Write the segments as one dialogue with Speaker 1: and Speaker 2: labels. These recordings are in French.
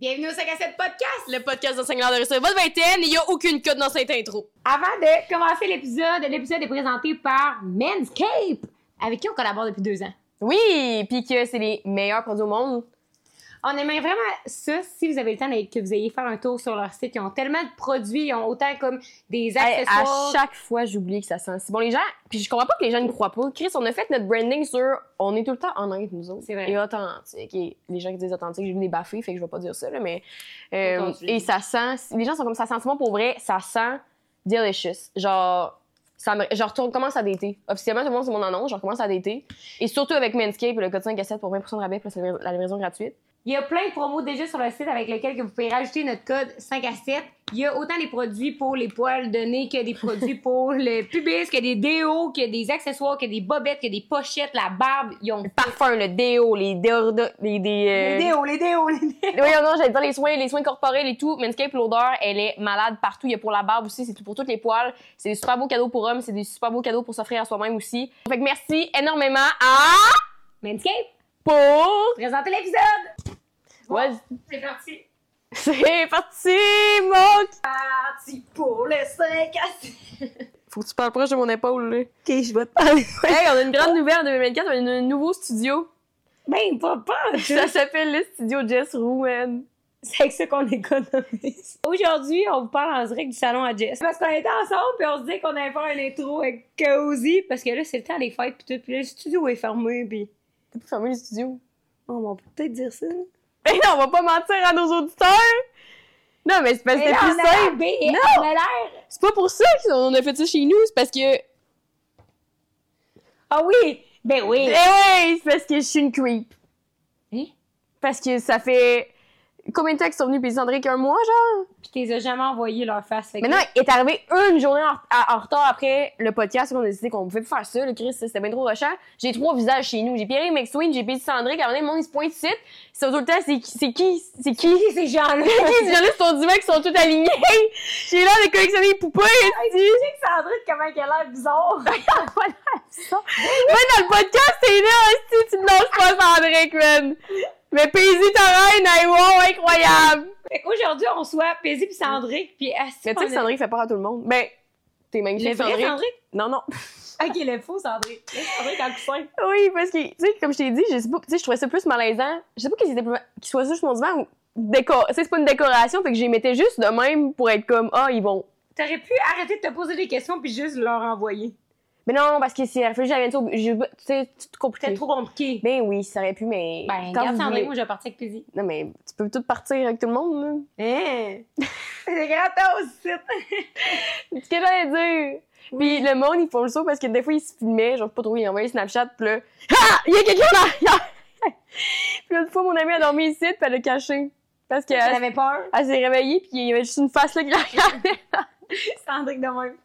Speaker 1: Bienvenue au 5 à 7 podcast!
Speaker 2: Le podcast d'enseignants de réussite. Votre vingtaine, il n'y a aucune cote dans cette intro.
Speaker 1: Avant de commencer l'épisode, l'épisode est présenté par Manscape, avec qui on collabore depuis deux ans.
Speaker 2: Oui, puis que c'est les meilleurs produits au monde.
Speaker 1: On aimerait vraiment ça si vous avez le temps d'aller- que vous ayez faire un tour sur leur site. Ils ont tellement de produits, ils ont autant comme des
Speaker 2: Hey, à
Speaker 1: accessoires.
Speaker 2: chaque fois, j'oublie que ça sent si bon. Les gens, puis je comprends pas que les gens ne croient pas. Chris, on a fait notre branding sur on est tout le temps honnête, nous autres.
Speaker 1: C'est vrai.
Speaker 2: Et authentique. Et les gens qui disent authentique, je vais les baffer, fait que je vais pas dire ça, là, mais. euh,
Speaker 1: Aujourd'hui.
Speaker 2: et ça sent. Les gens sont comme ça sent si bon pour vrai, ça sent delicious. Genre. Ça me, genre, on commence à dater. Officiellement, tout le monde, c'est mon annonce. Genre, commence à dater. Et surtout avec Manscaped, le code 5 à 7 pour 20 de rabais plus la livra- la livraison gratuite.
Speaker 1: Il y a plein de promos déjà sur le site avec lesquels que vous pouvez rajouter notre code 5 à 7. Il y a autant des produits pour les poils de nez que des produits pour le pubis, que des déos, que des accessoires, que des bobettes, que des pochettes, la barbe. Ils ont
Speaker 2: Le parfum, le déo, les déodorants, les, des, euh,
Speaker 1: les déos, les déos, les déos.
Speaker 2: Oui, non, j'allais dire les soins, les soins corporels et tout. Manscaped, l'odeur, elle est malade partout. Il y a pour la barbe aussi, c'est tout pour toutes les poils. C'est des super beaux cadeaux pour hommes, c'est des super beaux cadeaux pour s'offrir à soi-même aussi. Fait que merci énormément à
Speaker 1: Manscape,
Speaker 2: pour.
Speaker 1: présentez l'épisode!
Speaker 2: Ouais,
Speaker 1: C'est parti!
Speaker 2: c'est parti, Monk!
Speaker 1: Parti pour le 5 à 7.
Speaker 2: Faut que tu parles proche de mon épaule, là.
Speaker 1: Ok, je vais te parler.
Speaker 2: Hey, on a une grande nouvelle en 2024, on a un nouveau studio.
Speaker 1: Ben, pas peur!
Speaker 2: Ça s'appelle le studio Jess Rouen.
Speaker 1: C'est avec ça qu'on économise. Aujourd'hui, on vous parle en direct du salon à Jess. Parce qu'on était ensemble, puis on se disait qu'on allait faire une intro avec Cozy, parce que là, c'est le temps des fêtes, puis tout. Puis là, le studio est fermé, puis
Speaker 2: T'as pu fermer le studio.
Speaker 1: on va peut-être dire ça.
Speaker 2: Eh non, on va pas mentir à nos auditeurs! Non, mais c'est parce
Speaker 1: Et
Speaker 2: que c'est
Speaker 1: là,
Speaker 2: plus
Speaker 1: on a
Speaker 2: simple.
Speaker 1: l'air bé- et
Speaker 2: Non!
Speaker 1: on a l'air...
Speaker 2: C'est pas pour ça qu'on a fait ça chez nous, c'est parce que. Eh
Speaker 1: Ah oui! Ben oui!
Speaker 2: Eh ouais, c'est parce que je suis une creep.
Speaker 1: Hein?
Speaker 2: Parce que ça fait. Combien de temps qu'ils sont venus pis ils André qu'un mois, genre?
Speaker 1: Puis t'es as jamais envoyé leur face. fait que-
Speaker 2: Maintenant, il est arrivé une journée en, à- en retard après le podcast qu'on a décidé qu'on pouvait plus faire ça, le Chris, c'était bien trop rushant. J'ai trois visages chez nous. J'ai Pierre McSween, j'ai Pete Sandré, quand le monde, ils se pointent ici. Ils sont tout le temps, c'est qui? C'est qui? C'est qui?
Speaker 1: Qui ces gens-là?
Speaker 2: C'est qui? Ces gens-là sont divins qui sont tous alignés. J'ai l'air de collectionner les poupées, esti.
Speaker 1: Sandrine, comment qu'elle a l'air bizarre!
Speaker 2: Moi, dans le podcast, t'es là, si tu me lâches pas, Sandrick, man. Mais Paisy Torraine, hey, wow, incroyable.
Speaker 1: fait qu'aujourd'hui, on soit Paisy puis Sandrick, puis Asti,
Speaker 2: Mais tu sais que
Speaker 1: on a-
Speaker 2: Sandrick fait peur à tout le monde. Ben, t'es magnifique,
Speaker 1: Le vrai
Speaker 2: Sandrick.
Speaker 1: Sandrick?
Speaker 2: Non, non.
Speaker 1: Ok, le faux Sandrick. Le Sandrick en coussin.
Speaker 2: Oui, parce que, tu sais, comme je t'ai dit, je sais pas, tu sais, je trouvais ça plus malaisant. Je sais pas qu'ils étaient plus- qu'ils soient ça sur mon divan ou décor. Tu sais, c'est pas une décoration, fait que j'y mettais juste de même pour être comme, ah, ils vont.
Speaker 1: T'aurais pu arrêter de te poser des questions puis juste leur envoyer.
Speaker 2: Mais non, parce que si elle réfléchit à la bientôt, je- tu sais, c'est tout compliqué.
Speaker 1: C'était trop compliqué.
Speaker 2: Ben oui, ça aurait pu, mais.
Speaker 1: Ben,
Speaker 2: quand
Speaker 1: regarde,
Speaker 2: vous
Speaker 1: Sandrine,
Speaker 2: voulez-
Speaker 1: moi, je vais partir avec Paisy.
Speaker 2: Non, mais tu peux tout partir avec tout le monde, là.
Speaker 1: Hein? C'est gratos, c'est...
Speaker 2: C'est ce que j'allais dire. Puis le monde, ils font le saut parce que des fois, ils se filmaient, genre pas trop, ils envoyaient Snapchat, pis là, ah! Il y a quelqu'un en arrière! puis l'autre fois, mon amie a dormi ici, puis elle l'a caché. Parce
Speaker 1: Elle
Speaker 2: qu'elle
Speaker 1: avait peur.
Speaker 2: elle s'est réveillée, puis il y avait juste une face là qui la regardait.
Speaker 1: Sandrine de même.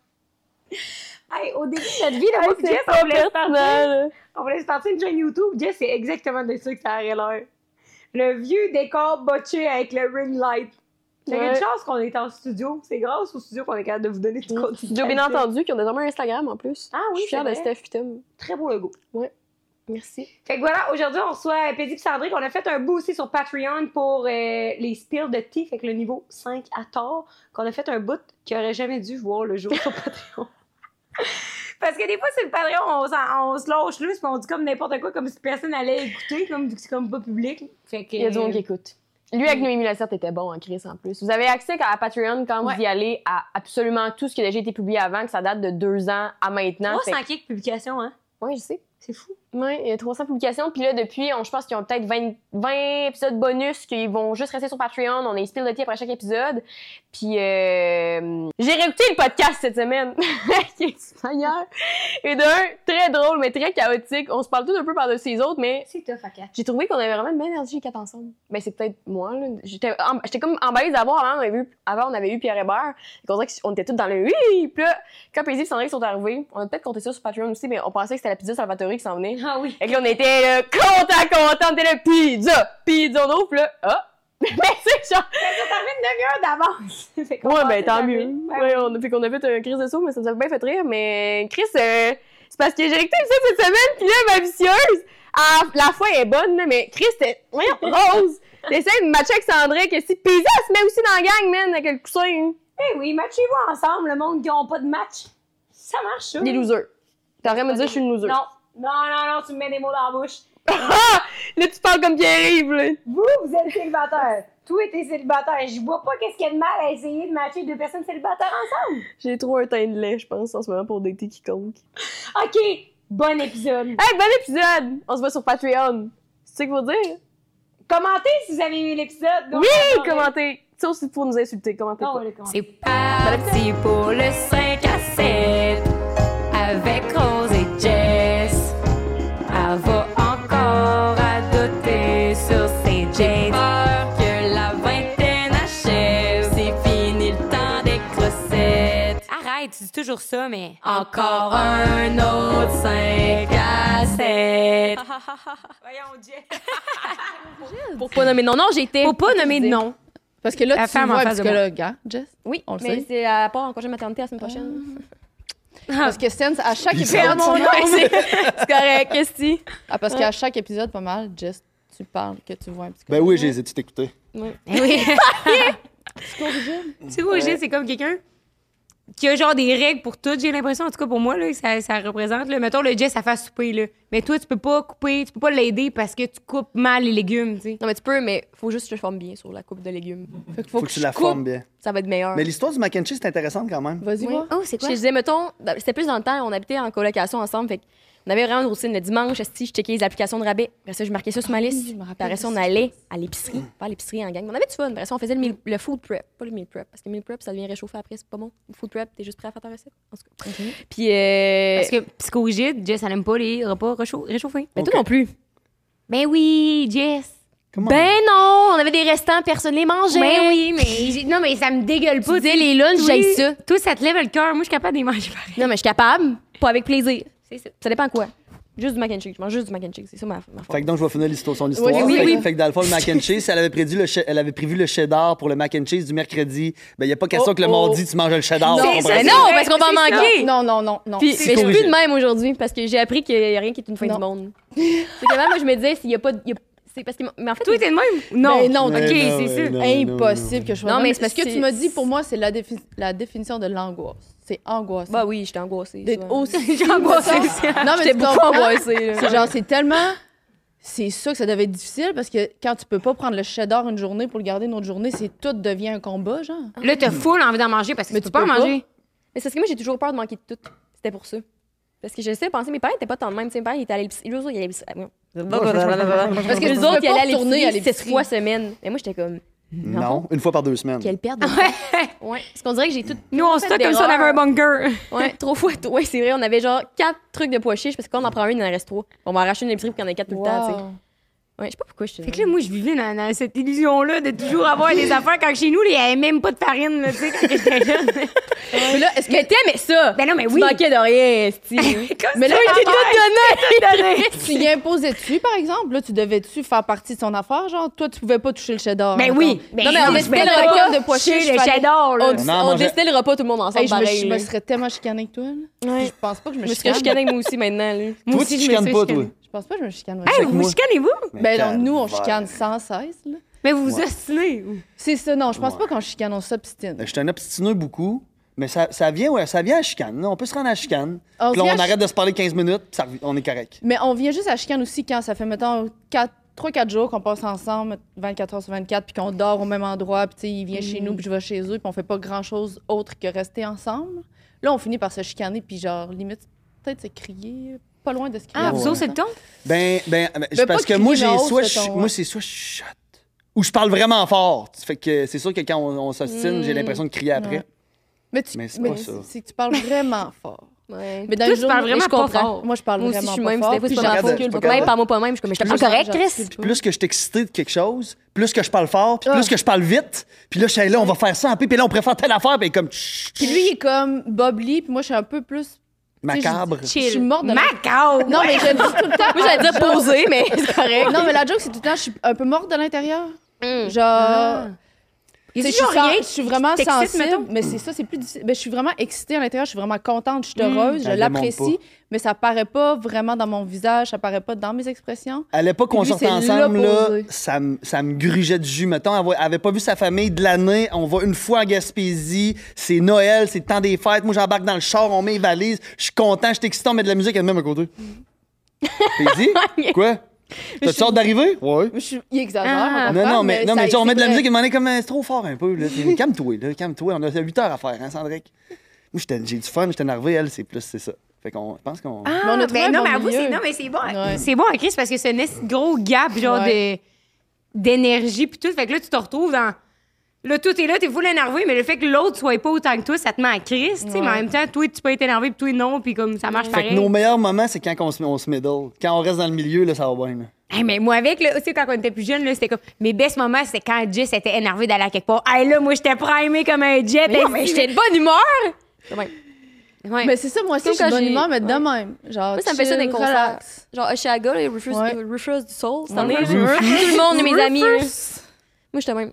Speaker 1: Hey, au début de cette vie, là, moi, puis
Speaker 2: C'est
Speaker 1: Jess,
Speaker 2: pas personnel.
Speaker 1: on voulait se partir une chaîne YouTube. Jess, c'est exactement de ça que ça aurait l'air. Le vieux décor botché avec le ring light. Il y a
Speaker 2: Ouais.
Speaker 1: une chance qu'on est en studio. C'est grâce au studio qu'on est capable de vous donner tout le
Speaker 2: J'ai bien entendu qu'ils ont désormais un Instagram en plus.
Speaker 1: Ah
Speaker 2: Je
Speaker 1: oui,
Speaker 2: suis
Speaker 1: c'est
Speaker 2: fière de
Speaker 1: vrai.
Speaker 2: Steph Pitum.
Speaker 1: Très beau logo.
Speaker 2: Merci.
Speaker 1: Fait que voilà, aujourd'hui, on reçoit euh, Pédi et Sandrick. On a fait un bout aussi sur Patreon pour euh, les spills de thé, fait que le niveau 5 à tort, qu'on a fait un bout qui aurait jamais dû voir le jour sur Patreon. Parce que des fois, sur le Patreon, on, s'en- on se lâche là, puis on dit comme n'importe quoi, comme si personne allait écouter, comme vu que c'est comme pas public. Fait que,
Speaker 2: Il y a du monde qui écoute. Lui, avec Noémie Lacerte, était bon en Chris en plus. Vous avez accès à Patreon quand
Speaker 1: Ouais.
Speaker 2: vous y allez à absolument tout ce qui a déjà été publié avant, que ça date de deux ans à maintenant. Fait
Speaker 1: 300 kicks publications, hein?
Speaker 2: que- Ouais, je sais.
Speaker 1: C'est fou.
Speaker 2: Oui, il y a 300 publications. Puis là, depuis, on, je pense qu'ils ont peut-être 20, 20 épisodes bonus qu'ils vont juste rester sur Patreon. On a les spill de thé après chaque épisode. Puis euh, j'ai réécouté le podcast cette semaine. qui est ailleurs. Et d'un, très drôle, mais très chaotique. On se parle tous un peu par-dessus les autres, mais
Speaker 1: C'est tough hein, à quatre.
Speaker 2: j'ai trouvé qu'on avait vraiment une belle énergie les quatre ensemble. Ben, c'est peut-être moi, là. J'étais en- j'étais comme emballée d'avoir, avant, on avait eu, avant, on avait eu Pierre Hébert. On dirait qu'on était tous dans le oui! Puis là, quand Paisy et Sandrine sont arrivés, on a peut-être compté ça sur Patreon aussi, mais on pensait que c'était la pizza Salvatore qui s'en venait.
Speaker 1: Ah oui.
Speaker 2: Fait que là, on était là, content, content, on était là, pizza, pizza, on ouvre, puis là, ah! Mais c'est genre,
Speaker 1: Ça termine 9 heures d'avance. Fait qu'on
Speaker 2: ouais,
Speaker 1: pense
Speaker 2: ben
Speaker 1: que
Speaker 2: tant
Speaker 1: ça
Speaker 2: mieux.
Speaker 1: termine.
Speaker 2: Ouais, on a fait qu'on a fait un crise de saut, mais ça nous a bien fait rire. Mais Chris, euh, c'est parce que j'ai écouté ça ah, cette semaine, puis là, ma vicieuse, à la fois elle est bonne, là, mais Chris, c'était, voyons, Rose, T'essaies de matcher avec Sandra, que si. Puis Isa, elle se met aussi dans la gang, man, avec le coussin.
Speaker 1: Eh oui, matchez-vous ensemble, le monde qui n'a pas de match. Ça marche, ça.
Speaker 2: Des losers. T'aurais à me dire, je suis une loser. Ah!
Speaker 1: Non, non, non, non, tu me mets des mots dans la bouche.
Speaker 2: Là, tu parles comme Pierre-Yves, là.
Speaker 1: Vous, vous êtes célibataire. Toi, t'es célibataire. Je vois pas qu'est-ce qu'il y a de mal à essayer de matcher deux personnes célibataires ensemble.
Speaker 2: J'ai trop un teint de lait, je pense, en ce moment, pour dater quiconque.
Speaker 1: OK, bon épisode.
Speaker 3: Ah.
Speaker 2: Hey, bon épisode! On se voit sur Patreon. C'est ça qu'il faut dire?
Speaker 1: Commentez si vous avez aimé l'épisode. Donc,
Speaker 2: Oui,
Speaker 1: attendez.
Speaker 2: commentez! C'est aussi pour nous insulter, commentez
Speaker 1: Non, on
Speaker 2: pas.
Speaker 1: va le commenter.
Speaker 3: C'est parti pour le 5 à 7 avec Rose et Jess. Elle va encore à douter sur ses jets. J'ai peur que la vingtaine achève. C'est fini le temps des crossettes. Arrête, c'est toujours ça, mais. Encore un autre 5 à 7.
Speaker 1: Voyons, Jess.
Speaker 2: Pour pas nommer non, non, j'étais.
Speaker 3: Faut pas nommer de nom.
Speaker 4: Parce que là,
Speaker 3: La
Speaker 4: tu
Speaker 3: femme en
Speaker 4: vois un
Speaker 3: face de moi.
Speaker 4: psychologue, hein, Jess?
Speaker 2: Oui,
Speaker 4: On le
Speaker 2: mais
Speaker 4: sait.
Speaker 2: c'est à part en congé maternité la semaine prochaine. Ah.
Speaker 4: Parce que Sense, à chaque
Speaker 2: Ferme
Speaker 4: épisode,
Speaker 2: mon nom, c'est c'est correct, qu'est-ce que
Speaker 4: Ah, parce qu'à chaque épisode, pas mal, Jess, tu parles que tu vois un psychologue.
Speaker 5: Ben oui, j'ai hésité écouté.
Speaker 3: Oui.
Speaker 4: C'est horrible.
Speaker 3: Tu vois, Gilles, c'est comme quelqu'un qui a genre des règles pour tout, j'ai l'impression. En tout cas, pour moi, là, ça, ça représente. Là, mettons, le Jess, ça fait souper. Là. Mais toi, tu peux pas couper, tu peux pas l'aider parce que tu coupes mal les légumes. tu sais.
Speaker 2: Non, mais tu peux, mais faut juste que je forme bien sur la coupe de légumes. Fait qu'il
Speaker 5: Faut,
Speaker 2: faut,
Speaker 5: que, tu
Speaker 2: je
Speaker 5: la
Speaker 2: coupe, Ah.
Speaker 5: formes bien.
Speaker 2: Ça va être meilleur.
Speaker 5: Mais l'histoire du mac and cheese, c'est intéressante quand même.
Speaker 4: Vas-y,
Speaker 2: Oui.
Speaker 4: moi.
Speaker 3: Oh, c'est
Speaker 2: Je te disais, mettons, dans- c'était plus dans le temps, on habitait en colocation ensemble, fait on avait vraiment une routine le dimanche, si je checkais les applications de rabais. Après ça, je marquais ça
Speaker 3: Ah
Speaker 2: sur ma liste.
Speaker 4: je me rappelle
Speaker 2: Puis après ça,
Speaker 4: de
Speaker 2: on
Speaker 4: ça.
Speaker 2: allait à l'épicerie, faire l'épicerie en gang. Mais On avait du fun. Après ça, on faisait le, meal- le food prep, pas le meal prep, parce que le meal prep, ça devient réchauffé après, c'est pas bon. Le food prep, t'es juste prêt à faire ta recette. En tout cas. Puis, euh...
Speaker 3: Parce que psychogide, Jess, elle aime pas les repas réchau- réchauffés.
Speaker 2: Mais toi non plus.
Speaker 3: Ben oui, Jess.
Speaker 5: Comment?
Speaker 2: Ben non, on avait des restants, personne les mangeait.
Speaker 3: Ben oui, mais j'ai- non, mais ça me dégueule pas.
Speaker 2: Tu disais les lunchs,
Speaker 3: Oui.
Speaker 2: j'aille ça.
Speaker 3: Toi, ça te lève le cœur. Moi, je suis capable de manger pareil.
Speaker 2: Non, mais je suis capable, pas avec plaisir.
Speaker 3: C'est ça.
Speaker 2: Ça dépend quoi. Juste du mac and cheese. Je mange juste du mac and cheese. C'est ça ma, ma
Speaker 5: Fait
Speaker 2: forme.
Speaker 5: que donc, je vais finir l'histoire, son histoire.
Speaker 4: Oui, oui,
Speaker 5: fait,
Speaker 4: oui.
Speaker 5: fait que dans le fond, le mac and cheese, elle avait, prévu le che- elle avait prévu le cheddar pour le mac and cheese du mercredi. Ben, il n'y a pas question
Speaker 2: Oh,
Speaker 5: que le
Speaker 2: oh.
Speaker 5: mardi, tu manges le cheddar.
Speaker 4: Non,
Speaker 5: tu
Speaker 2: Mais
Speaker 5: comprends?
Speaker 2: non, parce qu'on va en manquer.
Speaker 4: Non, non, non, non.
Speaker 2: Puis, mais je suis plus
Speaker 5: corrigé.
Speaker 2: de même aujourd'hui parce que j'ai appris qu'il n'y a rien qui est une fin
Speaker 4: Non.
Speaker 2: du monde. C'est que même moi, je me disais, s'il n'y a pas. de- il y a- c'est parce que. Mais en fait,
Speaker 3: Toi, t'es de même? Non.
Speaker 4: Ben non,
Speaker 3: OK,
Speaker 5: Mais
Speaker 3: c'est
Speaker 5: non, mais
Speaker 3: ça.
Speaker 5: non, mais non, mais
Speaker 4: Impossible
Speaker 5: non.
Speaker 4: que je sois.
Speaker 2: Non,
Speaker 4: même-
Speaker 2: mais
Speaker 4: ce que
Speaker 2: c'est-
Speaker 4: tu m'as dit, pour moi, c'est la, défi- la définition de l'angoisse. C'est angoissant.
Speaker 2: bah oui, j'étais angoissée.
Speaker 4: D'être
Speaker 2: souvent.
Speaker 4: aussi.
Speaker 3: J'ai angoissé.
Speaker 4: Non, mais
Speaker 2: J'étais
Speaker 4: tu
Speaker 2: beaucoup
Speaker 4: comprends?
Speaker 2: angoissée. là.
Speaker 4: C'est genre, c'est tellement. C'est sûr que ça devait être difficile parce que quand tu peux pas prendre le cheddar une journée pour le garder une autre journée, c'est tout devient un combat, genre.
Speaker 3: Là, t'as full envie d'en manger parce que
Speaker 4: Mais
Speaker 3: tu peux
Speaker 4: tu
Speaker 3: pas en
Speaker 4: peux
Speaker 3: manger.
Speaker 2: Mais c'est parce que moi, j'ai toujours peur de manquer de tout. C'était pour ça. Parce que je sais, penser, mes parents n'étaient pas tant de même. Tu sais, Mes parents, ils étaient à l'épicerie. Eux autres, ils allaient à l'épicerie.
Speaker 6: Bah,
Speaker 2: Parce que
Speaker 4: tu
Speaker 2: les
Speaker 4: peux
Speaker 2: autres,
Speaker 4: pas
Speaker 2: ils allaient à
Speaker 4: retourner
Speaker 2: l'épicerie
Speaker 4: à l'épicerie.
Speaker 2: sept fois semaine. Mais moi, j'étais comme,
Speaker 5: Non, une fois par deux semaines.
Speaker 2: quelle perte de temps. Ouais. Parce qu'on dirait que j'ai tout.
Speaker 3: Nous, on
Speaker 2: fait
Speaker 3: stocke comme si on
Speaker 2: d'erreur.
Speaker 3: avait un bunker.
Speaker 2: Ouais, trois fois. Ouais, c'est vrai, on avait genre quatre trucs de pois chiches parce que quand on en prend une, il en reste trois. On va arracher une épicerie pour qu'il y en ait quatre tout le temps, tu sais. Ouais, je sais pas pourquoi je
Speaker 3: Fait que là, moi, je vivais dans, dans cette illusion-là de toujours avoir des affaires quand chez nous, là, il n'y avait même pas de farine, là, tu sais, quand j'étais jeune.
Speaker 2: Mais là, est-ce que t'aimais ça?
Speaker 3: Ben non, mais
Speaker 2: Tu
Speaker 3: oui.
Speaker 2: manquais de rien, esti.
Speaker 3: Mais là,
Speaker 2: il t'est tout donné!
Speaker 4: Tu y imposais dessus, par exemple? Là, tu devais-tu faire partie de son affaire? Genre, toi, tu pouvais pas toucher le cheddar.
Speaker 3: Ben
Speaker 4: mettons.
Speaker 3: oui. Ben
Speaker 4: non, mais
Speaker 3: oui,
Speaker 4: on
Speaker 3: je
Speaker 4: décidait
Speaker 3: me
Speaker 4: le
Speaker 3: fais
Speaker 4: repas
Speaker 3: pas
Speaker 4: de pois
Speaker 3: toucher
Speaker 4: chiches.
Speaker 3: le
Speaker 4: fallait-
Speaker 3: cheddar, là.
Speaker 2: On,
Speaker 5: On en
Speaker 2: on
Speaker 5: mangeait.
Speaker 2: décidait le repas tout le monde ensemble,
Speaker 4: Hey, je, me,
Speaker 2: pareil.
Speaker 4: je me
Speaker 2: là.
Speaker 4: serais tellement chicanée que toi. là.
Speaker 2: Ouais.
Speaker 4: Je pense pas que je me
Speaker 2: Je me serais
Speaker 4: chicane.
Speaker 2: chicanée, moi aussi, maintenant. là.
Speaker 5: Toi, tu chicanes pas, toi.
Speaker 4: Je pense pas que je me chicane. vraiment.
Speaker 3: Hey,
Speaker 5: Avec
Speaker 3: vous vous
Speaker 5: moi.
Speaker 3: chicanez-vous?
Speaker 4: ben non,
Speaker 5: Mais
Speaker 4: nous, on
Speaker 5: calvaire.
Speaker 4: chicane sans cesse. là.
Speaker 3: Mais vous vous
Speaker 5: Ouais.
Speaker 3: ostinez.
Speaker 4: C'est ça, non, je pense
Speaker 5: Ouais.
Speaker 4: pas qu'on chicane, on s'obstine.
Speaker 5: Ben, Je suis un obstineux beaucoup, mais ça, ça vient, ouais, ça vient à la chicane. là. On peut se rendre à la chicane.
Speaker 4: On
Speaker 5: Puis là,
Speaker 4: vient
Speaker 5: on
Speaker 4: à-
Speaker 5: arrête de se parler 15 minutes, puis ça rev- on est correct.
Speaker 4: Mais on vient juste à chicane aussi quand ça fait, mettons, 3-4 jours qu'on passe ensemble, 24 heures sur 24, puis qu'on dort au même endroit, puis tu sais, il vient chez nous, puis je vais chez eux, puis on fait pas grand-chose autre que rester ensemble. Là, on finit par se chicaner, puis genre, limite, peut-être se crier, pas loin de se crier.
Speaker 3: Ah,
Speaker 4: en
Speaker 3: vous
Speaker 4: même
Speaker 3: autres, c'est le
Speaker 4: temps.
Speaker 3: ton?
Speaker 5: Ben, ben, ben,
Speaker 4: Ben,
Speaker 5: parce
Speaker 4: pas
Speaker 5: que
Speaker 4: crier
Speaker 5: moi,
Speaker 4: dans
Speaker 5: j'ai
Speaker 4: la hausse,
Speaker 5: soit,
Speaker 4: mettons, hein.
Speaker 5: je-
Speaker 4: ouais.
Speaker 5: moi, c'est soit je shut ou je parle vraiment fort. Fait que c'est sûr que quand on, on s'ostine, j'ai l'impression de crier après.
Speaker 4: Hmm. Ouais. Mais, tu,
Speaker 5: Mais c'est
Speaker 4: mais
Speaker 5: pas ça.
Speaker 4: C'est que tu parles vraiment fort.
Speaker 2: Ouais.
Speaker 4: Mais dans
Speaker 3: Toi,
Speaker 4: une
Speaker 3: tu
Speaker 4: journée-
Speaker 3: parles vraiment
Speaker 4: mais je
Speaker 3: pas
Speaker 4: comprends.
Speaker 3: fort.
Speaker 4: Moi, je parle
Speaker 2: Moi aussi, je
Speaker 4: vraiment
Speaker 2: suis
Speaker 4: pas
Speaker 2: même,
Speaker 4: fort.
Speaker 2: des fois,
Speaker 4: puis
Speaker 2: c'est pas ma
Speaker 4: j'articule
Speaker 2: faute.
Speaker 5: j'articule
Speaker 2: que
Speaker 5: pas
Speaker 2: le Même
Speaker 5: capable.
Speaker 2: par moi, pas même, je suis comme, mais je te parle
Speaker 4: Plus-
Speaker 2: correct, Chris.
Speaker 4: j'articule pas.
Speaker 5: Plus que je suis excité de quelque chose, plus que je parle fort, puis
Speaker 4: Ah.
Speaker 5: plus que je parle vite, puis là, je suis là, on va faire ça en paix, puis là, on préfère telle affaire, puis comme
Speaker 4: Puis lui, il est comme Bob Lee, puis moi, je suis un peu plus.
Speaker 5: macabre.
Speaker 4: Je suis morte de
Speaker 3: Macabre!
Speaker 4: Non, mais je le dis tout le temps.
Speaker 2: Moi, j'allais dire poser, mais c'est correct.
Speaker 6: Hmm.
Speaker 4: Non, mais la joke, c'est tout le temps, je suis un peu morte de l'intérieur. Ah. Genre. Tu
Speaker 3: Y
Speaker 4: sais,
Speaker 3: a
Speaker 4: je suis
Speaker 3: toujours
Speaker 4: sen-
Speaker 3: rien
Speaker 4: je suis vraiment
Speaker 3: qui t'excite,
Speaker 4: sensible,
Speaker 3: mettons?
Speaker 4: mais c'est ça, c'est plus difficile. Ben, je suis vraiment excitée à l'intérieur, je suis vraiment contente, je suis
Speaker 3: Mm.
Speaker 4: heureuse,
Speaker 5: Elle
Speaker 4: je
Speaker 5: le montre
Speaker 4: l'apprécie, mais ça paraît pas vraiment dans mon visage, ça paraît pas dans mes expressions.
Speaker 5: À l'époque qu'on
Speaker 4: Lui,
Speaker 5: sortait
Speaker 4: c'est
Speaker 5: ensemble, là,
Speaker 4: l'opposé.
Speaker 5: ça, me- ça me grugeait de jus. Mettons, elle va- elle avait pas vu sa famille de l'année. On va une fois en Gaspésie. C'est Noël, c'est le temps des fêtes. Moi, j'embarque dans le char, on met les valises. Je suis content, je suis excitant, on met de la musique, elle est de même à côté. T'es dit? Quoi? T'as-tu hâte d'arriver? Oui.
Speaker 4: Mais Je suis... Il exagère,
Speaker 3: Ah.
Speaker 4: on
Speaker 5: Non,
Speaker 4: comprend,
Speaker 5: non, mais, non,
Speaker 4: euh, ça-
Speaker 5: mais tu sais, on
Speaker 4: c'est
Speaker 5: met de la
Speaker 4: vrai.
Speaker 5: musique et on est comme, euh, c'est trop fort un peu. là. T'es- Calme-toi, là, calme-toi. On a 8 heures à faire, hein, Sandrick? Moi, j'étais- j'ai du fun, j'étais énervé, elle, c'est plus, c'est ça. Fait qu'on, je pense qu'on.
Speaker 3: Ah,
Speaker 4: Mais on a trouvé
Speaker 3: ben
Speaker 4: un
Speaker 3: non,
Speaker 4: bon
Speaker 3: mais avoue,
Speaker 4: milieu.
Speaker 3: c'est, non, mais c'est bon.
Speaker 4: Ouais.
Speaker 3: C'est bon à Chris parce que c'est un esti gros gap, genre
Speaker 4: Ouais.
Speaker 3: de, d'énergie, puis tout. Fait que là, tu te retrouves dans. Là, tout est là, t'es full énervé, mais le fait que l'autre soit pas autant que toi, ça te met à Chris, tu sais.
Speaker 4: Ouais.
Speaker 3: Mais en même temps, toi, tu peux être énervé, puis toi, non, puis comme ça marche
Speaker 5: Fait
Speaker 3: pareil.
Speaker 5: que nos meilleurs moments, c'est quand on se, on se middle. Quand on reste dans le milieu, là, ça va bien. là.
Speaker 3: Hey, mais moi, avec, là, tu sais, quand on était plus jeune, là, c'était comme. Mes best moments, c'était quand Jess était énervée d'aller à quelque part. Hey, là, moi, j'étais primée comme un jet.
Speaker 2: Mais non, mais j'étais de bonne humeur!
Speaker 3: Ouais.
Speaker 4: Mais c'est ça, moi aussi, je
Speaker 6: Sauf
Speaker 4: suis de
Speaker 6: quand
Speaker 4: bonne
Speaker 6: j'ai-
Speaker 4: humeur, mais de
Speaker 6: ouais.
Speaker 4: même. Genre,
Speaker 6: Moi, ça me fait ça des
Speaker 4: chill,
Speaker 6: concerts.
Speaker 4: relax.
Speaker 6: Genre Oshiaga, les Rufus,
Speaker 4: Ouais.
Speaker 6: euh, Rufus du Soul, c'est
Speaker 4: Ouais.
Speaker 6: en est un. Tout
Speaker 5: Rufus.
Speaker 6: le monde, mes amis. hein. Moi, j'étais même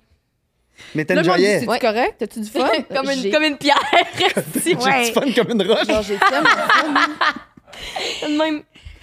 Speaker 5: Mais
Speaker 4: Là, le monde dit,
Speaker 5: t'enjoyais.
Speaker 4: c'est-tu
Speaker 6: Ouais.
Speaker 4: correct? T'as-tu du fun?
Speaker 6: comme
Speaker 4: J'ai-
Speaker 6: une, comme une pierre.
Speaker 5: J'ai
Speaker 3: Ouais.
Speaker 5: du fun comme une roche.
Speaker 4: Genre, j'ai tellement
Speaker 6: de même.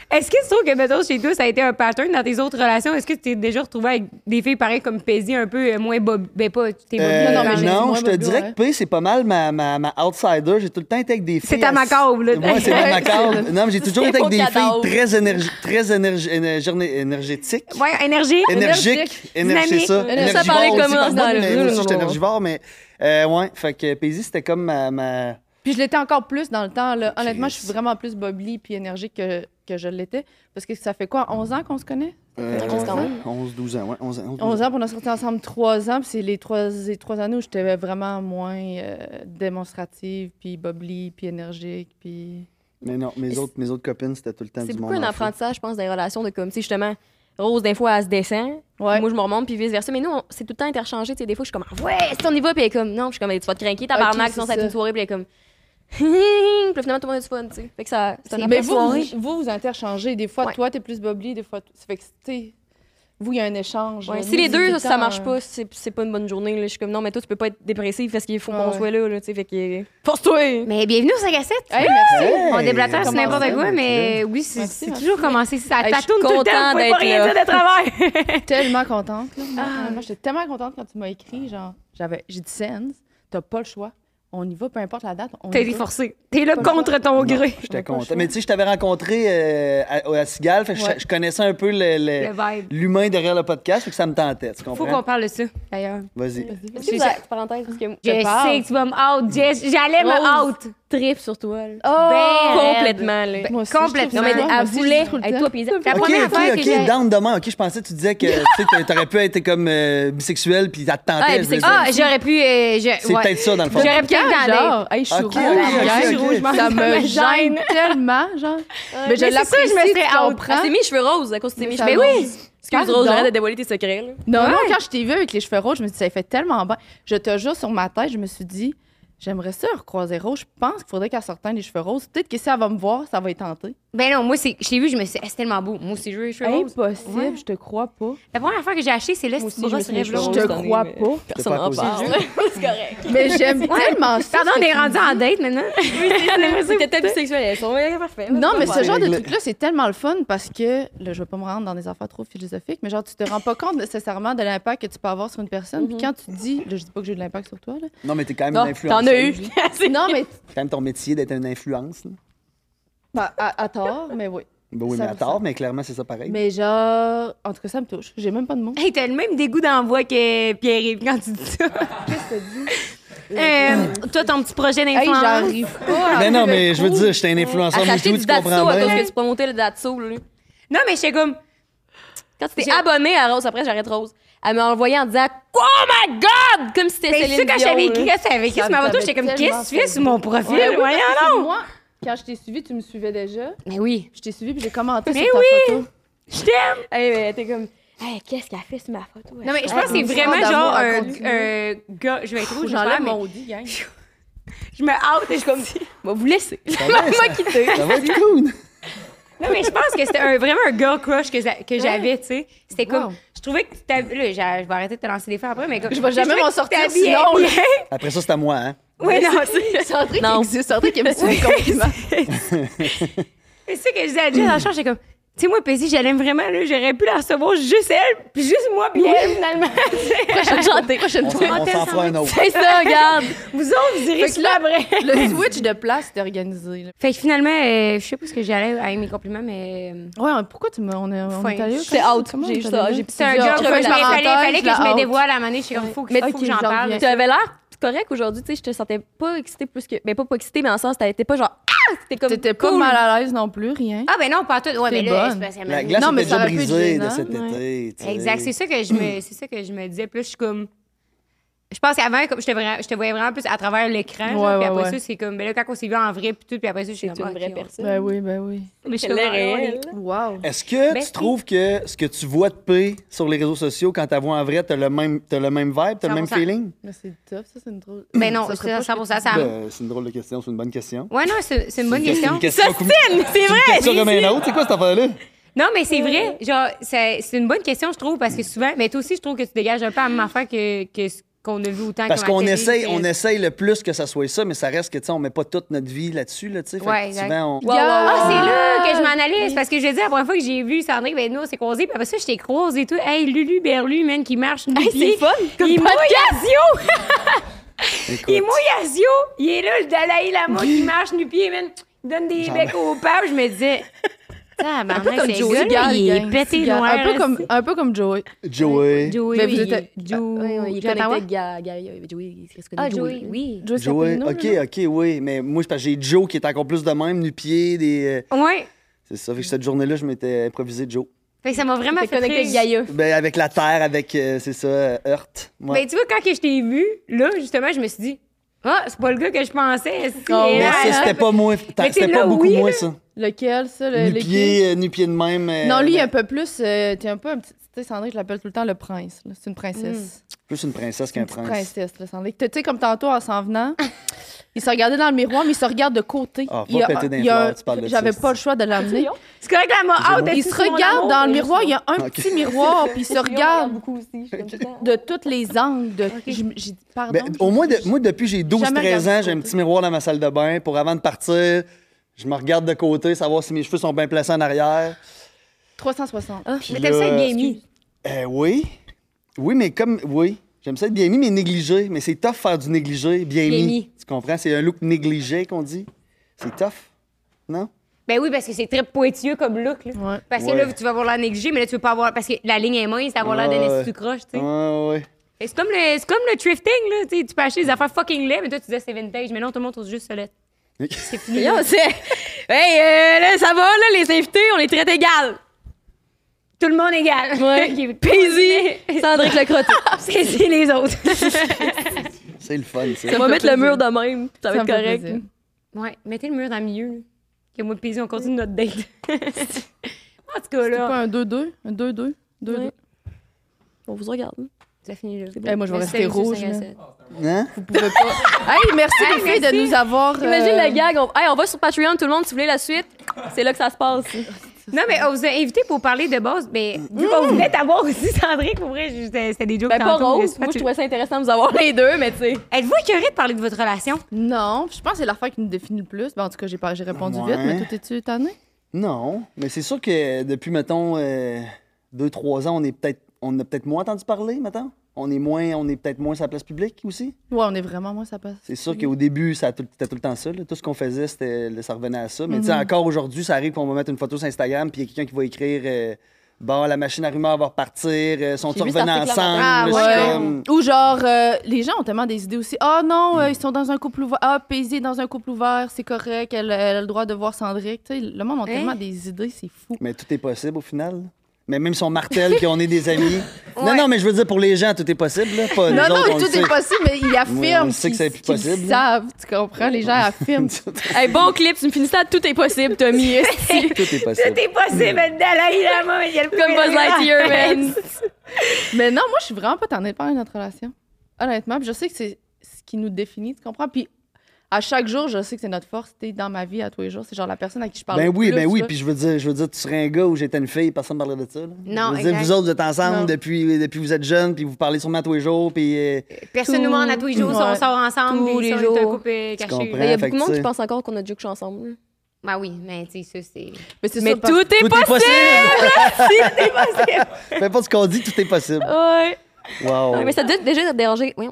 Speaker 3: Est-ce que tu trouves que, mettons, chez toi, ça a été un pattern dans tes autres relations? Est-ce que tu t'es déjà retrouvé avec des filles pareilles comme Paisy, un peu euh, moins bob... Ben, pas... T'es
Speaker 5: Euh,
Speaker 4: non, mais j'ai dit
Speaker 5: non,
Speaker 4: moins
Speaker 5: je te
Speaker 4: Bobo,
Speaker 5: dirais
Speaker 4: ouais.
Speaker 5: que P, c'est pas mal ma, ma, ma outsider. J'ai tout le temps été avec des filles.
Speaker 3: C'est ta
Speaker 5: assez-
Speaker 3: macabre, là.
Speaker 5: Moi, c'est ma
Speaker 4: Ouais,
Speaker 5: macabre.
Speaker 4: c'est
Speaker 5: Non, mais j'ai toujours été avec
Speaker 6: mon
Speaker 5: des filles
Speaker 6: cadavre.
Speaker 5: très, énergi très énergi énergi- énergétiques.
Speaker 3: Ouais, énergie.
Speaker 5: Énergique, énergie, c'est ça.
Speaker 6: Dynamique.
Speaker 5: Énergivore
Speaker 6: Ça parlait
Speaker 5: aussi,
Speaker 6: comme
Speaker 5: pardon,
Speaker 6: dans le
Speaker 5: mais
Speaker 6: jeu,
Speaker 5: moi aussi,
Speaker 6: là,
Speaker 5: j'étais
Speaker 6: non.
Speaker 5: énergivore, mais euh, ouais, fait que Paisy, c'était comme ma, ma...
Speaker 4: Puis je l'étais encore plus dans le temps. Là. Honnêtement, je suis
Speaker 5: Chris.
Speaker 4: vraiment plus bubbly puis énergique que, que je l'étais. Parce que ça fait quoi, 11 ans qu'on se connaît?
Speaker 5: euh,
Speaker 6: Quelque chose comme ça.
Speaker 5: 11, 12 ans, ouais, 11 ans. 11,
Speaker 4: 11 ans, puis on a sorti ensemble 3 ans. Puis c'est les trois, les trois années où j'étais vraiment moins euh, démonstrative, puis bubbly, puis énergique, puis...
Speaker 5: Mais non, mes
Speaker 6: Et
Speaker 5: autres, mes autres copines, c'était tout le temps
Speaker 6: C'est
Speaker 5: du
Speaker 6: beaucoup
Speaker 5: monde.
Speaker 6: un
Speaker 5: en feu.
Speaker 6: apprentissage, je pense, des relations de comme, tu sais, justement, Rose, des fois, elle se descend.
Speaker 4: Ouais.
Speaker 6: Moi, je me remonte, puis vice-versa. Mais nous, on- c'est tout le temps interchangé. Tu sais, des fois, je suis comme, Ah, ouais, si on y va, puis elle est comme, non, je suis comme, tu vas te craquer, tabarnak,
Speaker 4: Ok,
Speaker 6: sinon
Speaker 4: c'est
Speaker 6: ça va être
Speaker 4: ça.
Speaker 6: une soirée, puis elle est comme, Hing! puis là, finalement, tout le monde a du fun, tu sais. Fait que ça, c'est un
Speaker 4: Mais
Speaker 6: apprentissage.
Speaker 4: vous, vous, vous, vous interchangez. Des fois,
Speaker 6: Ouais.
Speaker 4: toi, t'es plus bubbly, des fois... t- Ça fait que, tu sais, vous, il y a un échange.
Speaker 6: Ouais,
Speaker 4: là.
Speaker 6: si
Speaker 4: Nous,
Speaker 6: les
Speaker 4: c'est tout
Speaker 6: deux,
Speaker 4: le
Speaker 6: ça, ça
Speaker 4: temps,
Speaker 6: marche
Speaker 4: euh,
Speaker 6: pas, c'est c'est pas une bonne journée. Là. Je suis comme, non, mais toi, tu peux pas être dépressif parce qu'il faut
Speaker 4: Ah
Speaker 6: qu'on
Speaker 4: ouais.
Speaker 6: soit là, là, tu sais. Fait que, force-toi!
Speaker 3: Mais bienvenue au 5 à 7.
Speaker 4: Hey, merci.
Speaker 5: Hey!
Speaker 3: On déblatère sur
Speaker 4: Comment
Speaker 3: n'importe
Speaker 4: ça,
Speaker 3: quoi,
Speaker 5: mon
Speaker 3: mais oui, c'est
Speaker 4: Merci,
Speaker 3: c'est
Speaker 4: merci.
Speaker 3: toujours commencé. Ça
Speaker 6: Hey, je
Speaker 3: tatoune
Speaker 6: suis
Speaker 3: tout le temps,
Speaker 6: contente
Speaker 3: vous pouvez pas
Speaker 6: d'être
Speaker 3: rien
Speaker 6: là.
Speaker 3: dire de travers.
Speaker 4: tellement contente. Là. Moi, honnêtement, j'étais tellement contente quand tu m'as écrit. Genre, j'avais, j'ai dit Sense, t'as pas le choix. On y va, peu importe la date. On
Speaker 3: T'as
Speaker 4: y
Speaker 3: été
Speaker 4: va.
Speaker 3: forcé. T'es là
Speaker 4: Pas le choix.
Speaker 3: contre ton
Speaker 5: Non,
Speaker 3: gré.
Speaker 4: On a
Speaker 5: J'étais
Speaker 4: pas le
Speaker 5: content.
Speaker 4: choix.
Speaker 5: Mais tu sais, je t'avais rencontré euh, à, à Cigale, fait que je-
Speaker 4: Ouais.
Speaker 5: je, connaissais un peu le-
Speaker 3: Le
Speaker 5: le-
Speaker 3: vibe.
Speaker 5: l'humain derrière le podcast, fait que ça me tentait, tu
Speaker 3: Faut
Speaker 5: comprends?
Speaker 3: qu'on parle de ça, d'ailleurs.
Speaker 5: Vas-y.
Speaker 6: Est-ce que vous avez- parenthèse, parce que
Speaker 3: Je
Speaker 6: je parle.
Speaker 3: sais que tu vas me out, Jess. J'allais me
Speaker 6: Rose.
Speaker 3: out.
Speaker 6: trip sur toi, là.
Speaker 3: Ben,
Speaker 6: Oh! complètement, là.
Speaker 4: Moi aussi, je trouve
Speaker 3: complètement.
Speaker 4: ça
Speaker 6: non, mais
Speaker 4: drôle. Moi
Speaker 6: elle
Speaker 4: aussi, je
Speaker 6: voulait
Speaker 4: trouve le
Speaker 6: être
Speaker 4: temps.
Speaker 6: toi, puis Isa.
Speaker 3: La
Speaker 5: Ok,
Speaker 3: première
Speaker 5: ok,
Speaker 3: affaire que j'ai-
Speaker 5: ok, down demain. Ok, je pensais que tu disais que tu sais, t'aurais pu être comme euh, bisexuel puis ça te tentait.
Speaker 6: Ah,
Speaker 5: je voulais
Speaker 6: bisexuel.
Speaker 5: dire.
Speaker 3: Ah, j'aurais pu... euh, je-
Speaker 5: c'est
Speaker 3: ouais.
Speaker 5: peut-être ça, dans le fond.
Speaker 3: J'aurais pu
Speaker 4: Quand,
Speaker 3: être dans les-
Speaker 4: genre, hey, je suis
Speaker 5: Ok,
Speaker 4: rouge,
Speaker 5: ok,
Speaker 4: la
Speaker 5: ok,
Speaker 4: gang.
Speaker 5: ok.
Speaker 4: Ça me
Speaker 3: gêne.
Speaker 4: gêne tellement, genre. mais je
Speaker 3: mais c'est ça, je me
Speaker 4: l'apprécie,
Speaker 3: serais
Speaker 4: tu
Speaker 3: out.
Speaker 6: Ah,
Speaker 4: comprends.
Speaker 6: c'est mis les cheveux roses à cause de tes
Speaker 4: Mais
Speaker 6: mis
Speaker 4: ça
Speaker 6: cheveux
Speaker 4: va.
Speaker 6: roses. Excuse, Rose,
Speaker 4: Pardon.
Speaker 6: j'arrête de dévoiler tes secrets, là.
Speaker 4: Non, non,
Speaker 3: Ouais.
Speaker 4: quand je t'ai vu avec les cheveux roses, je me suis dit, ça fait tellement bien. Je te jure, sur ma tête, je me suis dit, j'aimerais ça recroiser Rose. Je pense qu'il faudrait qu'elle sorte un des cheveux roses. Peut-être que si elle va me voir, ça va être tenté.
Speaker 3: Ben non, moi, c'est, je l'ai vu, je me suis dit, Ah, c'est tellement beau. Moi aussi, je veux les cheveux roses.
Speaker 4: Impossible,
Speaker 3: Ouais.
Speaker 4: je te crois pas.
Speaker 3: La première fois que j'ai acheté, c'est là,
Speaker 6: Moi
Speaker 3: c'est
Speaker 6: aussi, je me
Speaker 3: brosse
Speaker 6: suis mis les
Speaker 3: rêve
Speaker 6: cheveux
Speaker 4: Je
Speaker 3: rose.
Speaker 6: roses.
Speaker 4: te
Speaker 6: t'en
Speaker 4: crois
Speaker 6: es, mais-
Speaker 4: pas.
Speaker 6: Personne
Speaker 5: pas à
Speaker 6: n'en
Speaker 5: cause
Speaker 6: parle. C'est correct.
Speaker 4: Mais j'aime tellement ça.
Speaker 3: Pardon,
Speaker 4: ce
Speaker 3: on est
Speaker 4: que tu
Speaker 3: rendu
Speaker 4: me
Speaker 3: en
Speaker 4: dis.
Speaker 3: date maintenant.
Speaker 6: C'était peut-être bisexuel, elles sont ouais, parfait.
Speaker 4: Non, mais ce
Speaker 5: Ouais.
Speaker 4: genre de
Speaker 5: Règle.
Speaker 4: truc-là, c'est tellement le fun parce que, là, je veux pas me rendre dans des affaires trop philosophiques, mais genre, tu te rends pas compte nécessairement de l'impact que tu peux avoir sur une personne. Puis
Speaker 6: Mhm.
Speaker 4: quand tu dis, là, je dis pas que j'ai eu de l'impact sur toi, là.
Speaker 5: Non, mais t'es quand même
Speaker 6: Non,
Speaker 5: une
Speaker 6: t'en
Speaker 5: influence.
Speaker 6: as eu. C'est-
Speaker 4: Non, mais
Speaker 5: C'est quand même ton métier d'être une influence. là.
Speaker 4: bah, à, à tort, mais oui.
Speaker 5: Ben oui,
Speaker 4: Ça
Speaker 5: mais à
Speaker 4: me
Speaker 5: tort,
Speaker 4: semble.
Speaker 5: mais clairement, c'est ça pareil.
Speaker 4: Mais genre, en tout cas, ça me touche. J'ai même pas de mots.
Speaker 3: Hey, t'as le même dégoût d'envoi que Pierre-Yves quand tu dis ça. Euh, toi, ton petit projet
Speaker 4: Hey,
Speaker 3: d'influence.
Speaker 4: j'arrive pas. à-
Speaker 5: Mais non, mais je veux dire, j'étais un influenceur,
Speaker 6: Elle
Speaker 5: mais
Speaker 6: s'est
Speaker 5: tu
Speaker 6: acheté
Speaker 5: vois,
Speaker 6: du
Speaker 5: tu
Speaker 6: Datso
Speaker 5: comprends
Speaker 6: à cause
Speaker 5: bien.
Speaker 6: que tu promotais le Datso, là.
Speaker 3: non, mais j'étais comme,
Speaker 6: Quand tu
Speaker 3: J'ai-
Speaker 6: t'es abonné à Rose, après j'arrête Rose, elle m'a envoyé en disant Oh my god! Comme si
Speaker 3: mais
Speaker 6: c'était
Speaker 3: tu sais,
Speaker 6: Céline
Speaker 3: quand
Speaker 6: Dion,
Speaker 3: j'avais
Speaker 6: là.
Speaker 3: écrit que c'était avec qui,
Speaker 4: Ça
Speaker 3: ce matin,
Speaker 4: me
Speaker 3: j'étais comme,
Speaker 4: tellement
Speaker 3: qu'est-ce que tu fais
Speaker 4: fait
Speaker 3: sur mon profil?
Speaker 4: Ouais, oui,
Speaker 3: Voyons
Speaker 4: parce que
Speaker 3: donc.
Speaker 4: Moi, quand je t'ai suivi, tu me suivais déjà.
Speaker 3: Mais oui,
Speaker 4: Je t'ai suivi puis j'ai commenté
Speaker 3: Mais
Speaker 4: sur ta
Speaker 3: oui!
Speaker 4: photo.
Speaker 3: je t'aime.
Speaker 6: Hey, mais t'es comme Hey, qu'est-ce qu'elle fait sur ma photo? elle?
Speaker 3: Non, mais je pense que c'est
Speaker 4: Ah,
Speaker 3: vraiment
Speaker 4: d'amour,
Speaker 3: genre
Speaker 4: à
Speaker 3: un
Speaker 4: continuer.
Speaker 3: un gars, je vais être rouge,
Speaker 4: J'enlève
Speaker 3: j'enlève
Speaker 4: mon dit, gang.
Speaker 3: Je me hâte, je suis comme,
Speaker 6: Bon, vous laissez.
Speaker 5: Ça va, ça-
Speaker 6: quitter.
Speaker 5: ça va être cool.
Speaker 3: Non, mais je pense que c'était un- vraiment un girl crush que, j'a- que j'avais, tu sais. C'était comme,
Speaker 4: Wow.
Speaker 3: je trouvais que tu t'habi- là, j'ai- je vais arrêter de te lancer les fleurs après, mais comme-
Speaker 4: Je vais jamais
Speaker 3: trouvais
Speaker 4: m'en
Speaker 3: que tu
Speaker 4: sortir
Speaker 3: t'habillais
Speaker 4: sinon,
Speaker 3: bien.
Speaker 5: Après ça, c'est à moi, hein?
Speaker 3: Ouais, non, c'est-
Speaker 4: Cendric
Speaker 6: Non.
Speaker 4: existe. Cendric aime ça, les compliments.
Speaker 3: c'est ça que je disais à Jess dans le char, j'étais comme, tu sais, moi, Paisy, je l'aime vraiment, là, j'aurais pu la recevoir juste elle, puis juste moi, puis elle, finalement.
Speaker 6: Prochaine chantée, prochaine
Speaker 5: On
Speaker 6: fois.
Speaker 5: s'en on s'en fera un autre.
Speaker 6: C'est ça, regarde.
Speaker 3: Vous autres, vous irez
Speaker 4: Fait que
Speaker 3: sur
Speaker 4: là-
Speaker 3: la vraie.
Speaker 4: Le switch de place, c'était organisé. là.
Speaker 3: Fait que finalement, euh, je sais pas ce que j'allais avec mes compliments, mais. euh,
Speaker 4: Ouais, hein, pourquoi tu me. On est, on
Speaker 3: Fin.
Speaker 4: est allé?
Speaker 6: J'étais out. J'ai ça, j'ai
Speaker 3: C'est un job,
Speaker 6: Je
Speaker 3: Ah, je
Speaker 6: fais
Speaker 3: fallait,
Speaker 6: une
Speaker 3: fallait, fallait que je me
Speaker 4: dévoie.
Speaker 3: dévoile à un moment donné, je suis comme, faut que,
Speaker 6: Mais
Speaker 3: faut
Speaker 4: ok,
Speaker 3: que j'en
Speaker 4: j'en
Speaker 3: parle.
Speaker 4: reviens.
Speaker 6: Tu avais l'air correct aujourd'hui, tu sais, je te sentais pas excitée plus que. Ben, pas pas excitée, mais en sens, t'étais pas genre. Ah! C'était comme.
Speaker 4: T'étais pas
Speaker 6: cool.
Speaker 4: mal à l'aise non plus, rien.
Speaker 3: Ah ben non, pas tout. Ouais,
Speaker 4: T'es
Speaker 3: mais là,
Speaker 4: bonne.
Speaker 3: c'est parce qu'elle m'a
Speaker 5: La
Speaker 3: dit-
Speaker 5: glace
Speaker 4: Non, mais
Speaker 5: était
Speaker 4: ça
Speaker 5: déjà
Speaker 4: aurait pu être
Speaker 5: brisée de
Speaker 4: gênant,
Speaker 5: cet
Speaker 6: ouais.
Speaker 5: été. tu sais.
Speaker 3: Exact, c'est ça que je me c'est ça que je me disais plus je suis comme je pense qu'avant comme je te, vra- je te voyais vraiment plus à travers l'écran genre,
Speaker 4: Ouais,
Speaker 3: puis
Speaker 4: ouais,
Speaker 3: après
Speaker 4: ouais.
Speaker 3: ça c'est comme ben là quand on s'est vu en vrai puis tout puis après ça je suis
Speaker 6: C'est
Speaker 3: comme
Speaker 6: une
Speaker 3: ah,
Speaker 6: vraie
Speaker 3: ok, on-
Speaker 6: personne.
Speaker 4: Ben oui, ben oui.
Speaker 3: mais je suis
Speaker 6: Elle est
Speaker 3: comme, ah,
Speaker 6: réelle.
Speaker 3: ouais.
Speaker 4: Wow.
Speaker 5: Est-ce que
Speaker 3: Ben,
Speaker 5: tu
Speaker 3: si.
Speaker 5: trouves que ce que tu vois de P sur les réseaux sociaux, quand t'as vois en vrai, t'as le même, t'as le même vibe, t'as le même
Speaker 3: 100%.
Speaker 5: feeling?
Speaker 4: Mais c'est tough, ça, c'est une drôle.
Speaker 3: Ben non,
Speaker 4: Ça
Speaker 3: c'est
Speaker 4: serait pas-
Speaker 3: ça, 100% ça.
Speaker 5: Ben, c'est une drôle de question, c'est une bonne question.
Speaker 3: Ouais non, c'est c'est une bonne
Speaker 5: C'est
Speaker 3: question.
Speaker 5: une question comme-
Speaker 3: C'est
Speaker 5: une question
Speaker 3: vrai.
Speaker 5: comme un autre. C'est quoi cette affaire-là?
Speaker 3: Non mais c'est vrai, genre c'est c'est une bonne question je trouve parce que souvent mais toi aussi je trouve que tu dégages un peu à même affaire que que ce qu'on a vu autant
Speaker 5: Parce
Speaker 3: comme Ah, à
Speaker 5: qu'on
Speaker 3: la télé,
Speaker 5: essaye,
Speaker 3: c'est-
Speaker 5: on essaye le plus que ça soit ça, mais ça reste que, tu sais, on met pas toute notre vie là-dessus, là, tu sais. Fait que
Speaker 3: Ouais, exact.
Speaker 5: souvent, on-
Speaker 6: Wow, wow, wow.
Speaker 3: Ah, c'est là que je m'en allais. C'est parce que je dis, la première fois que j'ai vu Sandrine, ben nous, on s'est croisés. Puis après ça, je t'ai croisé et tout. Hey, Lulu Berlu, man, qui marche. du
Speaker 6: Hey,
Speaker 3: pied.
Speaker 6: c'est fun! Comme
Speaker 3: Il mouille
Speaker 6: podcast.
Speaker 3: à Zio!
Speaker 5: Écoute,
Speaker 3: Il mouille à Zio! Il est là, le Dalai Lama qui marche nu pied, man. Il donne des becs au pape. Je me disais,
Speaker 4: Un peu
Speaker 3: tabarnak,
Speaker 4: comme
Speaker 3: c'est
Speaker 4: Joey.
Speaker 3: gars, là, il est
Speaker 4: gang.
Speaker 3: pété
Speaker 4: Gang.
Speaker 3: noir.
Speaker 4: Un peu comme, un peu comme Joey.
Speaker 5: Joey.
Speaker 3: Joey,
Speaker 4: Mais
Speaker 3: oui,
Speaker 4: vous êtes-
Speaker 3: Joe-
Speaker 6: Oui, oui, il
Speaker 3: Joe Tawa?
Speaker 6: connectait Ga- Gary. Joey, il se
Speaker 3: Ah,
Speaker 6: connaît.
Speaker 3: Joey, oui.
Speaker 4: Joey,
Speaker 5: Joey.
Speaker 4: Sapino, là,
Speaker 5: OK,
Speaker 4: là.
Speaker 5: OK, oui. Mais moi, c'est parce que j'ai Joe qui est encore plus de même, du pied, des. euh,
Speaker 3: Ouais.
Speaker 5: C'est ça. Fait que cette journée-là, je m'étais improvisé Joe.
Speaker 3: Fait que ça m'a vraiment
Speaker 6: Il
Speaker 3: fait
Speaker 6: connecté
Speaker 3: rire.
Speaker 6: Gaïa.
Speaker 5: Ben, avec la terre, avec, euh, c'est ça, euh, Heart. Ouais.
Speaker 3: Ben, tu vois, quand que je t'ai vu, là, justement, je me suis dit, ah, c'est pas le gars que je pensais. est-ce que- hein?
Speaker 4: Oh,
Speaker 3: Et
Speaker 5: Mais
Speaker 3: là,
Speaker 5: ça,
Speaker 3: là,
Speaker 5: c'était pas moi. T'as-
Speaker 3: Mais tu
Speaker 5: C'était
Speaker 3: l'as,
Speaker 5: pas beaucoup
Speaker 3: oui,
Speaker 5: moi,
Speaker 3: là.
Speaker 5: ça.
Speaker 4: Lequel, ça, le.
Speaker 5: Nu
Speaker 4: lequel?
Speaker 5: pied, euh, nu pied de même. euh,
Speaker 4: Non, lui, il est
Speaker 5: avec-
Speaker 4: un peu plus. euh, T'es un peu un petit. Tu sais, Sandrine, je l'appelle tout le temps le prince. là. C'est une
Speaker 6: Hmm.
Speaker 4: princesse.
Speaker 5: Plus une princesse
Speaker 4: Une
Speaker 5: qu'un
Speaker 4: petite
Speaker 5: prince.
Speaker 4: princesse, là, Sandrine. Tu sais, comme tantôt, en s'en venant, il se regardait dans le miroir, mais il se regarde de côté.
Speaker 5: Ah,
Speaker 4: Il
Speaker 5: faut
Speaker 4: y a-
Speaker 5: péter d'un
Speaker 4: il y a
Speaker 5: fleur,
Speaker 4: un-
Speaker 5: tu parles de
Speaker 4: J'avais
Speaker 5: ça,
Speaker 4: pas le choix de l'amener.
Speaker 3: C'est correct, la
Speaker 6: Ah,
Speaker 3: m'a out.
Speaker 4: Il se regarde dans le miroir, il y a un
Speaker 5: Ok.
Speaker 4: petit miroir, puis il se regarde
Speaker 6: beaucoup aussi. je suis comme tout le temps.
Speaker 4: de tous les angles. de- j'ai- J'ai dit, pardon.
Speaker 5: Ben, au
Speaker 4: j'ai-
Speaker 5: moins, de- moi, depuis j'ai 12-13
Speaker 4: Jamais regardé
Speaker 5: ans,
Speaker 4: de
Speaker 5: j'ai un
Speaker 4: côté.
Speaker 5: petit miroir dans ma salle de bain pour avant de partir. Je me regarde de côté, savoir si mes cheveux sont bien placés en arrière.
Speaker 4: 360.
Speaker 6: Ah,
Speaker 5: Puis
Speaker 3: Mais t'aimes ça
Speaker 5: là,
Speaker 3: être gamey.
Speaker 5: Euh, oui. Oui, mais comme. Oui. J'aime ça être bien mis, mais négligé. Mais c'est tough faire du négligé, bien,
Speaker 3: Bien
Speaker 5: mis.
Speaker 3: mis.
Speaker 5: Tu comprends? C'est un look négligé qu'on dit. C'est tough. Non?
Speaker 3: Ben oui, parce que c'est très poétieux comme look. Là.
Speaker 4: Ouais.
Speaker 3: Parce que
Speaker 5: Ouais.
Speaker 3: là, tu vas avoir l'air négligé, mais là, tu veux pas avoir. Parce que la ligne est mince, t'as avoir l'air
Speaker 5: Ouais,
Speaker 3: d'un
Speaker 5: ouais.
Speaker 3: esti croche, tu sais.
Speaker 5: Ouais, ouais.
Speaker 3: Et C'est comme, le- c'est comme le thrifting, là. tu sais, Tu peux acheter des affaires fucking laides, mais toi, tu disais c'est vintage. Mais non, tout le monde trouve juste solette. C'est fini.
Speaker 6: Voyons, c'est. Hey, euh, là, ça va, là, les invités, on les traite égales.
Speaker 3: tout le monde égal.
Speaker 6: Ouais.
Speaker 3: Qui est-
Speaker 6: Paisy, Sandrick le crotté.
Speaker 3: C'est c'est les autres.
Speaker 5: C'est le fun, ça.
Speaker 6: On va mettre le mur de même, ça
Speaker 4: Ça
Speaker 6: va être
Speaker 4: me fait
Speaker 6: correct.
Speaker 4: plaisir.
Speaker 3: ouais, mettez le mur dans le milieu. là. Que moi, Paisy, on continue notre date. en tout cas,
Speaker 4: C'est pas
Speaker 3: là.
Speaker 4: un 2-2? Un 2-2? 2-2.
Speaker 6: Ouais. On vous regarde.
Speaker 3: Ça finit là.
Speaker 4: Eh, moi, je vais
Speaker 3: Merci,
Speaker 4: rester
Speaker 3: Paisy,
Speaker 4: rouge,
Speaker 3: cinq à
Speaker 4: là.
Speaker 3: sept.
Speaker 5: Hein?
Speaker 4: Vous pouvez pas. hey, merci les filles de nous avoir. euh,
Speaker 6: Imagine la gag, on... Hey, on va sur Patreon, tout le monde, si vous voulez la suite, c'est là que ça se passe.
Speaker 3: Non, mais on vous a invité pour parler de base, mais vu qu'on voulait t'avoir aussi, Sandrine, pour vrai, je- c'était c'était des jokes
Speaker 6: Ben, pas
Speaker 3: tantôt, mais
Speaker 6: rose,
Speaker 3: c'est Mm. pas
Speaker 6: moi, je
Speaker 3: tout.
Speaker 6: trouvais ça intéressant de vous avoir les deux, mais tu sais.
Speaker 3: Êtes-vous écœuré de parler de votre relation?
Speaker 4: Non, je pense que c'est l'affaire qui nous définit le plus. Ben, en tout cas, j'ai pas- j'ai répondu
Speaker 5: Ouais.
Speaker 4: vite, mais toi, t'es-tu tanné?
Speaker 5: Non, mais c'est sûr que depuis, mettons, 2-3 ans, on est peut-être on a peut-être moins entendu parler, mettons. On est moins, on est peut-être moins sur la place publique aussi.
Speaker 4: Ouais, on est vraiment, moi, ça passe.
Speaker 5: C'est sûr qu'au début, ça a tout- c'était tout le temps ça. là. Tout ce qu'on faisait, c'était là, ça revenait à ça. Mais tu sais, encore aujourd'hui, ça arrive qu'on va mettre une photo sur Instagram, puis il y a quelqu'un qui va écrire euh, Bon, la machine à rumeurs va repartir, euh, sont
Speaker 6: J'ai
Speaker 5: tous
Speaker 6: vu cet
Speaker 5: revenus
Speaker 6: article-là
Speaker 5: ensemble.
Speaker 3: avant.
Speaker 5: Je suis
Speaker 3: Ah, ouais.
Speaker 5: comme,
Speaker 4: Ou genre, euh, les gens ont tellement des idées aussi. Ah non, euh, ils sont dans un couple ouvert. Ah, Paisy est dans un couple ouvert, c'est correct, elle, elle a le droit de voir Sandrick. Tu sais, le monde a
Speaker 6: Hein?
Speaker 4: tellement des idées, c'est fou.
Speaker 5: Mais tout est possible au final. Mais même si on martèle qu'on est des amis. Non,
Speaker 3: Ouais.
Speaker 5: non, mais je veux dire, pour les gens, tout est possible. là. Pas nous
Speaker 4: Non,
Speaker 5: Euh, autres,
Speaker 4: non,
Speaker 5: on
Speaker 4: tout
Speaker 5: le sait.
Speaker 4: est possible, mais ils affirment.
Speaker 5: on sait
Speaker 4: qu'ils-
Speaker 5: que c'est plus
Speaker 4: qu'ils
Speaker 5: possible, hein.
Speaker 4: le
Speaker 5: là.
Speaker 4: savent, tu comprends? Les gens affirment.
Speaker 6: Hey, bon clip, tu me finis ça, tout est possible, Tommy. esti.
Speaker 5: Tout est
Speaker 3: Tout
Speaker 5: possible.
Speaker 3: est possible, le Dalai Lama, mais il y a le
Speaker 6: Comme Buzz Lightyear, man.
Speaker 4: mais non, moi, je suis vraiment pas tannée de parler de notre relation. Honnêtement, puis je sais que c'est ce qui nous définit, tu comprends? Puis à chaque jour, je sais que c'est notre force. T'es dans ma vie à tous les jours. C'est genre la personne à qui je parle.
Speaker 5: Ben
Speaker 4: le
Speaker 5: oui,
Speaker 4: plus,
Speaker 5: ben oui.
Speaker 4: là.
Speaker 5: Puis je veux dire, je veux dire, tu serais un gars où j'étais une fille, personne ne parlerait de ça. là.
Speaker 3: Non,
Speaker 5: Je veux dire,
Speaker 3: exact.
Speaker 5: vous autres, vous êtes ensemble
Speaker 4: Non.
Speaker 5: depuis, depuis que vous êtes jeune, puis vous parlez sûrement tous les jours, puis euh,
Speaker 3: Personne
Speaker 6: Tout-
Speaker 3: nous demande à tous les jours si on
Speaker 4: Ouais.
Speaker 3: sort ensemble. puis
Speaker 6: Tous
Speaker 3: si on est
Speaker 6: les
Speaker 3: un
Speaker 6: jours.
Speaker 3: couple euh,
Speaker 5: Tu
Speaker 3: caché.
Speaker 5: comprends.
Speaker 6: Ben, Il y
Speaker 5: Fait
Speaker 6: a
Speaker 5: que,
Speaker 6: beaucoup de monde
Speaker 5: tu sais.
Speaker 6: qui pense encore qu'on a joué ensemble. là.
Speaker 3: Ben oui, mais tu sais, ça, c'est.
Speaker 4: Mais c'est
Speaker 6: Mais
Speaker 4: sûr, parce-
Speaker 6: tout est
Speaker 5: tout
Speaker 6: possible!
Speaker 5: est possible. Peu importe ce qu'on dit, tout est possible.
Speaker 6: Ouais.
Speaker 5: Wow.
Speaker 6: Ouais, Ah. Mais ça doit déjà te déranger. Oui,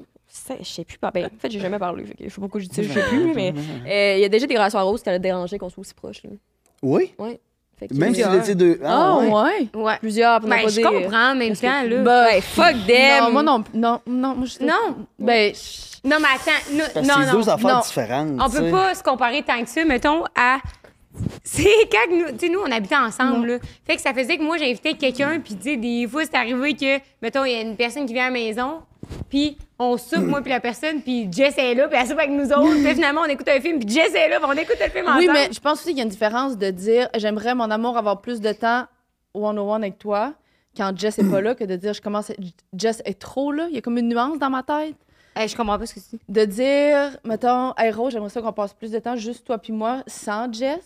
Speaker 6: je sais plus. pas. Ben, en fait, j'ai jamais parlé. Fait que je sais pas pourquoi je dis ça, je sais plus. Mais euh, il y a déjà des relations roses qui t'ont dérangé qu'on soit aussi proches. là.
Speaker 5: Oui?
Speaker 6: Fait que,
Speaker 5: Même si
Speaker 6: euh,
Speaker 5: vous étiez deux.
Speaker 4: Ah, ouais.
Speaker 3: Ouais.
Speaker 6: plusieurs, pour ne
Speaker 3: Ben,
Speaker 6: pas
Speaker 3: je
Speaker 6: dire-
Speaker 3: comprends en même temps, là.
Speaker 6: Ben, fuck them!
Speaker 4: Non, moi non. Non, non, moi je
Speaker 3: Non.
Speaker 4: Ben, je-
Speaker 3: Non, mais attends. no-
Speaker 5: Parce que
Speaker 3: non,
Speaker 5: c'est
Speaker 3: non.
Speaker 5: deux affaires
Speaker 4: non.
Speaker 5: différentes.
Speaker 3: On
Speaker 5: tu
Speaker 3: peut
Speaker 5: sais.
Speaker 3: pas se comparer tant que ça, mettons, à. C'est quand que nous, tu sais, nous, on habitait ensemble, là. Fait que ça faisait que moi, j'invitais quelqu'un, puis, tu sais, des fois, c'est arrivé que, mettons, il y a une personne qui vient à la maison, puis on soupe, moi, puis la personne, puis Jess est là, puis elle soupe avec nous autres, puis finalement, on écoute un film, puis Jess est là, puis on écoute le film ensemble.
Speaker 4: Oui, mais je pense aussi qu'il y a une différence de dire j'aimerais mon amour avoir plus de temps one-on-one avec toi quand Jess est pas là que de dire je commence à- Jess est trop là. Il y a comme une nuance dans ma tête.
Speaker 3: Eh, je comprends pas ce que c'est.
Speaker 4: De dire, mettons, hey Rose, j'aimerais ça qu'on passe plus de temps juste toi puis moi sans Jess.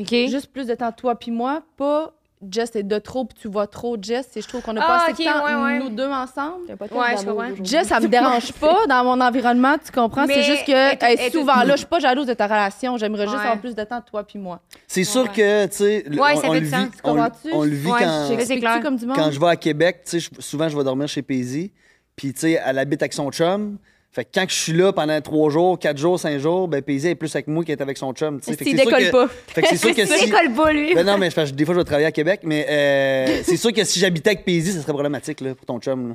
Speaker 3: OK.
Speaker 4: Juste plus de temps toi puis moi, pas Jess est de trop puis tu vois trop Jess. Et je trouve qu'on a
Speaker 3: Ah,
Speaker 4: passé
Speaker 3: ok,
Speaker 4: le temps
Speaker 3: ouais, ouais.
Speaker 4: nous deux ensemble.
Speaker 6: J'ai pas de
Speaker 3: Ouais, je
Speaker 6: temps euh, d'amour
Speaker 3: comprends.
Speaker 6: aujourd'hui.
Speaker 4: Jess, ça me dérange pas dans mon environnement, tu comprends?
Speaker 3: Mais
Speaker 4: C'est juste que
Speaker 3: elle est-
Speaker 4: elle
Speaker 3: elle est-
Speaker 4: est souvent là, je suis pas jalouse de ta relation. J'aimerais juste
Speaker 3: Ouais.
Speaker 4: avoir plus de temps toi puis moi.
Speaker 5: C'est sûr
Speaker 3: Ouais.
Speaker 5: que, tu sais, le-
Speaker 3: Ouais,
Speaker 5: on,
Speaker 3: ça
Speaker 5: on
Speaker 3: fait
Speaker 5: le
Speaker 3: du
Speaker 5: vit,
Speaker 3: sens.
Speaker 5: on, le-
Speaker 4: Comprends-tu?
Speaker 5: on le vit
Speaker 3: Ouais,
Speaker 5: quand,
Speaker 3: j'ai-
Speaker 4: J'explique-tu
Speaker 3: clair.
Speaker 4: comme du monde.
Speaker 5: quand je vais à Québec. Tu sais, je- souvent, je vais dormir chez Paisy. Puis, tu sais, elle habite avec son chum. Fait que quand je suis là pendant trois jours, quatre jours, cinq jours, ben Paisy est plus avec moi qu'elle est avec son chum. tu sais. Fait que
Speaker 6: S'il
Speaker 5: c'est sûr
Speaker 6: décolle
Speaker 5: que-
Speaker 6: pas.
Speaker 5: Fait que c'est sûr que si...
Speaker 3: L'école pas, lui.
Speaker 5: Ben non, mais c'est parce que des fois, je vais travailler à Québec, mais euh, c'est sûr que si j'habitais avec Paisy, ça serait problématique là, pour ton chum. là.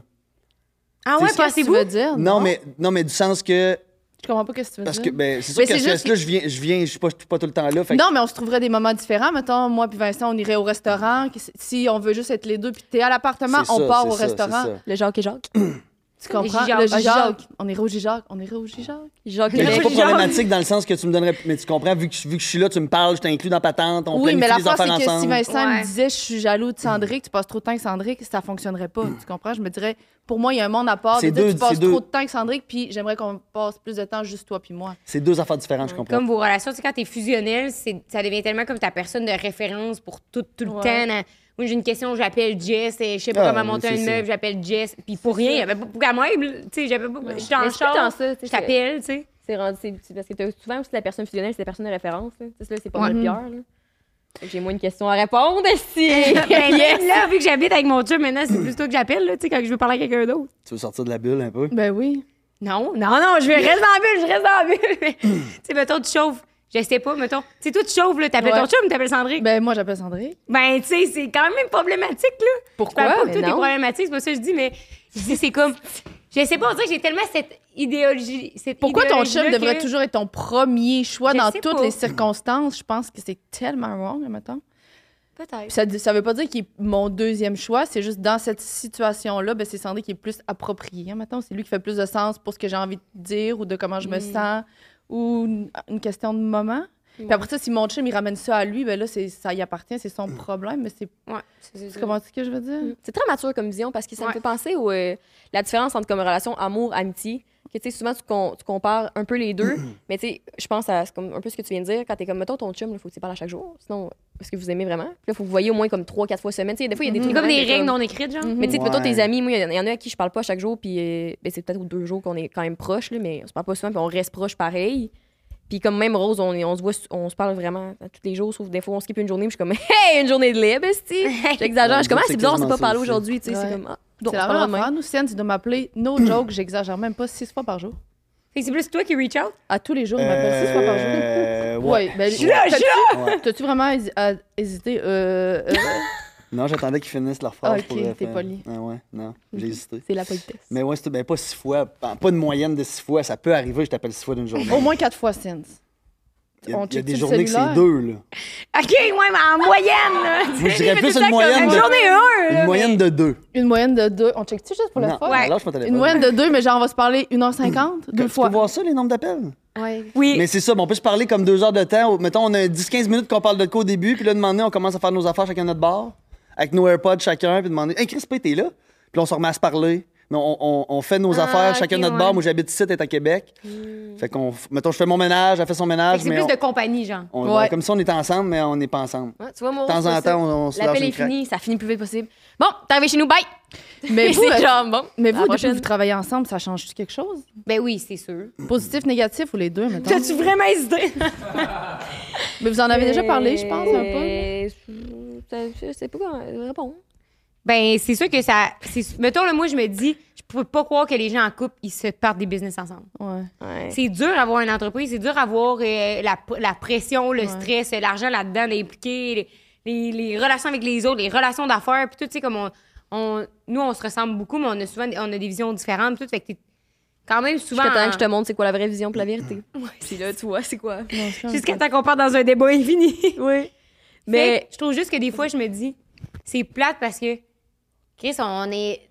Speaker 3: Ah
Speaker 5: ouais,
Speaker 3: ouais,
Speaker 5: c'est-
Speaker 4: Qu'est-ce que tu
Speaker 3: pensez-vous?
Speaker 4: veux dire?
Speaker 5: Non, mais, non, mais du sens que.
Speaker 4: Je comprends pas ce que tu veux
Speaker 5: Parce que,
Speaker 4: dire.
Speaker 5: ben, c'est sûr
Speaker 4: Mhm. Mais
Speaker 5: que
Speaker 4: c'est
Speaker 5: ce
Speaker 4: juste
Speaker 5: là je viens, je viens, je suis pas, je suis pas tout le temps là. Fait que-
Speaker 4: Non, mais on se trouverait des moments différents. Mettons, moi puis Vincent, on irait au restaurant. Que- Si on veut juste être les deux, puis t'es à l'appartement,
Speaker 5: Mm. c'est
Speaker 4: on
Speaker 5: ça,
Speaker 4: part
Speaker 5: c'est
Speaker 4: au
Speaker 5: ça, c'est
Speaker 4: restaurant.
Speaker 5: ça.
Speaker 6: Le Jacques et Jacques.
Speaker 4: Tu comprends?
Speaker 3: Gijac.
Speaker 4: Le
Speaker 6: Ah, Gijac.
Speaker 4: Gijac. On irait au Gijac. On irait au Gijac.
Speaker 6: Jacques
Speaker 5: Mais c'est
Speaker 6: Québec.
Speaker 5: pas problématique dans le sens que tu me donnerais. Mais tu comprends, vu que, je- vu que je suis là, tu me parles, je t'inclus dans patente, on
Speaker 4: Oui, mais la
Speaker 5: planifie les
Speaker 4: force, c'est
Speaker 5: affaires
Speaker 4: que si
Speaker 5: ensemble. Mm.
Speaker 4: Vincent
Speaker 3: Ouais.
Speaker 4: me disait je suis jaloux de Sandrick, tu passes trop de temps avec Sandrick, ça fonctionnerait pas. Tu comprends? Je me dirais, pour moi, il y a un monde à part.
Speaker 5: C'est
Speaker 4: De dire,
Speaker 5: deux-
Speaker 4: tu passes
Speaker 5: c'est deux-
Speaker 4: trop de temps avec Sandrick, puis j'aimerais qu'on passe plus de temps juste toi puis moi.
Speaker 5: C'est deux affaires différentes, je comprends.
Speaker 3: Comme vos relations, tu sais, quand t'es fusionnel, c'est- ça devient tellement comme ta personne de référence pour tout, tout le
Speaker 4: Ouais.
Speaker 3: temps. Dans- Moi, j'ai une question, j'appelle Jess, et je sais pas
Speaker 5: Ah,
Speaker 3: comment
Speaker 5: oui,
Speaker 3: monter
Speaker 5: c'est
Speaker 3: un
Speaker 5: ça.
Speaker 3: meuble, j'appelle Jess. Puis pour rien, il y avait pas pour meuble, tu sais, j'avais pas. Je suis en
Speaker 6: Mais c'est plus tant
Speaker 3: charge,
Speaker 6: ça, tu sais,
Speaker 3: je
Speaker 6: c'est-
Speaker 3: t'appelle, tu sais.
Speaker 6: C'est rendu, c'est- c'est- parce que t'as souvent aussi la personne fusionnelle, c'est la personne de référence. Là. Tu sais, là, c'est pas
Speaker 3: Ouais.
Speaker 6: mal pire. Là. Fait que J'ai moins une question à répondre, si.
Speaker 3: Ben, Là, vu que j'habite avec mon chum, maintenant, c'est plus toi que j'appelle, là, tu sais, quand je veux parler à quelqu'un d'autre.
Speaker 5: Tu veux sortir de la bulle un peu?
Speaker 4: Ben oui.
Speaker 3: Non, non, non, je vais rester dans la bulle, je reste dans la bulle. Mais, tu sais, mettons, tu chauffes. Je sais pas, mettons. Tu sais, toi, tu chauffes, là, t'appelles
Speaker 4: Ouais.
Speaker 3: ton chum, t'appelles Sandrine.
Speaker 4: Ben moi, j'appelle Sandrick.
Speaker 3: Ben, tu sais, c'est quand même problématique, là.
Speaker 6: Pourquoi?
Speaker 3: Je parle pas que
Speaker 6: Mais
Speaker 3: tout est
Speaker 6: non.
Speaker 3: problématique, c'est pas ça que je dis, mais je dis, c'est comme. Je sais pas, on dirait que j'ai tellement cette idéologie. Cette
Speaker 4: Pourquoi ton
Speaker 3: idéologie-là
Speaker 4: chum devrait
Speaker 3: que-
Speaker 4: toujours être ton premier choix
Speaker 3: Je
Speaker 4: dans
Speaker 3: sais
Speaker 4: toutes
Speaker 3: pas.
Speaker 4: les circonstances? Je pense que c'est tellement wrong, mettons. Puis
Speaker 3: Peut-être.
Speaker 4: ça, ça veut pas dire qu'il est mon deuxième choix, c'est juste dans cette situation-là, ben, c'est Sandré qui est plus approprié, mettons. C'est lui qui fait plus de sens pour ce que j'ai envie de dire ou de comment je me sens ou une, une question de moment. Puis après ça, si mon chum, il ramène ça à lui, ben là, c'est, ça y appartient, c'est son problème, mais c'est...
Speaker 3: Mm. Ouais. c'est- c'est-
Speaker 4: Tu comprends ce que je veux dire?
Speaker 6: C'est très mature comme vision parce que ça
Speaker 3: Ouais.
Speaker 6: me fait penser à la différence entre comme relation amour-amitié. Que tu sais, souvent, tu, com- tu compares un peu les deux. mais tu sais, je pense à c'est comme un peu ce que tu viens de dire. Quand t'es comme, mettons ton chum, il faut que tu parles à chaque jour. Sinon, est-ce que vous aimez vraiment? Puis là, faut que vous voyez au moins comme trois, quatre fois semaine. Tu sais, des fois, il y a des
Speaker 3: C'est
Speaker 6: trucs.
Speaker 3: comme des
Speaker 6: vraiment, t'es
Speaker 3: règles
Speaker 6: comme-
Speaker 3: non écrites, genre.
Speaker 6: Mais tu sais,
Speaker 5: Ouais.
Speaker 6: mettons tes amis, moi, il y, en- il y en a à qui je parle pas à chaque jour, puis euh, ben, c'est peut-être aux deux jours qu'on est quand même proches, là, mais on se parle pas souvent, puis on reste proches pareil. Puis comme même Rose, on, est- on se voit, on se parle vraiment à tous les jours, sauf des fois on skip une journée, puis je suis comme Hey, une journée de libre, esti! J'exagère, je suis comme Ah, c'est bizarre, on s'est
Speaker 5: quasiment
Speaker 6: pas
Speaker 5: ça
Speaker 6: parlé
Speaker 5: aussi.
Speaker 6: aujourd'hui, tu sais, c'est
Speaker 4: Ouais.
Speaker 6: comme Ah, donc
Speaker 4: C'est la
Speaker 6: on se parlera
Speaker 4: même
Speaker 6: demain.
Speaker 4: affaire. Nous, Sienne, tu dois m'appeler, no joke, j'exagère même pas, six fois par jour.
Speaker 3: Fait que c'est plus toi qui reach out.
Speaker 4: À tous les jours, il m'appelle six fois par jour.
Speaker 5: Euh,
Speaker 4: Ouais,
Speaker 5: ouais.
Speaker 4: ben,
Speaker 5: Ouais.
Speaker 4: t'as-tu-
Speaker 5: Ouais.
Speaker 4: T'as-tu vraiment hési- à- hésité? Euh, euh,
Speaker 5: Non, j'attendais qu'ils finissent leur phrase
Speaker 4: Ah, ok,
Speaker 5: pour le
Speaker 4: t'es
Speaker 5: faire.
Speaker 4: poli.
Speaker 5: Ah ouais, non, j'ai hésité.
Speaker 6: C'est la politesse.
Speaker 5: Mais ouais, c'est ben, pas six fois, pas pas de moyenne de six fois. Ça peut arriver, je t'appelle six fois d'une journée.
Speaker 4: au moins quatre fois since.
Speaker 5: Il y a,
Speaker 4: on
Speaker 5: il y a
Speaker 4: check-tu
Speaker 5: des
Speaker 4: le
Speaker 5: journées que c'est
Speaker 4: cellulaire?
Speaker 5: deux, là.
Speaker 3: OK, ouais, mais en moyenne, là.
Speaker 5: Moi, je dirais plus
Speaker 3: Tout
Speaker 5: une
Speaker 3: ça,
Speaker 5: moyenne
Speaker 3: comme
Speaker 5: de-
Speaker 3: Une journée, un, là.
Speaker 5: Une moyenne de deux.
Speaker 4: Une moyenne de deux. On check-tu juste pour le
Speaker 5: Non,
Speaker 4: fun?
Speaker 5: alors, je m'en allais
Speaker 4: Une
Speaker 5: pas.
Speaker 4: moyenne de deux, mais genre, on va se parler
Speaker 6: Mm.
Speaker 4: 1h50, deux
Speaker 5: Tu
Speaker 4: fois.
Speaker 5: peux voir ça, les nombres d'appels?
Speaker 3: mais- Oui.
Speaker 5: Mais c'est ça, mais on peut se parler comme deux heures de temps. Mettons, on a 10-15 minutes qu'on parle de quoi au début, puis là, demander, on commence à faire nos affaires chacun à notre bar, avec nos AirPods chacun, puis demander, hey Chris, P, t'es là? Puis là, on se remet à se parler. Non, on, on- on fait nos
Speaker 3: Ah,
Speaker 5: affaires, chacun
Speaker 3: ok,
Speaker 5: de notre
Speaker 3: ouais.
Speaker 5: bar. Moi, j'habite ici, t'es à Québec. Fait qu'on, f- mettons, je fais mon ménage, elle fait son ménage,
Speaker 3: C'est
Speaker 5: mais
Speaker 3: plus
Speaker 5: on-
Speaker 3: de compagnie, genre.
Speaker 5: on,
Speaker 4: Ouais.
Speaker 5: comme si on était ensemble, mais on n'est pas ensemble.
Speaker 6: Ouais, tu vois, mon
Speaker 5: De temps en temps, on, on se lâche
Speaker 6: L'appel
Speaker 5: une
Speaker 6: est
Speaker 5: craque.
Speaker 6: fini, ça finit le plus vite possible. Bon, t'es arrivé chez nous, bye!
Speaker 4: Mais
Speaker 6: Et
Speaker 4: vous, euh,
Speaker 6: c'est genre, bon,
Speaker 4: mais vous, depuis
Speaker 6: à la
Speaker 4: que vous
Speaker 6: prochaine.
Speaker 4: travaillez ensemble, ça change-tu quelque chose?
Speaker 3: Ben oui, c'est sûr.
Speaker 4: Positif, négatif ou les deux, mettons?
Speaker 3: T'as-tu vraiment hésité?
Speaker 4: Mais vous en avez déjà parlé, je pense, un peu.
Speaker 6: un peu. C'est pas comment répondre.
Speaker 3: Ben, c'est sûr que ça. c'est- Mettons, là, moi, je me dis, je peux pas croire que les gens en couple, ils se partent des business ensemble.
Speaker 4: Ouais.
Speaker 6: Ouais.
Speaker 3: C'est dur d'avoir une entreprise, c'est dur d'avoir euh, la, la pression, le
Speaker 4: Ouais.
Speaker 3: stress, l'argent là-dedans, d'impliquer les, les, les relations avec les autres, les relations d'affaires, puis tout, tu sais, comme on, on- Nous, on se ressemble beaucoup, mais on a souvent on a des visions différentes, puis tout, fait que t'es quand même souvent.
Speaker 6: Jusqu'à temps
Speaker 3: en-
Speaker 6: que je te montre c'est quoi la vraie vision pour la vérité. Puis là, tu vois, c'est quoi.
Speaker 4: Non, c'est
Speaker 3: Jusqu'à temps qu'on part dans un débat infini.
Speaker 6: Oui.
Speaker 3: Mais
Speaker 6: Mais
Speaker 3: je trouve juste que des fois, je me dis, c'est plate parce que, Chris, on est.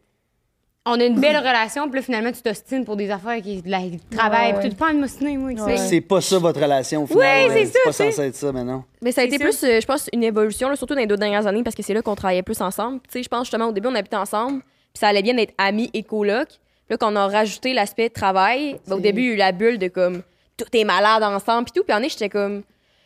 Speaker 3: On a une belle relation, puis là, finalement, tu t'ostines pour des affaires qui. de la du travail,
Speaker 4: Ouais.
Speaker 3: puis tu pas envie de m'ostiner, moi. tu sais.
Speaker 4: Ouais.
Speaker 5: C'est pas ça votre relation, au final.
Speaker 3: Oui, c'est ça,
Speaker 5: pas
Speaker 3: c'est-
Speaker 5: censé être ça, mais non.
Speaker 6: Mais ça a
Speaker 3: C'est
Speaker 6: été
Speaker 3: ça.
Speaker 6: plus, euh, je pense, une évolution, là, surtout dans les deux dernières années, parce que c'est là qu'on travaillait plus ensemble. Tu sais, je pense justement, au début, on habitait ensemble, puis ça allait bien d'être amis et coloc. Puis là, qu'on a rajouté l'aspect travail, ben, au
Speaker 4: C'est-
Speaker 6: début, il y a eu la bulle de comme, tout est malade ensemble, puis tout. Puis en est, j'étais comme,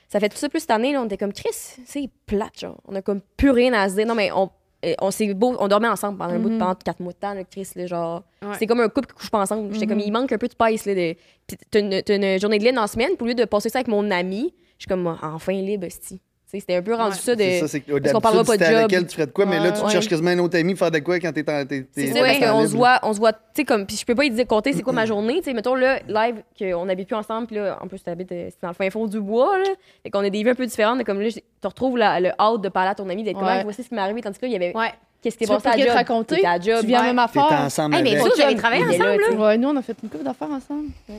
Speaker 6: ça fait tout ça plus cette année, là, on était comme, Chris, c'est plate, genre. On a comme plus rien à se dire. Non, mais on, euh, on s'est beau, on dormait ensemble pendant un bout de
Speaker 4: Mhm.
Speaker 6: pendant quatre mois de temps, là, Chris, là, genre.
Speaker 3: Ouais.
Speaker 6: C'est comme un couple qui couche pas ensemble. J'étais
Speaker 4: Mhm.
Speaker 6: comme, il manque un peu de pace, là. de- Puis t'as une, t'as une journée de laine en semaine, pour lieu de passer ça avec mon ami, je suis comme, Ah, enfin libre, c'ti. Tu sais, C'était un peu rendu
Speaker 3: Ouais.
Speaker 6: ça de.
Speaker 5: C'est ça, c'est que
Speaker 6: qu'on parlera
Speaker 5: d'habitude,
Speaker 6: pas de
Speaker 5: c'était avec
Speaker 6: job.
Speaker 5: elle, tu ferais de quoi, mais là, tu te
Speaker 6: Ouais.
Speaker 5: cherches quasiment un autre ami pour faire de quoi quand t'es en. t'es-
Speaker 6: C'est
Speaker 5: t'es-
Speaker 6: ça,
Speaker 5: t'es
Speaker 6: parce
Speaker 5: en
Speaker 6: qu'on se
Speaker 5: libre.
Speaker 6: voit, on se voit, tu sais, comme, puis je peux pas te dire, compter c'est quoi ma journée, tu sais, mettons, là, live, qu'on habite plus ensemble, puis là, en plus, t'habites, euh, c'est dans le fin fond du bois, là, fait qu'on a des vies un peu différentes, mais comme là, j'ai- tu retrouves la- le hâte de parler à ton ami, d'être comme,
Speaker 4: Ouais.
Speaker 6: Ah, voici ce qui m'est arrivé, tandis que là, il y avait,
Speaker 3: Ouais.
Speaker 6: qu'est-ce qui est
Speaker 4: Tu veux
Speaker 6: passé à
Speaker 4: pas
Speaker 6: la
Speaker 4: te
Speaker 6: job?
Speaker 4: raconter?
Speaker 6: T'étais à la job.
Speaker 4: Tu viens à
Speaker 3: Ouais.
Speaker 4: même
Speaker 5: T'es
Speaker 4: affaire.
Speaker 5: ensemble
Speaker 3: Hey, mais
Speaker 5: avec.
Speaker 3: faut que j'aille travailler
Speaker 6: Il est là,
Speaker 3: ensemble,
Speaker 6: tu
Speaker 3: là.
Speaker 6: sais.
Speaker 4: Ouais, nous, on a fait une couple d'affaires ensemble.
Speaker 3: Là,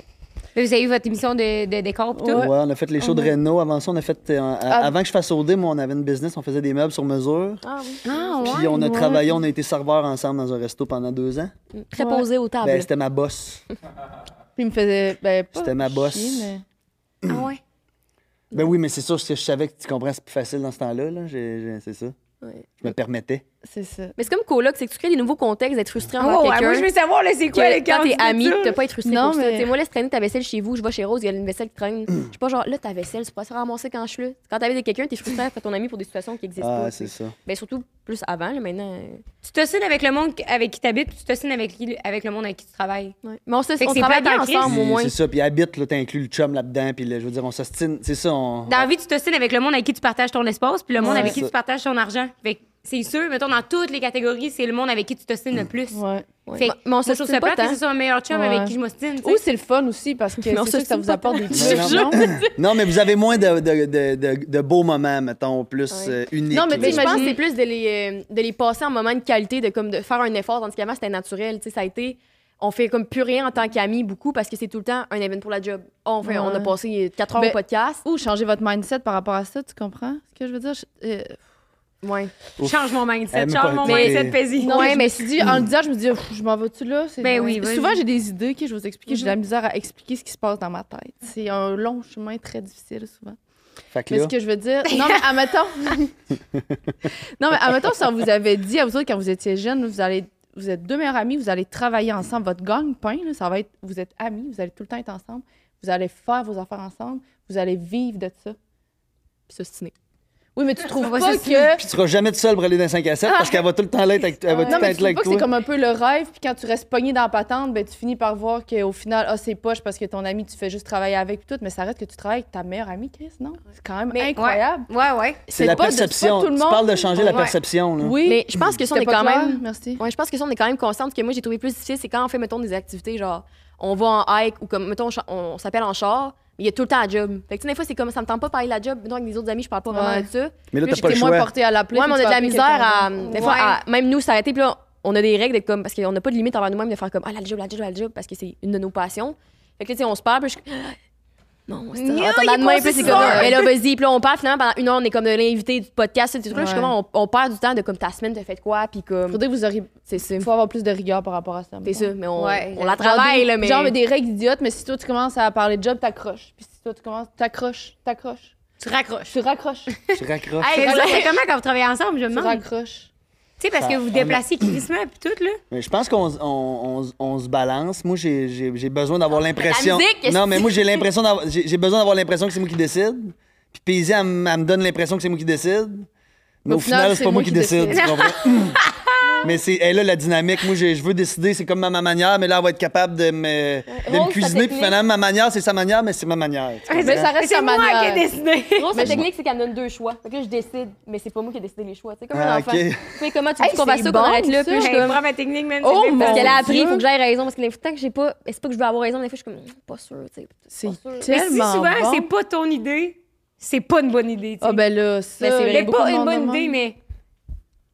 Speaker 3: Vous avez eu votre émission de, de décor, puis tout.
Speaker 5: Ouais, on a fait les shows de
Speaker 4: Ouais.
Speaker 5: Renault. Avant ça, on a fait. euh, euh,
Speaker 4: Ah.
Speaker 5: Avant que je fasse au dé, moi, on avait une business, on faisait des meubles sur mesure.
Speaker 6: Ah oui.
Speaker 3: Ah,
Speaker 5: Puis
Speaker 3: ouais.
Speaker 5: on a
Speaker 4: ouais.
Speaker 5: travaillé, on a été serveurs ensemble dans un resto pendant deux ans.
Speaker 6: Très
Speaker 4: Ouais.
Speaker 6: posé aux tables.
Speaker 5: Ben, c'était ma boss.
Speaker 4: Puis il me faisait. Ben, pas
Speaker 5: C'était ma
Speaker 4: chier,
Speaker 5: boss.
Speaker 4: mais-
Speaker 3: Ah, ouais.
Speaker 5: Ben oui, mais c'est sûr, que je savais que tu comprends, c'est plus facile dans ce temps-là. Là. J'ai- j'ai- c'est ça.
Speaker 6: Ouais.
Speaker 5: Je me permettais.
Speaker 4: C'est ça.
Speaker 6: Mais c'est comme coloc, c'est que tu crées des nouveaux contextes d'être frustré envers
Speaker 3: Oh, ouais,
Speaker 6: quelqu'un.
Speaker 3: moi, je veux savoir, là, c'est
Speaker 6: que
Speaker 3: quoi les
Speaker 6: quand t'es ami,
Speaker 3: candidatures?
Speaker 6: t'as pas être frustré
Speaker 4: Non,
Speaker 6: pour ça.
Speaker 4: mais-
Speaker 6: T'sais, moi, laisse traîner ta vaisselle chez vous. Je vais chez Rose, il y a une vaisselle qui traîne. Je suis pas genre, là, ta vaisselle, c'est pas ça ramasser quand je suis là. Quand t'habites quelqu'un, t'es frustré après ton ami pour des situations qui existent
Speaker 5: Ah,
Speaker 6: pas.
Speaker 5: c'est
Speaker 6: t'sais.
Speaker 5: ça.
Speaker 6: Ben, surtout plus avant, là, maintenant. euh,
Speaker 3: Tu t'ostines avec le monde avec qui t'habites, puis tu t'ostines avec, qui- avec le monde avec qui tu travailles.
Speaker 6: ouais. Mais on, se,
Speaker 3: Fait que
Speaker 6: on
Speaker 3: c'est
Speaker 6: travaille
Speaker 3: plate
Speaker 6: bien
Speaker 3: en crise.
Speaker 6: ensemble, au
Speaker 5: Puis,
Speaker 6: moins.
Speaker 5: C'est ça. Puis habite, là, t'inclus le chum là-dedans. Puis là, je veux dire, on s'ostine. C'est ça, on.
Speaker 3: Dans la vie, tu t'ostines avec le monde avec qui tu partages ton espace, puis le monde
Speaker 4: Ouais.
Speaker 3: avec qui
Speaker 5: Ça.
Speaker 3: tu partages ton argent. Fait que c'est sûr, mettons, dans toutes les catégories, c'est le monde avec qui tu t'ostines le plus.
Speaker 4: Ouais.
Speaker 6: Ouais.
Speaker 3: Fait que,
Speaker 6: Mais on
Speaker 3: moi, je trouve
Speaker 6: s'obstine
Speaker 3: ça
Speaker 6: pas
Speaker 3: plate hein. que
Speaker 6: tant.
Speaker 3: ce soit un meilleur chum
Speaker 4: Ouais.
Speaker 3: avec qui je m'ostine. tu
Speaker 4: Ou
Speaker 3: sais.
Speaker 4: c'est le fun aussi, parce que c'est
Speaker 6: Mais on
Speaker 4: sûr que ça
Speaker 6: s'ostine
Speaker 4: vous
Speaker 6: pas
Speaker 4: apporte des
Speaker 5: Non, non.
Speaker 4: discussions.
Speaker 5: non, mais vous avez moins de, de, de, de- de beaux moments, mettons, plus
Speaker 6: Ouais.
Speaker 5: euh, uniques.
Speaker 4: Non, mais
Speaker 5: là.
Speaker 6: Mais je pense que
Speaker 4: Imagine-
Speaker 6: c'est plus de les, euh, de les passer en moment de qualité, de, comme, de faire un effort, tandis qu'avant, c'était naturel. Tu sais, ça a été. On fait comme plus rien en tant qu'amis beaucoup parce que c'est tout le temps un événement pour la job. On, fait, on a
Speaker 4: Ouais.
Speaker 6: passé 4 heures
Speaker 4: Ben-
Speaker 6: au podcast.
Speaker 4: Ou changer votre mindset par rapport à ça, tu comprends ce que je veux dire? Je- euh,
Speaker 6: Ouais.
Speaker 5: Ouf.
Speaker 3: Change mon mindset,
Speaker 5: Elle me
Speaker 3: change mon
Speaker 5: portait-
Speaker 3: mindset, Paisy.
Speaker 4: Non,
Speaker 6: Ouais,
Speaker 4: mais,
Speaker 6: mais-
Speaker 4: je me suis dit, en le disant, je me dis, Ouf, je m'en vais-tu là? C'est-
Speaker 3: Ben oui, vas-y.
Speaker 4: Souvent, j'ai des idées, ok, je vais vous expliquer, j'ai de la misère à expliquer ce qui se passe dans ma tête. C'est un long chemin très difficile, souvent.
Speaker 5: Fait que
Speaker 4: Mais
Speaker 5: là,
Speaker 4: ce que je veux dire, non, mais admettons, non, mais admettons, si on vous avait dit à vous autres quand vous étiez jeune, vous allez, vous êtes deux meilleurs amis, vous allez travailler ensemble, votre gang-pain, là, ça va être, vous êtes amis, vous allez tout le temps être ensemble, vous allez faire vos affaires ensemble, vous allez vivre de ça.
Speaker 6: Puis s'obstiner.
Speaker 4: Oui, mais tu trouves
Speaker 3: va
Speaker 4: pas
Speaker 3: s'estimer.
Speaker 4: que
Speaker 5: puis tu seras jamais tout seul pour aller dans 5 à 7 parce qu'elle va tout le temps l'être avec, elle
Speaker 4: Ah. Non,
Speaker 5: va tout le temps
Speaker 4: mais
Speaker 5: être
Speaker 4: tu
Speaker 5: là
Speaker 4: trouves
Speaker 5: avec
Speaker 4: pas que c'est
Speaker 5: toi.
Speaker 4: comme un peu le rêve, puis quand tu restes pogné dans la patente, ben, tu finis par voir qu'au final, ah, c'est poche parce que ton ami, tu fais juste travailler avec tout, mais ça reste que tu travailles avec ta meilleure amie, Chris, non? C'est quand même incroyable.
Speaker 3: Ouais, ouais.
Speaker 5: C'est la
Speaker 4: pas de- c'est pas
Speaker 5: perception.
Speaker 4: tout le
Speaker 5: Tu
Speaker 4: monde.
Speaker 5: parles de changer la
Speaker 3: Ouais.
Speaker 5: perception. là.
Speaker 4: Oui,
Speaker 6: Mais je pense que ça, on
Speaker 4: C'était
Speaker 6: est
Speaker 4: pas
Speaker 6: quand
Speaker 4: clair,
Speaker 6: même.
Speaker 4: Merci.
Speaker 6: Ouais, je pense que ça, on est quand même consciente que moi, j'ai trouvé plus difficile, c'est quand on fait, mettons, des activités, genre, on va en hike ou comme, mettons, on cha- on s'appelle en char, mais il y a tout le temps la job. Fait que, tu sais, des fois, c'est comme, ça me tente pas de parler de la job, mettons, avec les autres amis, je parle pas vraiment
Speaker 4: Ouais.
Speaker 6: de ça.
Speaker 5: Mais là,
Speaker 4: Là,
Speaker 5: t'as pas le
Speaker 4: j'étais moins
Speaker 5: choix.
Speaker 4: portée à l'appeler.
Speaker 6: Ouais, mais on
Speaker 4: puis
Speaker 6: a
Speaker 4: tu
Speaker 6: de
Speaker 4: vas
Speaker 6: la
Speaker 4: appeler
Speaker 6: misère à,
Speaker 4: quelqu'un d'autre.
Speaker 6: des fois,
Speaker 3: Ouais.
Speaker 6: à même nous s'arrêter, puis là, on a des règles d'être comme, parce qu'on n'a pas de limite envers nous-mêmes de faire comme, ah, la job, la job, la job, parce que c'est une de nos passions. Fait que, là, tu sais, on se parle, puis je suis- Ah! non, c'est
Speaker 3: Non,
Speaker 6: attends,
Speaker 3: il
Speaker 6: la
Speaker 3: est
Speaker 6: demain, puis c'est comme,
Speaker 3: consistoire.
Speaker 6: mais là, vas-y, puis là, on parle finalement pendant une heure, on est comme de l'invité du podcast, tu sais, des trucs là, je suis
Speaker 4: Ouais.
Speaker 6: comme, on, on perd du temps de comme ta semaine, t'as fait quoi, puis comme,
Speaker 4: euh, Faudrait que vous auriez.
Speaker 6: c'est ça.
Speaker 4: Il faut avoir plus de rigueur par rapport à ça.
Speaker 6: C'est ça, mais on,
Speaker 3: Ouais.
Speaker 6: on la
Speaker 4: Genre
Speaker 6: travaille,
Speaker 4: des-
Speaker 6: là, mais.
Speaker 4: Genre, mais des règles idiotes, mais si toi, tu commences à parler de job, t'accroches. Puis si toi, tu commences, t'accroches, t'accroches.
Speaker 3: Tu raccroches.
Speaker 4: Tu raccroches,
Speaker 5: Tu raccroches.
Speaker 3: Hey,
Speaker 6: C'est
Speaker 4: Ah,
Speaker 3: vous
Speaker 6: vrai.
Speaker 3: êtes comment quand vous travaillez ensemble, je me
Speaker 4: tu
Speaker 3: demande?
Speaker 4: raccroches.
Speaker 3: sais, parce
Speaker 5: Ça-
Speaker 3: que vous vous déplacez crissement puis tout, là.
Speaker 5: Mais je pense qu'on on- on- on se balance. Moi, j'ai- j'ai j'ai besoin d'avoir l'impression.
Speaker 6: musique, qu'est-ce
Speaker 5: Non,
Speaker 6: que
Speaker 5: mais moi, j'ai l'impression d'avoir- j'ai j'ai besoin d'avoir l'impression que c'est moi qui décide. Puis Paisy, elle, m- elle me donne l'impression que c'est moi qui décide. Mais
Speaker 4: Au
Speaker 5: au
Speaker 4: final,
Speaker 5: final, c'est pas moi qui décide.
Speaker 4: décide.
Speaker 5: tu comprends? mais c'est elle là la dynamique. Moi, j'ai- je veux décider, c'est comme ma ma manière, mais là, elle va être capable de me, de me
Speaker 2: Rose, ta
Speaker 5: cuisiner. Puis
Speaker 2: technique.
Speaker 5: finalement, ma manière, c'est sa manière, mais c'est ma manière. tu
Speaker 4: Mais
Speaker 5: comprends?
Speaker 4: ça reste sa
Speaker 3: C'est moi qui ai
Speaker 4: manière.
Speaker 3: décidé.
Speaker 2: Gros, sa
Speaker 4: Mais je-
Speaker 2: technique, c'est qu'elle me donne deux choix. Fait que là, je décide, mais c'est pas moi qui ai décidé les choix. C'est comme
Speaker 5: Ah,
Speaker 2: un
Speaker 5: ok.
Speaker 2: enfant. Tu sais, comment tu
Speaker 6: Hey,
Speaker 2: dis qu'on va
Speaker 6: c'est
Speaker 2: ça, qu'on
Speaker 6: bon,
Speaker 2: arrête là,
Speaker 6: ça.
Speaker 2: puis je suis
Speaker 3: J'ai
Speaker 2: comme.
Speaker 3: ma technique, même.
Speaker 4: Oh
Speaker 3: c'est bien
Speaker 4: mon
Speaker 6: Parce
Speaker 3: passé.
Speaker 6: qu'elle a appris,
Speaker 4: Dieu.
Speaker 6: il faut que j'aille raison. Parce que l'info, tant que j'ai pas. C'est pas que je veux avoir raison, mais des fois, je suis comme. hmm, Pas sûre, tu sais.
Speaker 4: C'est
Speaker 6: Pas sûr.
Speaker 3: Mais si
Speaker 4: tellement
Speaker 3: souvent,
Speaker 4: bon.
Speaker 3: c'est pas ton idée, c'est pas une bonne idée. tu
Speaker 4: Ah
Speaker 3: sais.
Speaker 4: ben là, ça...
Speaker 6: Mais c'est vrai,
Speaker 4: il y a
Speaker 3: Mais
Speaker 4: beaucoup
Speaker 3: pas
Speaker 4: de
Speaker 3: une
Speaker 4: monde de
Speaker 3: bonne
Speaker 4: même.
Speaker 3: idée, mais.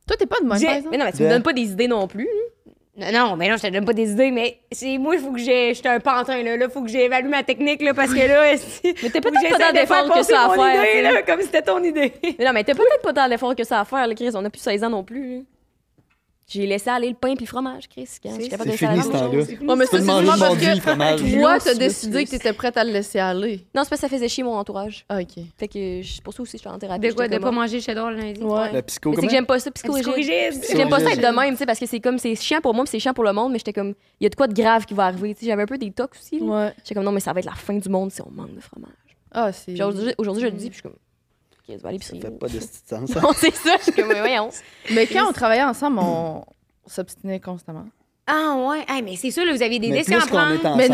Speaker 4: Toi, t'es pas de même,
Speaker 3: J'ai-
Speaker 4: par exemple.
Speaker 6: Mais non, mais tu
Speaker 5: Ben.
Speaker 6: me donnes pas des idées non plus. hein.
Speaker 3: Non, non, mais non, je te donne pas des idées, mais c'est moi, il faut que j'ai. J'étais un pantin, là. Là, faut que j'évalue ma technique, là, parce que là, si.
Speaker 6: Mais
Speaker 3: faut
Speaker 6: t'es
Speaker 3: que
Speaker 6: peut-être pas
Speaker 3: j'essaie
Speaker 6: tant
Speaker 3: de faire
Speaker 6: d'efforts que
Speaker 3: passer
Speaker 6: ça à
Speaker 3: mon
Speaker 6: faire.
Speaker 3: idée,
Speaker 6: tu sais.
Speaker 3: là, comme c'était ton idée.
Speaker 6: Mais non, mais t'as peut-être pas tant d'efforts que ça à faire, là, Chris. On a plus 16 ans non plus. là. J'ai laissé aller le pain puis le fromage, Chris. Quand je suis capable
Speaker 5: C'est
Speaker 6: de faire la
Speaker 5: fini ce
Speaker 6: même chose.
Speaker 5: temps-là.
Speaker 4: Ouais, mais
Speaker 5: Tu
Speaker 4: ça,
Speaker 5: peux
Speaker 4: c'est souvent
Speaker 5: manger
Speaker 4: parce
Speaker 5: mordu, le
Speaker 4: que
Speaker 5: fromage.
Speaker 4: toi,
Speaker 6: Tu
Speaker 4: t'as
Speaker 6: veux
Speaker 4: décidé
Speaker 6: plus.
Speaker 4: que t'étais prête à le laisser aller.
Speaker 6: Non, c'est parce que ça faisait chier mon entourage.
Speaker 4: Ah, OK.
Speaker 6: Fait que je- c'est pour ça aussi que je suis en thérapie.
Speaker 3: De quoi,
Speaker 6: j'étais
Speaker 3: de pas
Speaker 6: comme,
Speaker 3: manger chez Dor le lundi?
Speaker 4: Ouais.
Speaker 5: La psycho,
Speaker 6: Mais C'est
Speaker 5: comment?
Speaker 6: que j'aime pas ça,
Speaker 3: Un petit
Speaker 6: psychorigide.
Speaker 3: corrigide.
Speaker 5: Psycho-
Speaker 6: J'aime pas ça être
Speaker 5: Psychorigide.
Speaker 6: de même, tu sais, parce que c'est comme, c'est chiant pour moi, puis c'est chiant pour le monde, mais j'étais comme, il y a de quoi de grave qui va arriver, tu sais, j'avais un peu des tocs aussi. là.
Speaker 4: Ouais.
Speaker 6: J'étais comme, non, mais ça va être la fin du monde si on manque de fromage.
Speaker 4: Ah, c'est...
Speaker 6: Puis aujourd'hui, aujourd'hui, je le dis, puis je suis comme, ok, je vais aller
Speaker 5: Ça
Speaker 6: pisser.
Speaker 5: fait pas de sens.
Speaker 6: Non, c'est ça, je suis comme, mais voyons.
Speaker 4: Mais quand on travaillait ensemble, on s'obstinait constamment.
Speaker 3: Ah, ouais. Ah, mais c'est sûr, là, vous aviez des
Speaker 5: Mais
Speaker 3: décisions à
Speaker 5: plus qu'on est
Speaker 3: prendre.
Speaker 5: ensemble.
Speaker 4: Mais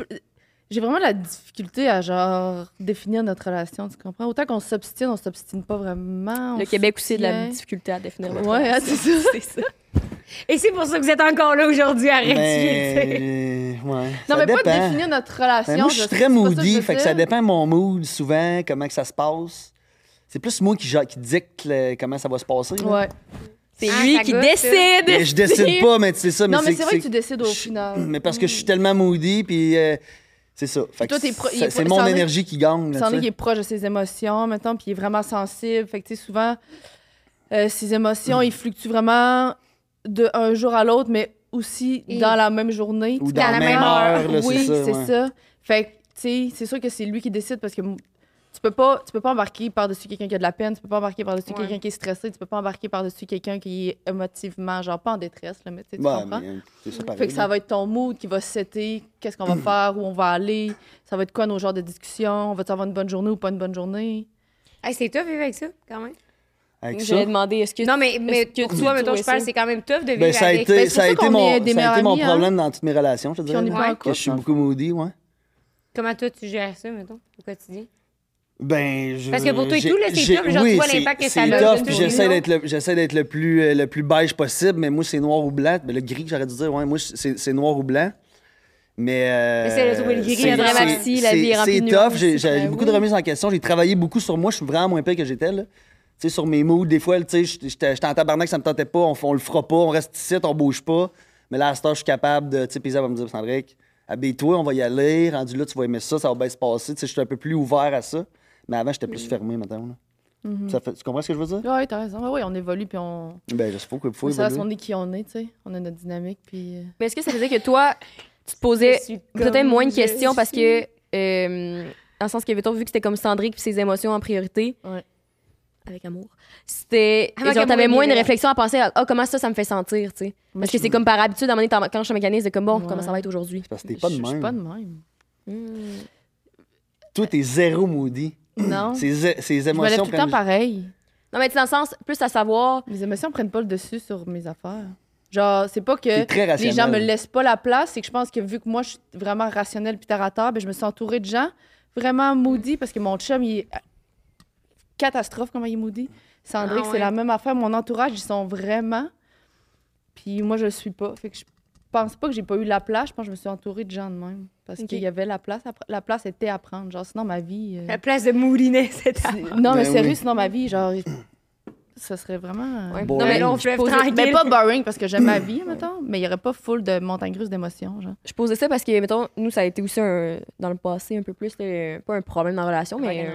Speaker 4: notre- j'ai vraiment la difficulté à genre définir notre relation, tu comprends? Autant qu'on s'obstine, on s'obstine pas vraiment. on
Speaker 6: Le Québec aussi a de la
Speaker 4: s'obstient.
Speaker 6: difficulté à définir votre
Speaker 4: Ouais, hein,
Speaker 6: relation.
Speaker 4: c'est ça.
Speaker 6: c'est ça.
Speaker 3: Et c'est pour ça que vous êtes encore là aujourd'hui, arrêtez.
Speaker 5: Mais... Ben, Ouais.
Speaker 4: Non,
Speaker 5: ça
Speaker 4: mais pas
Speaker 5: dépend.
Speaker 4: définir notre relation.
Speaker 5: Ben, moi, je suis très
Speaker 4: c'est pas ça que je
Speaker 5: moody,
Speaker 4: veux
Speaker 5: fait que ça
Speaker 4: dire.
Speaker 5: dépend de mon mood souvent, comment que ça se passe. C'est plus moi qui, ja- qui dicte le- comment ça va se passer. là.
Speaker 4: Ouais.
Speaker 6: C'est
Speaker 3: Ah,
Speaker 6: lui
Speaker 3: ça
Speaker 6: qui
Speaker 3: goûte,
Speaker 6: décide.
Speaker 5: Mais je décide pas, mais c'est ça.
Speaker 4: Non, mais
Speaker 5: que-
Speaker 4: c'est vrai que tu décides au
Speaker 5: je-
Speaker 4: final. Mm.
Speaker 5: Mais parce que je suis tellement moody, puis euh, c'est ça. Fait que
Speaker 4: toi, t'es pro- il est
Speaker 5: ça- c'est
Speaker 4: pro-
Speaker 5: mon
Speaker 4: c'en est-
Speaker 5: énergie qui gagne. là,
Speaker 4: C'en est
Speaker 5: tu
Speaker 4: qui
Speaker 5: sais.
Speaker 4: est proche de ses émotions, maintenant, puis il est vraiment sensible. Fait que, tu sais, souvent, euh, ses émotions, ils fluctuent vraiment de un jour à l'autre, mais aussi
Speaker 3: Et-
Speaker 4: dans la même journée.
Speaker 5: Ou
Speaker 4: Tu-
Speaker 5: dans la même heure, là,
Speaker 4: oui,
Speaker 5: c'est ça.
Speaker 4: c'est
Speaker 5: ouais.
Speaker 4: ça. Fait que, tu sais, c'est sûr que c'est lui qui décide parce que m- tu peux pas, tu peux pas embarquer par-dessus quelqu'un qui a de la peine, tu peux pas embarquer par-dessus
Speaker 3: Ouais.
Speaker 4: quelqu'un qui est stressé, tu peux pas embarquer par-dessus quelqu'un qui est émotivement, genre pas en détresse, là, mais tu sais, tu
Speaker 5: Ouais,
Speaker 4: comprends?
Speaker 5: mais, euh, c'est ça
Speaker 4: Fait
Speaker 5: pareil,
Speaker 4: que ça
Speaker 5: là.
Speaker 4: va être ton mood qui va setter, qu'est-ce qu'on va faire, où on va aller, ça va être quoi nos genres de discussions, on va avoir une bonne journée ou pas une bonne journée.
Speaker 3: Hey, c'est tough vivre avec ça, quand même.
Speaker 5: Avec ça,
Speaker 6: J'allais demander, est-ce que.
Speaker 3: Non, mais, mais
Speaker 6: Est-ce que
Speaker 3: pour
Speaker 6: tu-
Speaker 3: toi,
Speaker 6: tu
Speaker 3: mettons,
Speaker 6: vois
Speaker 3: je parle,
Speaker 6: ça?
Speaker 3: c'est quand même tough de vivre
Speaker 5: ben, ça a
Speaker 3: avec.
Speaker 5: été,
Speaker 4: Ben, c'est
Speaker 5: ça a
Speaker 4: pour ça
Speaker 5: été,
Speaker 4: qu'on
Speaker 5: mon,
Speaker 4: est des
Speaker 5: ça a
Speaker 4: meilleurs
Speaker 5: été mon
Speaker 4: amis, hein.
Speaker 5: problème dans toutes mes relations, je te
Speaker 4: Puis
Speaker 5: dirais.
Speaker 4: on est
Speaker 5: là,
Speaker 4: pas en
Speaker 3: Ouais.
Speaker 5: que
Speaker 4: couple.
Speaker 5: je suis
Speaker 4: dans le
Speaker 5: beaucoup moody, ouais.
Speaker 3: Comment toi, tu gères ça, mettons, au quotidien?
Speaker 5: Ben, je,
Speaker 3: Parce que pour toi et
Speaker 5: j'ai-
Speaker 3: tout, là, c'est
Speaker 5: j'ai-
Speaker 3: tough, genre, tu
Speaker 5: oui,
Speaker 3: vois
Speaker 5: c'est-
Speaker 3: l'impact que
Speaker 5: c'est
Speaker 3: ça a
Speaker 5: tough,
Speaker 3: sur
Speaker 5: puis
Speaker 3: tout le
Speaker 5: j'essaie
Speaker 3: monde.
Speaker 5: d'être le, j'essaie d'être le plus, euh, le plus beige possible, mais moi, c'est noir ou blanc. Mais le gris, j'aurais dû dire, ouais, moi, c'est c'est noir ou blanc. Mais. euh,
Speaker 3: Mais c'est de trouver le gris, la
Speaker 6: dramatie, la
Speaker 5: c'est-
Speaker 6: vie est remplie
Speaker 5: C'est
Speaker 6: de
Speaker 5: tough,
Speaker 6: nuances,
Speaker 5: j'ai
Speaker 6: c'est
Speaker 5: j'ai
Speaker 6: vrai,
Speaker 5: beaucoup de
Speaker 6: oui.
Speaker 5: remises en question. J'ai travaillé beaucoup sur moi, je suis vraiment moins pire que j'étais, là. Tu sais, sur mes moods, des fois, tu sais, j'étais j'étais en tabarnak, ça me tentait pas, on, on le fera pas, on reste ici, on bouge pas. Mais là, à cette heure, je suis capable de. Tu sais, Pisa va me dire, Sandrick, habille-toi, Ah, ben, on va y aller, rendu là, tu vas aimer ça, ça va bien se passer. Tu sais, je suis un peu plus ouvert à ça. Mais avant, j'étais plus
Speaker 4: Mm.
Speaker 5: fermé, maintenant. là.
Speaker 4: Mm-hmm.
Speaker 5: Ça fait- tu comprends ce que je veux dire?
Speaker 4: Oui, t'as raison. Oui, on évolue, puis on.
Speaker 5: Ben, je sais pas qu'il faut
Speaker 4: on sait
Speaker 5: évoluer.
Speaker 4: on est qui on est, tu sais. On a notre dynamique, puis. euh,
Speaker 5: Ben,
Speaker 6: Mais est-ce que ça faisait que toi, tu te posais
Speaker 3: Je suis
Speaker 6: peut-être
Speaker 3: comme
Speaker 6: moins de
Speaker 3: je
Speaker 6: questions parce
Speaker 3: suis.
Speaker 6: que, euh, dans le sens que, mettons, vu que c'était comme Sandrick puis ses émotions en priorité,
Speaker 4: Ouais.
Speaker 6: avec amour, c'était.
Speaker 3: Ah, Avec amour
Speaker 6: genre,
Speaker 3: et
Speaker 6: T'avais moins une
Speaker 3: bienveillance.
Speaker 6: réflexion à penser à Ah, comment ça, ça me fait sentir, tu sais.
Speaker 4: moi,
Speaker 6: Parce que
Speaker 4: je-
Speaker 6: c'est comme par habitude, à un moment donné, t'enclenches un mécanisme de comme bon,
Speaker 4: Ouais.
Speaker 6: comment ça va être aujourd'hui.
Speaker 5: Parce que t'es pas de
Speaker 4: je- Je suis
Speaker 5: même.
Speaker 4: pas de même.
Speaker 3: Hmm.
Speaker 5: Toi, t'es zéro moody.
Speaker 4: Non.
Speaker 5: Ces, é- ces
Speaker 4: Je me lève
Speaker 5: émotions
Speaker 4: tout le temps
Speaker 5: prennent-
Speaker 4: pareil.
Speaker 6: Non, mais tu sais, dans le sens, plus à savoir.
Speaker 4: Mes émotions prennent pas le dessus sur mes affaires. Genre, c'est pas que
Speaker 5: T'es très
Speaker 4: les
Speaker 5: rationnel.
Speaker 4: gens me laissent pas la place, c'est que je pense que vu que moi, je suis vraiment rationnelle puis terre à terre, ben, je me suis entourée de gens vraiment maudits parce que mon chum, il est catastrophe comment il est maudit. Sandrick,
Speaker 3: Ah ouais.
Speaker 4: c'est la même affaire. Mon entourage, ils sont vraiment. Puis moi, je le suis pas. Fait que je pense pas que j'ai pas eu la place. Je pense que je me suis entourée de gens de même parce
Speaker 6: Ok.
Speaker 4: qu'il y avait la place. à pr- La place était à prendre. Genre, sinon, ma vie. euh,
Speaker 3: La place de Moulinet, c'est à...
Speaker 4: c'est- Non, mais
Speaker 5: Ben
Speaker 4: sérieux,
Speaker 5: oui.
Speaker 4: sinon, ma vie, genre. Ça serait vraiment. euh,
Speaker 6: Ouais.
Speaker 5: Bon.
Speaker 6: Non, mais
Speaker 5: là,
Speaker 3: on
Speaker 6: je
Speaker 3: fait
Speaker 6: posais-
Speaker 3: tranquille.
Speaker 4: mais pas boring parce que j'aime ma vie, mettons. Mais il n'y aurait pas full de montagnes russes d'émotions, genre.
Speaker 6: Je posais ça parce que, mettons, nous, ça a été aussi un, dans le passé un peu plus, là, pas un problème dans la relation, mais.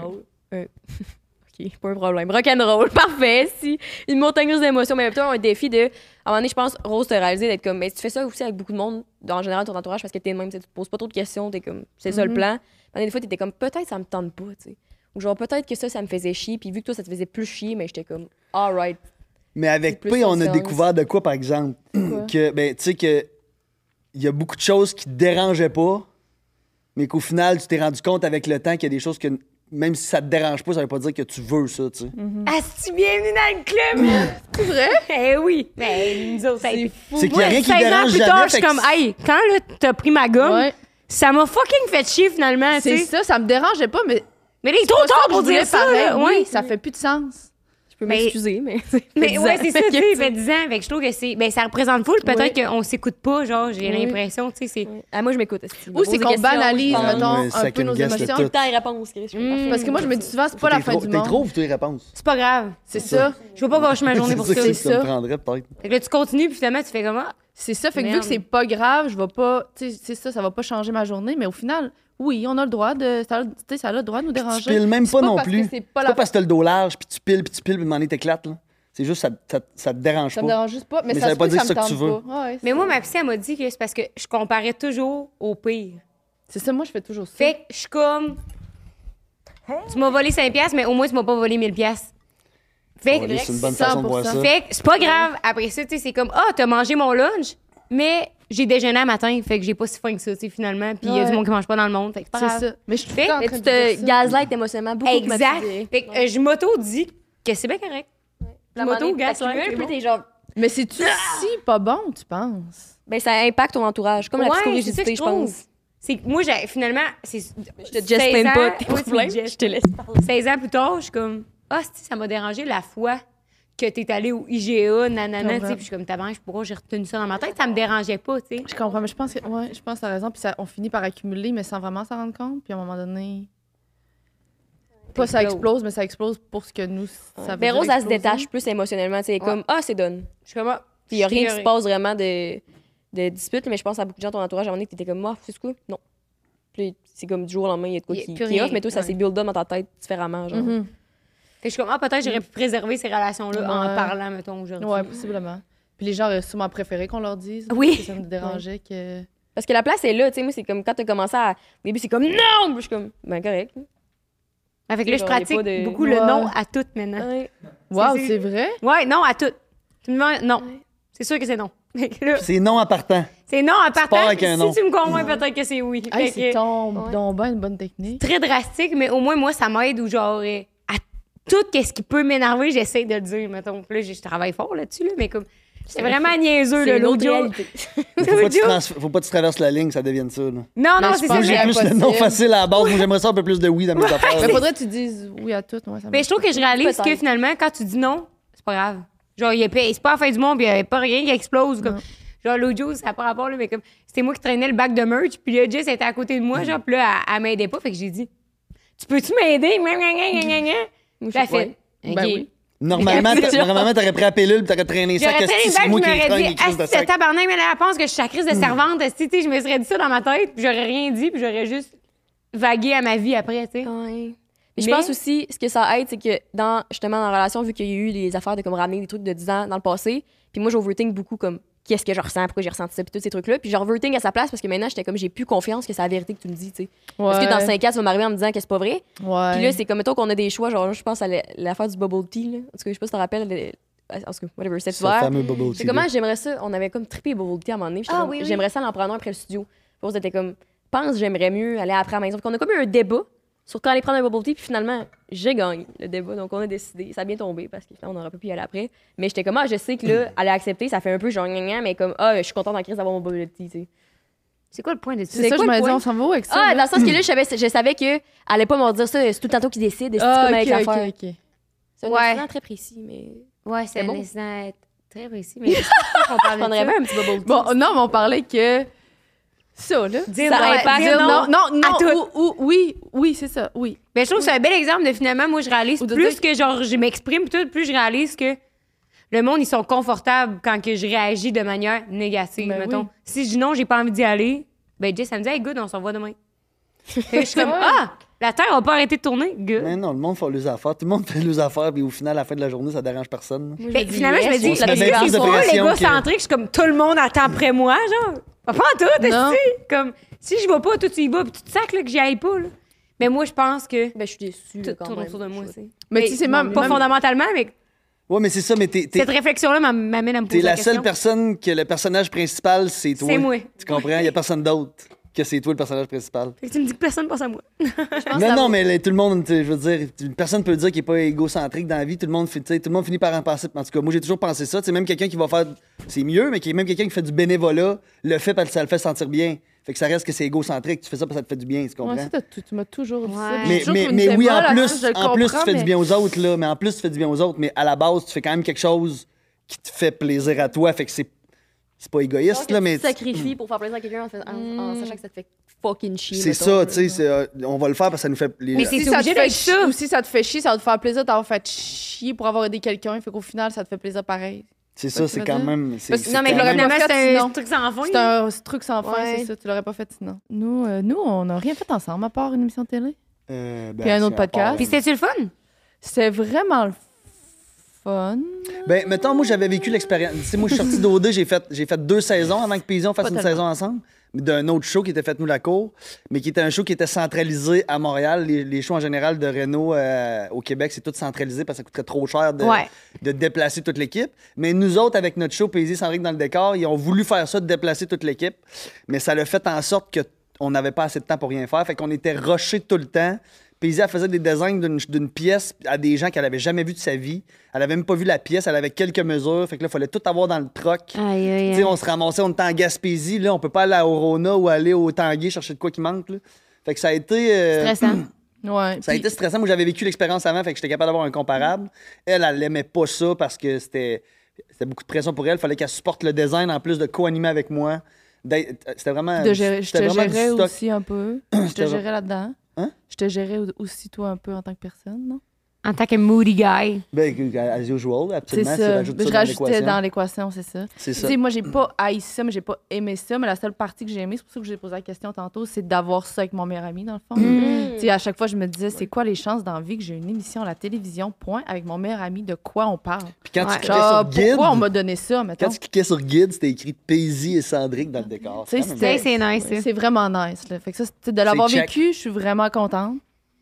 Speaker 6: un- un- OK, pas un problème. Rock'n'roll, parfait. Si, une montagne russe d'émotions, mais plutôt un défi de. À un moment donné, je pense, Rose, te réaliser d'être comme. Mais tu fais ça aussi avec beaucoup de monde, en général, ton entourage, parce que t'es de même, tu sais, tu te poses pas trop de questions, t'es comme. C'est ça le
Speaker 4: Mhm.
Speaker 6: plan. Pendant des fois, t'étais comme, peut-être ça me tente pas, tu sais. Ou genre, peut-être que ça, ça me faisait chier, puis vu que toi, ça te faisait plus chier, mais j'étais comme, alright.
Speaker 5: Mais avec
Speaker 6: C'est plus
Speaker 5: P, on a
Speaker 6: social,
Speaker 5: découvert de quoi, par exemple? Que, ben, tu sais, que il y a beaucoup de choses qui te dérangeaient pas, mais qu'au final, tu t'es rendu compte avec le temps qu'il y a des choses que, même si ça te dérange pas, ça veut pas dire que tu veux ça, tu sais.
Speaker 3: Asti, bienvenue dans le club!
Speaker 4: C'est vrai?
Speaker 3: eh oui! Ben, nous autres, ça a été-
Speaker 4: C'est fou.
Speaker 5: C'est qu'il y a rien qui
Speaker 3: 16
Speaker 5: te
Speaker 3: ans
Speaker 5: dérange
Speaker 3: plus
Speaker 5: jamais.
Speaker 3: tard, je
Speaker 5: fait
Speaker 3: suis
Speaker 5: que
Speaker 3: comme, hey, quand là, t'as pris ma gomme,
Speaker 4: Ouais.
Speaker 3: ça m'a fucking fait chier finalement, tu
Speaker 4: C'est
Speaker 3: sais.
Speaker 4: ça, ça me dérangeait pas, mais.
Speaker 3: Mais là, il est
Speaker 4: c'est
Speaker 3: trop
Speaker 4: pas
Speaker 3: tard
Speaker 4: que je
Speaker 3: pour
Speaker 4: voulais
Speaker 3: dire ça,
Speaker 4: parler.
Speaker 3: là.
Speaker 4: Oui,
Speaker 3: Ouais.
Speaker 4: ça fait plus de sens.
Speaker 6: Je peux
Speaker 3: Mais-
Speaker 6: m'excuser, mais.
Speaker 3: Mais ouais, c'est ça, tu sais,
Speaker 6: que-
Speaker 3: fait 10 ans, fait que je trouve que c'est. Ben, ça représente full, peut-être qu'on s'écoute pas, genre, j'ai
Speaker 6: Oui.
Speaker 3: l'impression, tu sais, c'est.
Speaker 6: Ah, moi, je m'écoute. est-ce que tu me
Speaker 4: Ou c'est
Speaker 6: poses des
Speaker 4: qu'on
Speaker 6: questions,
Speaker 4: banalise,
Speaker 6: je parle.
Speaker 5: mettons,
Speaker 4: mettons,
Speaker 5: Ouais,
Speaker 4: un peu
Speaker 5: second
Speaker 4: nos
Speaker 5: guess de
Speaker 4: émotions.
Speaker 5: tout.
Speaker 6: Tout le temps, les réponses. Chris, je peux
Speaker 3: Mm.
Speaker 6: pas faire.
Speaker 4: Parce que moi, je me dis souvent, c'est pas la
Speaker 5: t'es
Speaker 4: fin
Speaker 5: trop-
Speaker 4: du
Speaker 5: T'es
Speaker 4: monde.
Speaker 5: trop pour tes réponses.
Speaker 3: C'est pas grave.
Speaker 4: C'est ça.
Speaker 3: Je vais pas gâcher ma journée pour ça.
Speaker 5: C'est
Speaker 4: C'est
Speaker 5: que ça me
Speaker 4: ça.
Speaker 5: prendrait peut-être.
Speaker 3: Fait que là, tu continues, puis finalement, tu fais ah, comment?
Speaker 4: C'est ça. Fait que vu
Speaker 3: Merde.
Speaker 4: que c'est pas grave, je vais pas. Tu sais, c'est ça, ça va pas changer ma journée, mais au final, oui, on a le droit de. Ça, a- tu sais, ça a le droit de nous
Speaker 5: Tu
Speaker 4: déranger.
Speaker 5: piles même
Speaker 4: C'est
Speaker 5: pas non
Speaker 4: parce que
Speaker 5: plus.
Speaker 4: C'est
Speaker 5: C'est
Speaker 4: pas
Speaker 5: pas
Speaker 4: la
Speaker 5: parce que t'as le dos large, puis tu piles, puis tu piles, puis demander t'éclates, là. C'est juste, ça, ça, ça te dérange
Speaker 4: Ça
Speaker 5: pas.
Speaker 4: me dérange juste pas, mais, ça
Speaker 5: Mais ça
Speaker 4: se
Speaker 5: veut pas
Speaker 4: peut
Speaker 5: dire
Speaker 4: ça me
Speaker 5: ça que tu
Speaker 4: tente
Speaker 5: veux.
Speaker 4: pas. Ouais,
Speaker 3: Mais
Speaker 4: c'est-
Speaker 3: moi, ma psy, elle m'a dit que c'est parce que je comparais toujours au pire.
Speaker 4: C'est ça, moi, je fais toujours ça.
Speaker 3: Fait que je suis comme. Tu m'as volé 5$, piastres, mais au moins, tu m'as pas volé 1000$. piastres. Fait que
Speaker 5: Ouais, c'est une bonne façon de voir ça.
Speaker 4: 100%.
Speaker 3: Fait que c'est pas grave. Après ça, tu sais, c'est comme, ah, t'as mangé mon lunch, mais j'ai déjeuné à matin. Fait que j'ai pas si faim que ça, tu sais, finalement. Puis il y a
Speaker 4: Ouais.
Speaker 3: du monde qui mange pas dans le monde. Fait que c'est pas grave.
Speaker 4: C'est ça. Mais je suis tout
Speaker 3: Fait-
Speaker 4: le temps en
Speaker 6: Mais
Speaker 4: train
Speaker 6: tu
Speaker 4: de dire
Speaker 6: te
Speaker 4: ça.
Speaker 6: gaslight émotionnellement beaucoup. pour
Speaker 3: Exact.
Speaker 6: m'attirer.
Speaker 3: Fait que euh, je m'auto-dis que c'est bien correct.
Speaker 6: La
Speaker 3: Je m'auto-gaslight,
Speaker 6: manière-
Speaker 3: c'est
Speaker 6: Puis
Speaker 3: bon.
Speaker 6: t'es genre.
Speaker 4: Mais c'est-tu si pas bon, tu penses?
Speaker 6: Ben, ça impacte ton entourage, comme la
Speaker 3: Ouais, c'est ça que
Speaker 6: psychorigidité, je
Speaker 3: trouve.
Speaker 6: pense.
Speaker 3: C'est que moi, j'ai- finalement, c'est. Je
Speaker 6: Je te just plains pas tes problèmes, je te laisse parler.
Speaker 3: 16 ans plus tard, je suis comme Ah, si, ça m'a dérangé la fois que t'es allé au IGA, nanana,
Speaker 4: Comprends.
Speaker 3: tu sais. Puis je suis comme Tabarnak, pourquoi j'ai retenu ça dans ma tête Ça me dérangeait pas, tu sais.
Speaker 4: Je comprends, mais je pense que ouais, je pense que t'as raison. Puis ça, on finit par accumuler, mais sans vraiment s'en rendre compte. Puis à un moment donné, pas ça explose, mais ça explose pour ce que nous ça veut
Speaker 6: Mais
Speaker 4: dire
Speaker 6: Rose, elle se
Speaker 4: exploser.
Speaker 6: détache plus émotionnellement. tu sais, elle est comme, ah, c'est done.
Speaker 3: Je suis comme Ah,
Speaker 6: Puis il n'y a
Speaker 3: je
Speaker 6: rien qui
Speaker 3: suis
Speaker 6: se passe vraiment de, de dispute, mais je pense à beaucoup de gens de ton entourage. À un moment donné, tu étais comme, ah, c'est quoi? Non. Puis c'est comme du jour au lendemain, il y a de quoi
Speaker 3: Il y a
Speaker 6: qui,
Speaker 3: plus
Speaker 6: qui est
Speaker 3: rien,
Speaker 6: off, mais toi, ça
Speaker 3: ouais.
Speaker 6: s'est build up dans ta tête différemment. Genre.
Speaker 4: Mhm.
Speaker 3: Fait que je suis comme, ah, peut-être j'aurais pu préserver ces relations-là en
Speaker 4: Ouais.
Speaker 3: parlant, mettons,
Speaker 6: Mm-hmm.
Speaker 3: aujourd'hui.
Speaker 4: Ouais, possiblement. Puis les gens auraient sûrement préféré qu'on leur dise.
Speaker 3: Oui.
Speaker 4: Que ça nous dérangeait que.
Speaker 6: Parce que la place est là, tu sais. Moi, c'est comme quand tu as commencé à. Au début, c'est comme, non! Puis je suis comme, ben, correct.
Speaker 3: Ah, Fait que là, je
Speaker 6: Genre, y a
Speaker 3: pratique
Speaker 6: pas de-
Speaker 3: beaucoup le
Speaker 4: Ouais.
Speaker 3: non à tout maintenant.
Speaker 4: Waouh,
Speaker 3: c'est-
Speaker 4: c'est vrai?
Speaker 3: Ouais, non à tout. Tu me demandes non. C'est sûr que c'est non. Fait que là,
Speaker 5: C'est non en partant.
Speaker 3: C'est non en partant.
Speaker 5: avec un
Speaker 3: Si
Speaker 5: non.
Speaker 3: tu me convaincs, peut-être que c'est oui.
Speaker 4: Hey,
Speaker 3: Fait
Speaker 4: c'est
Speaker 3: que-
Speaker 4: ton donc ben une bonne technique.
Speaker 3: très drastique, mais au moins, moi, ça m'aide ou genre euh, à tout ce qui peut m'énerver, j'essaie de le dire, mettons. Puis là, je travaille fort là-dessus, là, mais comme, c'est vraiment niaiseux, là,
Speaker 6: C'est
Speaker 3: l'autre
Speaker 6: l'autre
Speaker 3: jour.
Speaker 6: réalité.
Speaker 5: Mais Faut pas, que tu
Speaker 3: L'autre jour-
Speaker 5: trans- faut pas que tu traverses la ligne, que ça devienne ça. là.
Speaker 3: Non, non,
Speaker 4: Mais je
Speaker 3: c'est
Speaker 4: pense
Speaker 3: ça.
Speaker 5: Moi, j'ai
Speaker 3: Mais,
Speaker 4: c'est
Speaker 5: plus le
Speaker 4: impossible.
Speaker 5: non facile à la base. Moi, j'aimerais ça un peu plus de oui dans mes affaires.
Speaker 4: Mais faudrait que tu dises oui à tout. Ouais, ça
Speaker 3: mais
Speaker 4: marche.
Speaker 3: je trouve que je réalise que
Speaker 6: Peut-être.
Speaker 3: finalement, quand tu dis non, c'est pas grave. Genre, il y a pas- c'est pas la fin du monde, puis il y a pas rien qui explose. Comme, genre, l'autre jour, ça n'a pas rapport, là, mais comme, c'était moi qui traînais le bac de merch, puis là, Jess était à côté de moi, genre, puis là, elle, elle m'aidait pas, fait que j'ai dit, tu peux-tu m'aider? Gna, gna, gna, gna, gna, gna.
Speaker 6: Moi, je
Speaker 3: La
Speaker 6: suis-
Speaker 3: fait.
Speaker 6: ouais.
Speaker 4: Ben
Speaker 3: OK.
Speaker 4: oui.
Speaker 5: Normalement, t'a- normalement, t'aurais pris la pilule, pis t'aurais traîné ça.
Speaker 3: J'aurais
Speaker 5: qu'est-ce
Speaker 3: tellement
Speaker 5: que c'est
Speaker 3: bagues, je
Speaker 5: moi qui les
Speaker 3: m'aurais
Speaker 5: traîne, les
Speaker 3: dit,
Speaker 5: crises de Hmm.
Speaker 3: ah, c'est
Speaker 5: sac.
Speaker 3: tabarnak, mais là, elle pense que je suis la crise de servante, esti, tu sais, je me serais dit ça dans ma tête, puis j'aurais rien dit, puis j'aurais juste vagué à ma vie après, tu sais.
Speaker 6: Ouais. Mais je
Speaker 3: Mais-
Speaker 6: pense aussi, ce que ça aide, c'est que dans, justement, dans la relation, vu qu'il y a eu les affaires de comme ramener des trucs de 10 ans dans le passé, puis moi, j'overthink beaucoup comme qu'est-ce que je ressens, pourquoi j'ai ressenti ça, puis tous ces trucs-là. Puis j'overthink à sa place parce que maintenant, j'étais comme j'ai plus confiance que c'est la vérité que tu me dis, tu sais. Parce que dans 5 ans, tu vas m'arriver en me disant que c'est pas vrai.
Speaker 4: Ouais.
Speaker 6: Puis là, c'est comme, mettons qu'on a des choix, genre, je pense à la- l'affaire du bubble tea, là. En tout cas, je sais pas si t'en rappelles, le- en tout cas, whatever, cet
Speaker 5: Ce
Speaker 6: hiver.
Speaker 5: fameux bubble
Speaker 6: C'est
Speaker 5: tea,
Speaker 6: comment
Speaker 5: là.
Speaker 6: j'aimerais ça. On avait comme trippé Bubble Tea à un moment donné. puis j'étais
Speaker 3: Ah
Speaker 6: comme,
Speaker 3: oui, oui.
Speaker 6: J'aimerais ça l'en prendre un après le studio. Puis on était comme, pense, j'aimerais mieux aller après à la maison. Puis on a comme eu un débat sur quand aller prendre un Bubble Tea. Puis finalement, j'ai gagné le débat. Donc on a décidé. Ça a bien tombé parce que finalement, on n'aurait pas pu y aller après. Mais j'étais comme, ah, je sais que là, aller accepter, ça fait un peu genre, gna, gna, mais comme, ah, je suis contente en crise d'avoir mon Bubble Tea, tu sais.
Speaker 3: C'est quoi le point de ça?
Speaker 4: C'est ça,
Speaker 6: quoi
Speaker 4: je
Speaker 6: le
Speaker 4: me dis,
Speaker 6: point?
Speaker 4: on s'en va où avec ça?
Speaker 6: Ah,
Speaker 4: là?
Speaker 6: dans le sens que là, je savais, je savais que elle allait pas me dire ça, c'est tout le temps toi qui décide. C'est
Speaker 4: Ah,
Speaker 6: comme avec
Speaker 4: ok, ok,
Speaker 6: l'affaire.
Speaker 4: ok.
Speaker 6: C'est
Speaker 3: Ouais.
Speaker 6: un incident très précis, mais.
Speaker 3: Ouais, c'est
Speaker 6: C'est bon.
Speaker 3: bon. très précis, mais on parle
Speaker 6: Je
Speaker 3: de
Speaker 6: prendrais
Speaker 3: ça.
Speaker 6: bien un petit bubble tea.
Speaker 4: Bon, non, mais on parlait que ça, là.
Speaker 3: Dire
Speaker 6: Ça
Speaker 3: non,
Speaker 6: impacte.
Speaker 3: dire non.
Speaker 4: Ah non, non, non,
Speaker 3: à tout.
Speaker 4: ou- ou- oui, oui, c'est ça, oui.
Speaker 3: Mais Ben, je trouve que c'est un bel exemple de finalement, moi, je réalise
Speaker 4: Ou de
Speaker 3: plus
Speaker 4: dire-
Speaker 3: que genre, je m'exprime, tout, plus je réalise que le monde, ils sont confortables quand que je réagis de manière négative,
Speaker 4: Ben
Speaker 3: mettons.
Speaker 4: oui.
Speaker 3: Si je dis non, j'ai pas envie d'y aller, ben Jess, elle me dit, hey, good, on se revoit demain. Fait que je suis comme, ah, la Terre a pas arrêté de tourner, good.
Speaker 5: Mais non, le monde fait leurs affaires. Tout le monde fait leurs affaires, puis au final, à la fin de la journée, ça dérange personne. là.
Speaker 6: Moi,
Speaker 3: Fait que Ben, finalement, je me
Speaker 6: yes,
Speaker 3: dis,
Speaker 5: on se met
Speaker 3: c'est
Speaker 5: bien plus de
Speaker 3: trop
Speaker 5: pression que-
Speaker 3: l'égocentrique. Je suis comme, tout le monde attend après moi, genre. Pas en tout,
Speaker 4: Non.
Speaker 3: est Comme, si je vais pas, toi, tu y vas, puis tu te sacs, là, que j'y aille pas, là. Mais moi, je pense que
Speaker 6: Ben, je suis déçue.
Speaker 3: tout
Speaker 6: là, quand
Speaker 3: tourne
Speaker 6: même.
Speaker 3: autour de moi,
Speaker 6: Je-
Speaker 3: tu sais.
Speaker 4: Mais tu sais, c'est même-
Speaker 3: Pas
Speaker 4: même-
Speaker 3: fondamentalement, mais
Speaker 5: Ouais, mais c'est ça, mais t'es, t'es-
Speaker 3: Cette réflexion-là m'a- m'amène à me
Speaker 5: t'es
Speaker 3: poser
Speaker 5: la
Speaker 3: la
Speaker 5: seule
Speaker 3: question.
Speaker 5: personne que le personnage principal, c'est toi.
Speaker 3: C'est moi.
Speaker 5: Tu comprends? Il n'y a personne d'autre que c'est toi le personnage principal.
Speaker 3: Fait que tu me dis que personne pense à moi.
Speaker 5: Non, non, mais là, tout le monde, tu sais, je veux dire, tu- personne peut dire qu'il n'est pas égocentrique dans la vie. Tout le monde, fait- tu sais, tout le monde finit par en penser. En tout cas, moi, j'ai toujours pensé ça. Tu sais, même quelqu'un qui va faire. C'est mieux, mais qui, même quelqu'un qui fait du bénévolat le fait parce que ça le fait sentir bien. Fait que ça reste que c'est égocentrique. Tu fais ça parce que ça te fait du bien, tu comprends?
Speaker 4: Ouais, ça, t'as- tu tu m'as toujours dit ça.
Speaker 3: Ouais.
Speaker 4: puis j'ai
Speaker 5: mais
Speaker 4: toujours
Speaker 5: mais,
Speaker 4: trouvé
Speaker 5: mais
Speaker 4: une
Speaker 5: oui, en
Speaker 4: bémol
Speaker 5: plus,
Speaker 4: là-dessus, je le
Speaker 5: en plus, tu
Speaker 4: comprends,
Speaker 5: fais
Speaker 4: mais-
Speaker 5: du bien aux autres, là. Mais en plus, tu fais du bien aux autres. Mais à la base, tu fais quand même quelque chose qui te fait plaisir à toi. Fait que c'est. C'est pas égoïste, là, mais.
Speaker 6: Tu te sacrifies pour faire plaisir à quelqu'un en, fais- en- en sachant que ça te fait fucking chier.
Speaker 5: C'est
Speaker 6: mettons,
Speaker 5: ça,
Speaker 6: là.
Speaker 5: tu sais. c'est, euh, On va le faire parce que ça nous fait. les-
Speaker 3: Mais c'est-
Speaker 4: Si ça te
Speaker 3: obligé
Speaker 4: fait
Speaker 3: d'être
Speaker 4: chier,
Speaker 3: ça.
Speaker 4: ou si ça te fait chier, ça va te faire plaisir d'avoir fait chier pour avoir aidé quelqu'un. Fait qu'au final, ça te fait plaisir pareil.
Speaker 5: C'est ça, c'est quand même. c'est-
Speaker 4: Parce que-
Speaker 5: c'est
Speaker 4: non, mais
Speaker 5: quand
Speaker 4: le
Speaker 5: même-
Speaker 4: remettre-
Speaker 3: Finalement,
Speaker 4: fait,
Speaker 3: c'est un
Speaker 4: sinon.
Speaker 3: truc sans fin.
Speaker 4: C'est un ce truc sans fin,
Speaker 6: Ouais.
Speaker 4: c'est ça. Tu l'aurais pas fait sinon. Nous, euh, nous on n'a rien fait ensemble à part une émission de télé.
Speaker 5: Euh, ben,
Speaker 4: Puis un
Speaker 5: c'est
Speaker 4: autre
Speaker 5: à part,
Speaker 4: podcast.
Speaker 3: Puis c'était-tu le fun?
Speaker 4: C'était vraiment le fun.
Speaker 5: Ben, mettons, moi, j'avais vécu l'expérience. Tu sais, moi, je suis sorti d'OD, j'ai fait, j'ai fait deux saisons avant que Payson fasse
Speaker 4: Pas
Speaker 5: une
Speaker 4: tellement.
Speaker 5: saison ensemble, d'un autre show qui était fait nous la cour, mais qui était un show qui était centralisé à Montréal. Les, les shows en général de Renault euh, au Québec, c'est tout centralisé parce que ça coûterait trop cher de,
Speaker 3: Ouais.
Speaker 5: de déplacer toute l'équipe. Mais nous autres, avec notre show Paisy sans règle dans le décor, ils ont voulu faire ça, de déplacer toute l'équipe. Mais ça l'a fait en sorte que on n'avait pas assez de temps pour rien faire. Fait qu'on était rushés tout le temps. Paisy, elle faisait des designs d'une- d'une pièce à des gens qu'elle avait jamais vu de sa vie. Elle avait même pas vu la pièce, elle avait quelques mesures. Fait que là, il fallait tout avoir dans le troc.
Speaker 3: Aïe, aïe,
Speaker 5: Tu sais, on se ramassait, on était en Gaspésie. Là, on peut pas aller à Orona ou aller au Tanguay chercher de quoi qui manque. là. Fait que ça a été... euh,
Speaker 3: Stressant.
Speaker 4: Ouais.
Speaker 5: ça a
Speaker 4: puis-
Speaker 5: été stressant. Moi, j'avais vécu l'expérience avant, fait que j'étais capable d'avoir un comparable. Elle, elle n'aimait pas ça parce que c'était c'était beaucoup de pression pour elle. fallait qu'elle supporte le design en plus de co-animer avec moi. D'être- euh, C'était vraiment.
Speaker 4: de gérer- je
Speaker 5: c'était
Speaker 4: te
Speaker 5: vraiment du
Speaker 4: gérais
Speaker 5: stock.
Speaker 4: aussi un peu. Je te
Speaker 5: C'était-
Speaker 4: gérais là-dedans.
Speaker 5: Hein?
Speaker 4: Je te gérais au- aussi, toi, un peu en tant que personne, non?
Speaker 3: En tant que moody guy.
Speaker 5: Ben, as usual,
Speaker 4: C'est
Speaker 5: absolument.
Speaker 4: ça. Ben,
Speaker 5: rajoutes
Speaker 4: Je
Speaker 5: ça dans
Speaker 4: rajoutais
Speaker 5: l'équation.
Speaker 4: dans l'équation, c'est ça.
Speaker 5: C'est
Speaker 4: Tu
Speaker 5: ça.
Speaker 4: sais, moi, j'ai pas haï ça, mais j'ai pas aimé ça. Mais la seule partie que j'ai aimée, c'est pour ça que j'ai posé la question tantôt, c'est d'avoir ça avec mon meilleur ami, dans le fond. Tu sais, à chaque fois, je me disais, c'est quoi les chances dans la vie que j'ai une émission à la télévision, point, avec mon meilleur ami, de quoi on parle?
Speaker 5: Puis quand
Speaker 3: Ouais.
Speaker 5: tu cliquais
Speaker 4: Genre,
Speaker 5: sur Guide,
Speaker 4: Ah, pourquoi on m'a donné ça,
Speaker 5: quand
Speaker 4: mettons?
Speaker 5: tu cliquais sur Guide, c'était écrit Paisy et Sandrick dans le décor.
Speaker 4: Ah,
Speaker 5: Ah,
Speaker 4: Tu sais,
Speaker 5: Quand même.
Speaker 4: c'était-
Speaker 3: Tu sais, c'est nice, ça.
Speaker 4: C'est vraiment nice, là. Fait que ça, c'est- de l'avoir
Speaker 5: C'est check.
Speaker 4: vécu, je suis vraiment contente.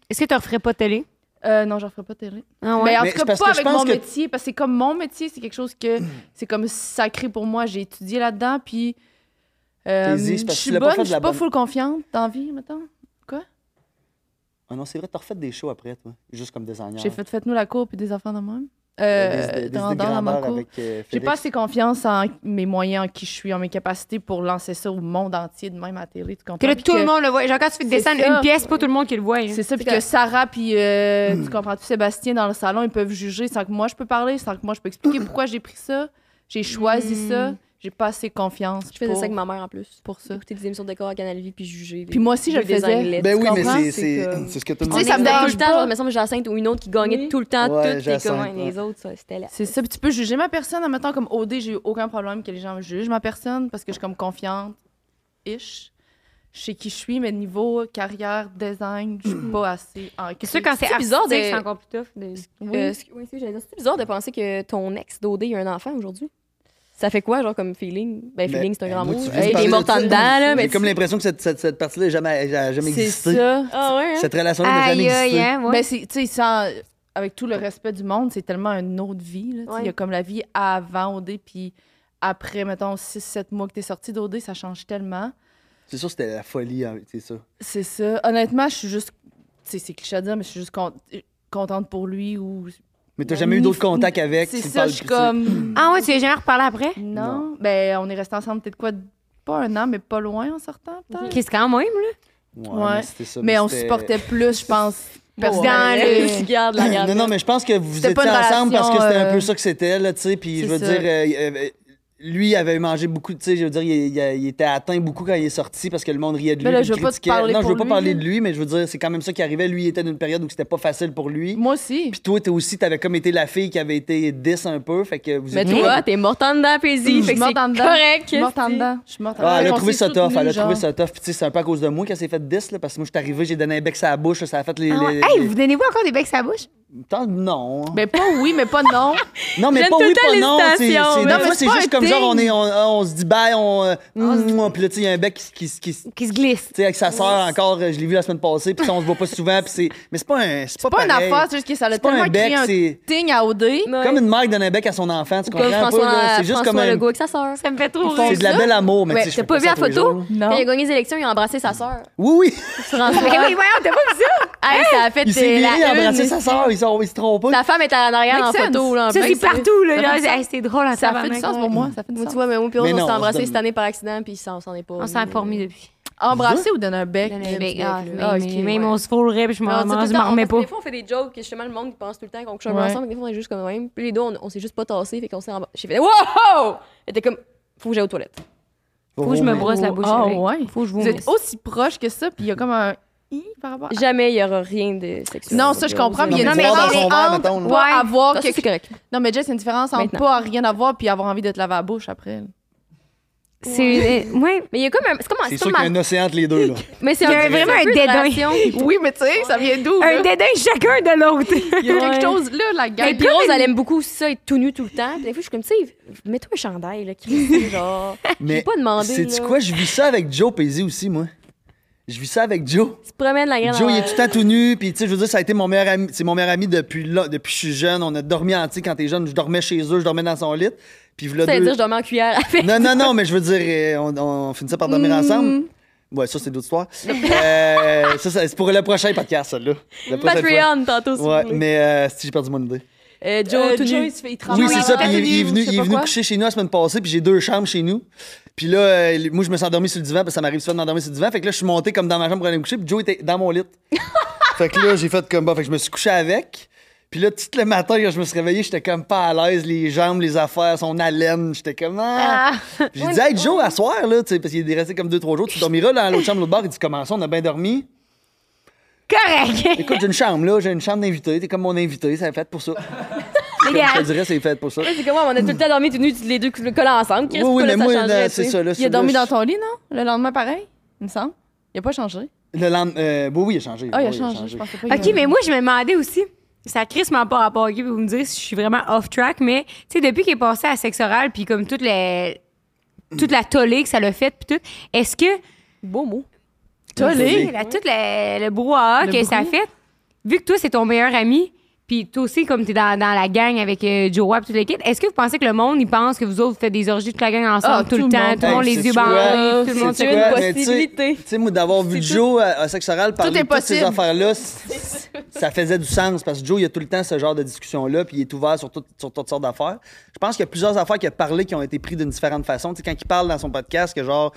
Speaker 3: Est-ce que tu referais pas de télé?
Speaker 4: Euh, non, j'en ferai pas de télé.
Speaker 3: Ah
Speaker 4: Mais en
Speaker 5: Mais
Speaker 4: tout
Speaker 5: c'est
Speaker 4: cas,
Speaker 5: parce
Speaker 4: pas
Speaker 5: que je
Speaker 4: avec mon
Speaker 5: pense que-
Speaker 4: métier, parce que c'est comme mon métier, c'est quelque chose que c'est comme sacré pour moi. J'ai étudié là-dedans, puis euh,
Speaker 5: T'es-y, c'est
Speaker 4: je
Speaker 5: parce que tu
Speaker 4: suis
Speaker 5: l'as pas
Speaker 4: bonne,
Speaker 5: fait de
Speaker 4: je
Speaker 5: la
Speaker 4: suis pas
Speaker 5: bonne-
Speaker 4: full confiante dans la vie, mettons.
Speaker 5: Ah non, c'est vrai, t'as refait des shows après, toi, juste comme designer.
Speaker 4: J'ai fait Faites-nous la cour, puis des enfants dans moi.
Speaker 5: Euh,
Speaker 4: Euh,
Speaker 5: des- des- des
Speaker 4: dans,
Speaker 5: idées
Speaker 4: dans- dans ma
Speaker 5: grandeurs
Speaker 4: cour.
Speaker 5: avec, euh,
Speaker 4: J'ai
Speaker 5: Félix.
Speaker 4: pas assez confiance en mes moyens, en qui je suis, en mes capacités pour lancer ça au monde entier, de même à la télé, tu comprends?
Speaker 3: Que là,
Speaker 4: Puis
Speaker 3: tout
Speaker 4: Ah, que-
Speaker 3: le monde le voit. Genre, quand tu fais
Speaker 4: C'est
Speaker 3: descendre
Speaker 4: ça.
Speaker 3: une pièce, pas tout le monde qui le voit. hein.
Speaker 4: C'est ça, puis que Sarah, puis euh,
Speaker 6: Hmm.
Speaker 4: tu comprends-tu, Sébastien, dans le salon, ils peuvent juger sans que moi je peux parler, sans que moi je peux expliquer pourquoi j'ai pris ça, j'ai choisi
Speaker 3: Mm.
Speaker 4: ça, j'ai pas assez confiance.
Speaker 6: Hmm. Je faisais
Speaker 4: pour...
Speaker 6: ça avec ma mère en plus.
Speaker 4: pour ça.
Speaker 6: Écouter des émissions de décor à Canal Vie puis juger.
Speaker 4: Puis moi aussi, je le
Speaker 6: Des
Speaker 4: faisais.
Speaker 6: Anglais,
Speaker 5: Ben
Speaker 6: tu
Speaker 5: oui, mais
Speaker 6: comprends?
Speaker 5: c'est-
Speaker 4: C'est
Speaker 5: c'est
Speaker 4: comme-
Speaker 5: c'est ce que tout
Speaker 6: Puis
Speaker 5: le
Speaker 6: Tu
Speaker 5: monde
Speaker 6: sais,
Speaker 4: On
Speaker 6: ça me
Speaker 4: est
Speaker 6: dérange
Speaker 4: dans le
Speaker 6: pas.
Speaker 4: bas.
Speaker 6: Genre, me semble Jacinthe ou une autre qui gagnait
Speaker 4: Oui.
Speaker 6: tout le temps
Speaker 5: Ouais,
Speaker 6: tout. Puis comme
Speaker 5: Jacinthe,
Speaker 6: ouais, les autres, ça, c'était là.
Speaker 4: C'est ça. Puis tu peux juger ma personne. En même comme OD, j'ai eu aucun problème que les gens me jugent ma personne parce que je suis comme confiante. Ish. Je sais qui je suis, mais niveau carrière, design, je
Speaker 6: Hmm.
Speaker 4: suis pas assez en
Speaker 3: C'est sûr, quand c'est
Speaker 6: C'est bizarre
Speaker 3: artistique,
Speaker 6: de-
Speaker 3: c'est encore plus tough. de-
Speaker 6: Oui, Euh, oui c'est j'allais dire, c'est bizarre de penser que ton ex d'OD a un enfant aujourd'hui. Ça fait quoi, genre, comme feeling? Ben, feeling, c'est un grand mot. Hey, il est mort en dedans, là. Mais
Speaker 5: J'ai comme
Speaker 6: tu-
Speaker 5: l'impression que cette, cette, cette partie-là n'a jamais, elle a jamais
Speaker 4: C'est
Speaker 5: existé.
Speaker 4: ça.
Speaker 6: Ah ouais, hein?
Speaker 5: Cette relation-là n'a jamais
Speaker 3: Aïe, aïe,
Speaker 5: existé.
Speaker 3: hein, ouais.
Speaker 4: Mais Ben, c'est, tu sais, sans- avec tout le respect du monde, c'est tellement une autre vie. là, tu sais.
Speaker 6: Ouais.
Speaker 4: Il y a comme la vie avant OD, puis après, mettons, 6-7 mois que t'es sorti d'OD, ça change tellement.
Speaker 5: C'est sûr, c'était la folie, hein, c'est ça.
Speaker 4: C'est ça. Honnêtement, je suis juste. tu sais, c'est cliché à dire, mais je suis juste con- contente pour lui ou.
Speaker 5: Mais t'as
Speaker 4: Ben,
Speaker 5: jamais eu
Speaker 4: ni-
Speaker 5: d'autres contacts avec.
Speaker 4: C'est
Speaker 5: tu me
Speaker 4: ça,
Speaker 5: parles
Speaker 4: je suis
Speaker 5: plus-
Speaker 4: comme.
Speaker 3: Ah ouais, tu as jamais reparlé après?
Speaker 4: Non. Ben, on est restés ensemble peut-être quoi, pas un an, mais pas loin en sortant, peut-être.
Speaker 3: Qu'est-ce quand même, hein. là?
Speaker 5: Ouais,
Speaker 4: Ouais.
Speaker 5: mais c'était ça.
Speaker 4: Mais on
Speaker 5: c'était-
Speaker 4: supportait plus, je pense. personnellement.
Speaker 3: Dans le-
Speaker 6: Tu gardes la garde.
Speaker 5: Non, non, mais je pense que vous
Speaker 4: C'était
Speaker 5: étiez
Speaker 4: pas une
Speaker 5: ensemble parce que
Speaker 4: relation,
Speaker 5: c'était un peu
Speaker 4: euh,
Speaker 5: ça que c'était, là, tu sais. Puis je
Speaker 4: c'est
Speaker 5: veux
Speaker 4: ça.
Speaker 5: dire, euh, il- euh, lui, il avait mangé beaucoup, tu sais, je veux dire, il, il- il était atteint beaucoup quand il est sorti parce que le monde riait de lui.
Speaker 4: Ben là,
Speaker 5: puis
Speaker 4: je veux pas te
Speaker 5: critiquait.
Speaker 4: parler
Speaker 5: Non, je veux
Speaker 4: pour
Speaker 5: pas
Speaker 4: lui,
Speaker 5: parler
Speaker 4: là.
Speaker 5: de lui, mais je veux dire, c'est quand même ça qui arrivait. Lui, il était dans une période où c'était pas facile pour lui.
Speaker 4: Moi aussi.
Speaker 5: Puis toi, t'es aussi, t'avais comme été la fille qui avait été 10 un peu, fait que vous
Speaker 6: Mais
Speaker 5: étiez-
Speaker 6: toi, t'es morte en dedans, Paisy.
Speaker 4: Je
Speaker 6: Fait
Speaker 4: suis
Speaker 6: que c'est
Speaker 4: morte en dedans.
Speaker 6: correct.
Speaker 4: Je suis morte en
Speaker 6: esti.
Speaker 4: dedans. Je suis morte en
Speaker 5: Ah, elle a
Speaker 4: dedans.
Speaker 5: trouvé
Speaker 4: On
Speaker 5: ça
Speaker 4: s'est
Speaker 5: tough, elle a
Speaker 4: soutenus,
Speaker 5: trouvé
Speaker 4: genre.
Speaker 5: ça tough. Puis tu sais, c'est un peu à cause de moi qu'elle s'est fait 10, là, parce que moi, je suis arrivé, j'ai donné un bec à la bouche, là, ça a fait les.
Speaker 3: Ah
Speaker 5: les-
Speaker 3: ouais. Hey,
Speaker 5: les-
Speaker 3: vous donnez-vous encore des becs à la bouche?
Speaker 5: Tant- Non. hein.
Speaker 4: Ben pas oui, mais pas non.
Speaker 5: non, mais
Speaker 6: j'aime
Speaker 5: pas
Speaker 6: tout
Speaker 5: oui,
Speaker 6: le temps
Speaker 5: pas
Speaker 6: les
Speaker 5: non. C'est, c'est,
Speaker 6: citations,
Speaker 5: des
Speaker 4: là.
Speaker 5: fois,
Speaker 4: Non, mais
Speaker 5: c'est
Speaker 4: c'est pas
Speaker 5: juste
Speaker 4: un
Speaker 5: comme genre, on,
Speaker 4: thing.
Speaker 5: est, on, on se dit bye, on. euh, mouah, puis là, tu sais, il y a un bec qui, qui, qui, tu
Speaker 3: Qui se glisse.
Speaker 5: sais, avec sa sœur encore, euh, je l'ai vu la semaine passée, puis ça, on se voit pas souvent, puis c'est. Mais c'est pas un. C'est pas,
Speaker 4: Pas une
Speaker 5: pareil.
Speaker 4: affaire, c'est juste que ça a
Speaker 5: C'est pas
Speaker 4: tellement
Speaker 5: un bec,
Speaker 4: créé un
Speaker 5: c'est.
Speaker 4: ting à OD.
Speaker 5: Comme une mère qui donne un bec à son enfant, tu
Speaker 6: Ou comme
Speaker 5: comprends un peu,
Speaker 6: François,
Speaker 5: là? C'est juste
Speaker 6: François
Speaker 5: comme un.
Speaker 6: Legault avec sa sœur.
Speaker 3: Ça me fait trop
Speaker 5: C'est
Speaker 3: rire.
Speaker 5: de la belle amour, mais
Speaker 6: Ouais,
Speaker 5: tu sais, je
Speaker 6: t'as
Speaker 5: fais
Speaker 6: pas vu
Speaker 5: ça
Speaker 6: la
Speaker 5: tous les
Speaker 6: photo?
Speaker 5: jours, là.
Speaker 4: Non.
Speaker 6: Quand il a gagné les élections, il a embrassé sa sœur.
Speaker 5: Oui, oui.
Speaker 6: François.
Speaker 3: Mais oui, voyons, t'as pas vu ça?
Speaker 6: Hey, ça a fait
Speaker 5: Il s'est
Speaker 6: euh,
Speaker 5: viré, il a
Speaker 6: la
Speaker 5: embrassé
Speaker 6: une.
Speaker 5: sa sœur, ils sont- ils se trompent pas.
Speaker 6: La femme est en arrière en
Speaker 4: Makes sense.
Speaker 6: photo. Là,
Speaker 2: Ah,
Speaker 6: en
Speaker 3: Ça,
Speaker 6: plein,
Speaker 3: c'est
Speaker 6: c'est-
Speaker 3: partout, là.
Speaker 6: Ça
Speaker 3: là.
Speaker 6: fait du sens.
Speaker 3: Hey, C'est drôle, en
Speaker 4: Ça fait du
Speaker 3: tabarnak,
Speaker 4: sens
Speaker 3: ouais.
Speaker 4: pour moi. Ça fait du
Speaker 6: Moi, tu
Speaker 4: sens.
Speaker 6: vois, mais au pire,
Speaker 5: Mais non,
Speaker 6: on s'est
Speaker 5: on se
Speaker 6: embrassé
Speaker 5: donne-
Speaker 6: cette année par accident, puis ça, on s'en est pas.
Speaker 3: On s'en est pas remis depuis.
Speaker 4: Embrasser ou donner un bec.
Speaker 3: Même,
Speaker 4: là,
Speaker 3: même,
Speaker 4: du bec, là.
Speaker 6: ah,
Speaker 3: même,
Speaker 6: ok,
Speaker 3: même
Speaker 6: ouais.
Speaker 3: on se foulerait, puis je m'en
Speaker 2: Ah,
Speaker 6: Alors, tu sais, tout le
Speaker 3: je
Speaker 6: temps,
Speaker 3: m'en remets
Speaker 6: parce que
Speaker 3: pas.
Speaker 6: Des fois, on fait des jokes, que justement, le monde il pense tout le temps qu'on couche un peu
Speaker 4: Ouais.
Speaker 6: ensemble, mais des fois, on est juste comme même. Puis les deux, on, on s'est juste pas tassés, fait qu'on s'est embrassés. J'ai fait, wow! Elle était comme, faut que j'aille aux toilettes.
Speaker 3: Faut que je me
Speaker 5: Oh,
Speaker 3: brosse la bouche.
Speaker 4: Ah,
Speaker 3: avec.
Speaker 4: ouais.
Speaker 3: Faut que je vous
Speaker 4: Vous
Speaker 3: mette.
Speaker 4: êtes aussi proche que ça, puis il y a comme un i par rapport à...
Speaker 6: Jamais il y aura rien de sexuel.
Speaker 4: Non, ça, je comprends, mais il y a
Speaker 5: Non,
Speaker 4: une
Speaker 5: mais
Speaker 4: différence
Speaker 5: boire dans son verre,
Speaker 4: entre
Speaker 5: mettons, là.
Speaker 4: pas
Speaker 3: Ouais.
Speaker 4: avoir
Speaker 6: Ça, ça,
Speaker 4: quelque
Speaker 6: c'est correct.
Speaker 4: Non, mais déjà, c'est une différence entre
Speaker 6: Maintenant.
Speaker 4: pas rien avoir puis avoir envie de te laver la bouche après. là.
Speaker 3: C'est une- ouais.
Speaker 6: Mais il y a comme un. C'est comme,
Speaker 5: C'est
Speaker 6: c'est
Speaker 5: sûr
Speaker 6: comme
Speaker 5: qu'il y a
Speaker 6: un-
Speaker 5: un océan entre les deux, là.
Speaker 6: Mais c'est
Speaker 3: il y a
Speaker 6: un-
Speaker 3: vraiment
Speaker 6: c'est
Speaker 3: un
Speaker 6: peu une
Speaker 3: dédain.
Speaker 6: relation.
Speaker 4: Oui, mais tu sais, ça vient d'où?
Speaker 3: Un
Speaker 4: là?
Speaker 3: dédain chacun de l'autre.
Speaker 4: Il y a quelque
Speaker 6: Ouais.
Speaker 4: chose là, la gueule.
Speaker 6: Et puis Rose, elle aime beaucoup ça, être tout nu tout le temps. Puis des fois, je suis comme, tu sais, mets-toi un chandail, là, Christy, genre.
Speaker 5: Mais
Speaker 6: pas demandé,
Speaker 5: sais-tu
Speaker 6: là.
Speaker 5: quoi? Je vis ça avec Joe Paisy aussi, moi. Je vis ça avec Joe.
Speaker 6: Tu te promènes la graine.
Speaker 5: Joe,
Speaker 6: en-
Speaker 5: il est tout le temps tout nu. Puis, tu sais, je veux dire, ça a été mon meilleur ami. C'est mon meilleur ami depuis là, depuis que je suis jeune. On a dormi en, tu sais, quand t'es jeune, je dormais chez eux, je dormais dans son lit. Puis, voilà
Speaker 6: Ça veut
Speaker 5: deux...
Speaker 6: dire, je dormais en cuillère avec.
Speaker 5: Non, non, non, mais je veux dire, euh, on, on finissait par dormir
Speaker 6: Mm.
Speaker 5: ensemble. Ouais, ça, c'est d'autres histoires. Euh, ça, ça, c'est pour le prochain podcast, celle-là. La prochaine fois.
Speaker 6: Patreon, tantôt, s'il
Speaker 5: Ouais,
Speaker 6: vous plaît.
Speaker 5: mais euh, si j'ai perdu mon idée.
Speaker 6: Euh, Joe, tout nu.
Speaker 5: Oui, c'est ça. Puis il, est- il est venu, il est venu
Speaker 4: coucher.
Speaker 5: coucher chez nous la semaine passée, puis j'ai deux chambres chez nous. Puis là, euh, moi, je me suis endormi sur le divan, parce que ça m'arrive souvent d'endormir sur le divan. Fait que là, je suis monté comme dans ma chambre pour aller me coucher, puis Joe était dans mon lit. fait que là, j'ai fait comme bah. Fait que je me suis couché avec. Puis là, tout le matin, quand je me suis réveillé, j'étais comme pas à l'aise, les jambes, les affaires, son haleine. J'étais comme. Ah. Puis J'ai dit, hey, Joe, à soir, là, tu sais, parce qu'il est resté comme deux, trois jours, tu dormiras dans l'autre chambre, l'autre bar. Il dit, comment ça, on a bien dormi.
Speaker 3: Correct.
Speaker 5: Écoute, j'ai une chambre, là, j'ai une chambre d'invité, t'es comme mon invité, c'est fait pour ça. Comme je te dirais, c'est fait pour ça.
Speaker 6: C'est comme moi, on a tout le temps dormi tout nu, les deux collants ensemble. Qu'est-ce
Speaker 5: Oui, oui,
Speaker 6: que
Speaker 5: mais
Speaker 6: là, ça
Speaker 5: moi,
Speaker 6: changerait,
Speaker 5: là,
Speaker 6: tu
Speaker 5: c'est
Speaker 6: sais?
Speaker 5: ça. Là,
Speaker 4: Il a
Speaker 5: ça,
Speaker 4: dormi
Speaker 5: là,
Speaker 4: dans ton lit, non? Le lendemain, pareil, il me semble. Il a pas changé.
Speaker 5: Le lendemain, euh, oui, oui, il a changé.
Speaker 4: Ah, il a
Speaker 5: Oui,
Speaker 4: changé, je pensais pas. qu'il
Speaker 3: OK,
Speaker 4: avait-
Speaker 3: mais moi, je me demandais aussi, ça crisse mon pas rapport, OK, puis vous me direz si je suis vraiment off-track, mais, tu sais, depuis qu'il est passé à sexe oral, puis comme toute la, toute la tollée que ça l'a fait, puis tout, est-ce que...
Speaker 6: Beau mot.
Speaker 5: Tollé?
Speaker 3: La, toute la- le brouhaha
Speaker 4: Le
Speaker 3: que ça a
Speaker 4: bruit.
Speaker 3: fait, vu que toi, c'est ton meilleur ami, puis toi aussi, comme t'es dans, dans la gang avec euh, Joe Wapp, toute l'équipe, est-ce que vous pensez que le monde, il pense que vous autres, vous faites des orgies toute la gang ensemble,
Speaker 4: Ah,
Speaker 3: tout, le
Speaker 4: tout le
Speaker 3: temps,
Speaker 4: monde
Speaker 3: tout le monde les
Speaker 5: Hey, sais-tu
Speaker 3: yeux
Speaker 5: quoi?
Speaker 3: bandés, tout le
Speaker 5: Sais-tu
Speaker 3: monde se
Speaker 5: quoi?
Speaker 6: une
Speaker 5: Mais tu sais-
Speaker 6: possibilité.
Speaker 5: Tu sais, moi, d'avoir vu Joe à, à sexe oral parler
Speaker 4: est
Speaker 5: de toutes ces
Speaker 4: possible.
Speaker 5: affaires-là, c- ça faisait du sens parce que Joe, il a tout le temps ce genre de discussion-là, puis il est ouvert sur, tout- sur toutes sortes d'affaires. Je pense qu'il y a plusieurs affaires qu'il a parlé qui ont été prises d'une différente façon. Tu sais, quand il parle dans son podcast, que genre,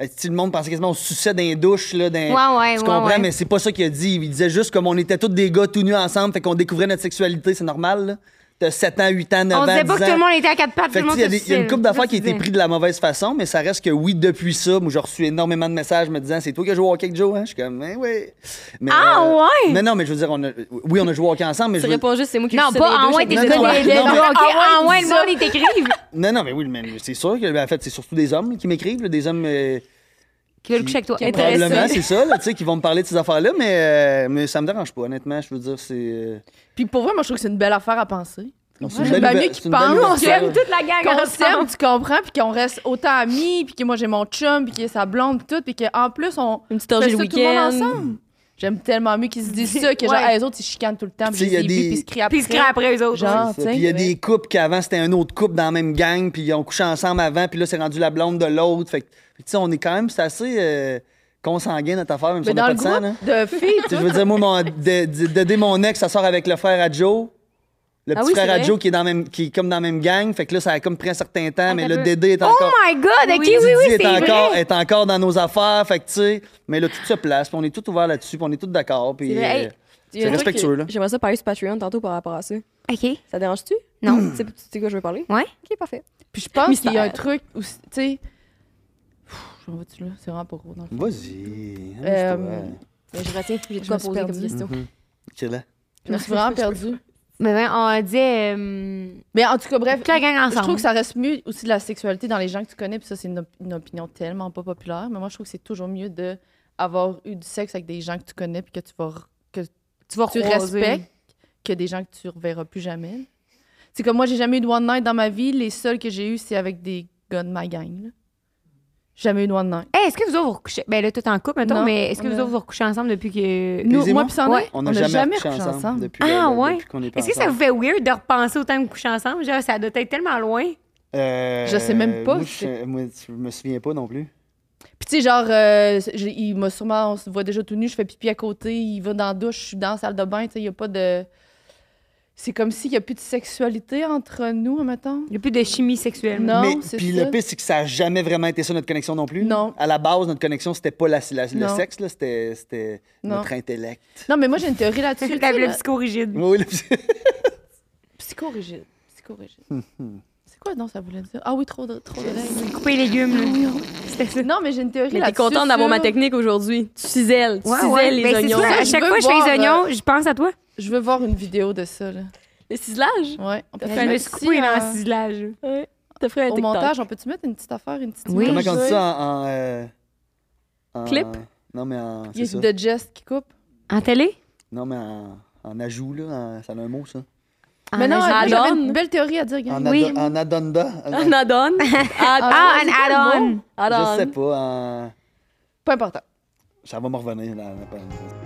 Speaker 5: euh, si le monde pensait quasiment au succès d'un douche, là, d'un.
Speaker 3: Ouais, ouais,
Speaker 5: tu
Speaker 3: ouais,
Speaker 5: comprends,
Speaker 3: ouais.
Speaker 5: mais c'est pas ça qu'il a dit. Il disait juste comme on était tous des gars tout nus ensemble, fait qu'on découvrait notre sexualité, c'est normal, là. T'as 7 ans, 8 ans, 9 ans.
Speaker 3: On disait pas
Speaker 5: 10
Speaker 3: que tout
Speaker 5: ans.
Speaker 3: le monde était à quatre pattes, tout
Speaker 5: Fait
Speaker 3: le
Speaker 5: que,
Speaker 3: monde
Speaker 5: tu sais, il y a des- il y a une couple d'affaires qui a été
Speaker 3: prise.
Speaker 5: prise de la mauvaise façon, mais ça reste que oui, depuis ça, moi, j'ai reçu énormément de messages me disant c'est toi qui as joué au hockey avec Joe, hein? Je suis comme, eh oui. Mais, euh,
Speaker 3: Ah, ouais?
Speaker 5: Mais non, mais je veux dire, on a- oui, on a joué au hockey ensemble, mais je
Speaker 6: Tu
Speaker 5: veux-
Speaker 6: réponds juste, c'est moi qui
Speaker 3: Non,
Speaker 6: suis
Speaker 3: pas
Speaker 6: sur les
Speaker 3: en
Speaker 6: deux,
Speaker 3: moins,
Speaker 6: chaque
Speaker 3: t'es
Speaker 5: Non,
Speaker 3: des
Speaker 5: non,
Speaker 3: non,
Speaker 5: non, non, non,
Speaker 4: Ah,
Speaker 3: en moins, le monde, ils t'écrivent.
Speaker 5: Non, non, mais oui, mais c'est sûr que, ben, en fait, c'est surtout des hommes qui m'écrivent, là, des hommes. euh,
Speaker 3: Qui veut le coucher avec toi.
Speaker 6: Qui intéresse-
Speaker 5: probablement,
Speaker 6: intéressés.
Speaker 5: c'est ça, là, tu sais, qui vont me parler de ces affaires-là, mais, euh, mais ça me dérange pas, honnêtement. Je veux dire, c'est. euh,
Speaker 4: Puis pour vrai, moi, je trouve que c'est une belle affaire à penser.
Speaker 5: c'est
Speaker 4: Ouais,
Speaker 5: une belle
Speaker 4: ben,
Speaker 5: nouvelle-
Speaker 4: mieux qu'ils
Speaker 5: c'est une belle
Speaker 4: pensent,
Speaker 5: nouvelle
Speaker 4: on
Speaker 5: histoire.
Speaker 4: s'aime
Speaker 3: Toute la gang
Speaker 4: Qu'on
Speaker 3: ensemble.
Speaker 4: s'aime, tu comprends, puis qu'on reste autant amis, puis que moi, j'ai mon chum, puis que sa blonde, puis tout, puis qu'en plus, on
Speaker 6: Une petite
Speaker 4: fait
Speaker 6: orgie
Speaker 4: ça
Speaker 6: le
Speaker 4: tout le monde
Speaker 6: week-end.
Speaker 4: ensemble. J'aime tellement mieux qu'ils se disent ça que genre,
Speaker 3: Ouais.
Speaker 4: hey, les autres, ils chicanent tout le temps,
Speaker 5: Tu
Speaker 4: puis
Speaker 5: sais,
Speaker 4: je les
Speaker 5: il y a
Speaker 4: ai vus,
Speaker 5: des-
Speaker 4: puis ils se crient après.
Speaker 3: Puis ils se crient après eux autres.
Speaker 4: Genre,
Speaker 5: C'est
Speaker 4: tu
Speaker 5: ça.
Speaker 4: sais.
Speaker 5: Puis il y a des couples qu'avant c'était un autre couple dans la même gang, puis ils ont couché ensemble avant, puis là c'est rendu la blonde de l'autre. Fait que, tu sais, on est quand même, c'est assez euh, consanguin notre affaire, même si
Speaker 4: Mais
Speaker 5: on n'a
Speaker 4: dans
Speaker 5: pas
Speaker 4: le
Speaker 5: de sang. là.
Speaker 4: groupe de filles,
Speaker 5: Tu sais, Je veux dire, moi, mon, de- de- d'aider mon ex, ça sort avec le frère à Joe. Le petit
Speaker 6: oui,
Speaker 5: frère
Speaker 6: c'est
Speaker 5: à
Speaker 6: vrai.
Speaker 5: Joe qui est, dans la même, qui est comme dans la même gang. Fait que là, ça a comme pris un certain temps, mais
Speaker 3: t'as
Speaker 5: là,
Speaker 3: peu.
Speaker 5: Dédé est
Speaker 3: Oh
Speaker 5: encore.
Speaker 3: my God, ok, oui,
Speaker 5: Didi
Speaker 3: oui,
Speaker 5: est,
Speaker 3: c'est
Speaker 5: encore,
Speaker 3: vrai.
Speaker 5: est encore dans nos affaires. Fait que, tu sais, mais là, tout se place, puis on est tout ouvert là-dessus, puis on est tous d'accord. Puis,
Speaker 6: C'est vrai, hey,
Speaker 5: euh,
Speaker 6: Il y a
Speaker 5: C'est
Speaker 6: un truc
Speaker 5: respectueux,
Speaker 6: que-
Speaker 5: là.
Speaker 6: J'aimerais ça parler sur Patreon tantôt par rapport à ça.
Speaker 3: Ok.
Speaker 6: Ça te dérange-tu?
Speaker 3: Non.
Speaker 6: Tu sais- tu sais quoi je veux parler?
Speaker 3: Ouais.
Speaker 6: Ok, parfait.
Speaker 4: Puis je pense qu'il y a un
Speaker 6: Mystère.
Speaker 4: truc aussi, tu sais. Pff, J'en vais-tu là? C'est vraiment pas gros dans le fond.
Speaker 5: Vas-y.
Speaker 4: Euh,
Speaker 5: amuse-toi.
Speaker 6: Mais je retiens, j'ai de
Speaker 4: Je
Speaker 6: quoi
Speaker 4: me suis
Speaker 6: poser comme
Speaker 4: perdue.
Speaker 6: question.
Speaker 5: Ok, là.
Speaker 4: Je me suis vraiment perdue.
Speaker 3: Mais ben, on disait. euh,
Speaker 4: Mais en tout cas, bref,
Speaker 3: toute la gang ensemble.
Speaker 4: je trouve que ça reste mieux aussi de la sexualité dans les gens que tu connais. Puis ça, c'est une, op- une opinion tellement pas populaire. Mais moi, je trouve que c'est toujours mieux de avoir eu du sexe avec des gens que tu connais puis que tu vas r- que
Speaker 3: tu vas
Speaker 4: tu
Speaker 3: croiser.
Speaker 4: respectes que des gens que tu reverras plus jamais. C'est comme moi, j'ai jamais eu de one night dans ma vie. Les seuls que j'ai eu, c'est avec des gars de ma gang. là. Jamais eu de one night.
Speaker 3: Hey, est-ce que vous autres vous recouchez? Ben là, tout en couple, mettons,
Speaker 4: Non,
Speaker 3: mais est-ce que
Speaker 4: on
Speaker 3: vous
Speaker 4: a-
Speaker 3: autres vous recouchez ensemble depuis que.
Speaker 4: Nous,
Speaker 5: et
Speaker 4: moi
Speaker 5: moi?
Speaker 4: pis Sandrine,
Speaker 3: Ouais.
Speaker 5: On n'a jamais, couché
Speaker 4: recouché
Speaker 5: ensemble, depuis,
Speaker 3: Ah,
Speaker 5: la- la-
Speaker 3: ouais.
Speaker 5: depuis qu'on est pas
Speaker 3: Est-ce que ça vous
Speaker 5: ensemble.
Speaker 3: fait weird de repenser au temps que vous couchez ensemble? Genre, ça doit être tellement loin.
Speaker 5: Euh,
Speaker 4: Je sais même pas
Speaker 5: Moi,
Speaker 4: si-
Speaker 5: je, moi, je me souviens pas non plus.
Speaker 4: Puis tu sais, genre, euh, j'ai- il m'a sûrement, on se voit déjà tout nu, je fais pipi à côté, il va dans la douche, je suis dans la salle de bain, tu sais, il n'y a pas de... C'est comme s'il n'y a plus de sexualité entre nous, mettons.
Speaker 3: Il n'y a plus de chimie sexuelle.
Speaker 4: Non,
Speaker 5: Mais
Speaker 4: c'est
Speaker 5: puis
Speaker 4: ça.
Speaker 5: le pire, c'est que ça a jamais vraiment été ça notre connexion non plus.
Speaker 4: Non.
Speaker 5: À la base, notre connexion, c'était pas la, la- le
Speaker 4: Non.
Speaker 5: sexe, là, c'était, c'était
Speaker 4: Non.
Speaker 5: notre intellect.
Speaker 4: Non, mais moi, j'ai une théorie là-dessus. tu sais,
Speaker 3: T'avais le
Speaker 4: là.
Speaker 3: psychorigide.
Speaker 5: Oui, le-
Speaker 4: Psychorigide. Psychorigide.
Speaker 5: Hmm,
Speaker 4: c'est quoi, non, ça voulait dire? Ah oui, trop de... Trop de règles.
Speaker 3: Couper les légumes, là. C'était ça.
Speaker 4: Non, mais j'ai une théorie
Speaker 6: Mais t'es
Speaker 4: là-dessus.
Speaker 6: contente d'avoir
Speaker 4: sur-
Speaker 6: ma technique aujourd'hui. Tu ciselles, tu
Speaker 3: Ouais,
Speaker 6: ciselles
Speaker 3: ouais.
Speaker 6: les
Speaker 3: Ben, c'est
Speaker 6: oignons.
Speaker 3: ça,
Speaker 4: Ça,
Speaker 3: à
Speaker 4: je
Speaker 3: chaque
Speaker 4: veux
Speaker 3: fois que je
Speaker 4: voir,
Speaker 3: fais les
Speaker 4: euh,
Speaker 3: oignons, je pense à toi.
Speaker 4: Je veux voir une vidéo de ça, là.
Speaker 6: Le ciselage?
Speaker 4: Ouais. On peut
Speaker 3: Je me suis coupée dans le ciselage.
Speaker 6: Ouais. T'as fait un
Speaker 4: Au
Speaker 6: TikTok.
Speaker 4: montage, on peut-tu mettre une petite affaire, une petite...
Speaker 3: Oui.
Speaker 5: Comment
Speaker 4: image,
Speaker 5: on dit
Speaker 4: ouais?
Speaker 5: ça en. en, euh, en-
Speaker 6: Clip?
Speaker 5: Non, mais en.
Speaker 4: Il
Speaker 5: C'est
Speaker 4: y
Speaker 5: ça.
Speaker 4: a de Jess qui coupe.
Speaker 3: En télé?
Speaker 5: Non, mais en, en ajout, là. en- ça a un mot, ça.
Speaker 4: mais non,
Speaker 3: En
Speaker 4: moi,
Speaker 3: ajout.
Speaker 4: j'avais
Speaker 6: add-on.
Speaker 4: une belle théorie à dire, gang.
Speaker 5: En,
Speaker 3: Oui.
Speaker 5: addo- en addonda.
Speaker 6: Un add-on.
Speaker 3: Ah,
Speaker 6: Add-on.
Speaker 3: un add-on.
Speaker 6: Add-on.
Speaker 5: Je sais pas. en-
Speaker 4: Pas important.
Speaker 5: Ça va me revenir. Dans... dans-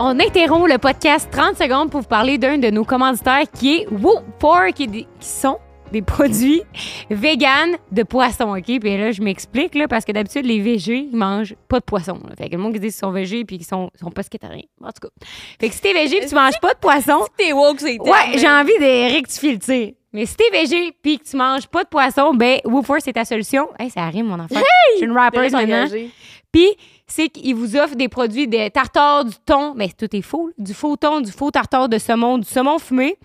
Speaker 3: On interrompt le podcast 30 secondes pour vous parler d'un de nos commanditaires qui est Woo4, qui, est des- qui sont des produits vegan de poisson, OK? Puis là, je m'explique, là, parce que d'habitude, les végés, ils mangent pas de poisson. là. Fait que le monde qui dit qu'ils sont végés puis qu'ils sont, ils sont pas skétariens. En tout cas. Fait que si t'es végé puis tu manges pas de poisson,
Speaker 6: Euh, T'es woke, c'est
Speaker 3: Ouais, j'ai envie de rectifier le tir. Mais si t'es végé puis que tu manges pas de poisson, ben Woofer, c'est ta solution. Hey, ça arrive, mon enfant. je suis une rapper maintenant. Puis, c'est qu'ils vous offrent des produits de tartare, du thon. Mais tout est faux. là. Du faux thon, du faux tartare de saumon, du saumon fumé.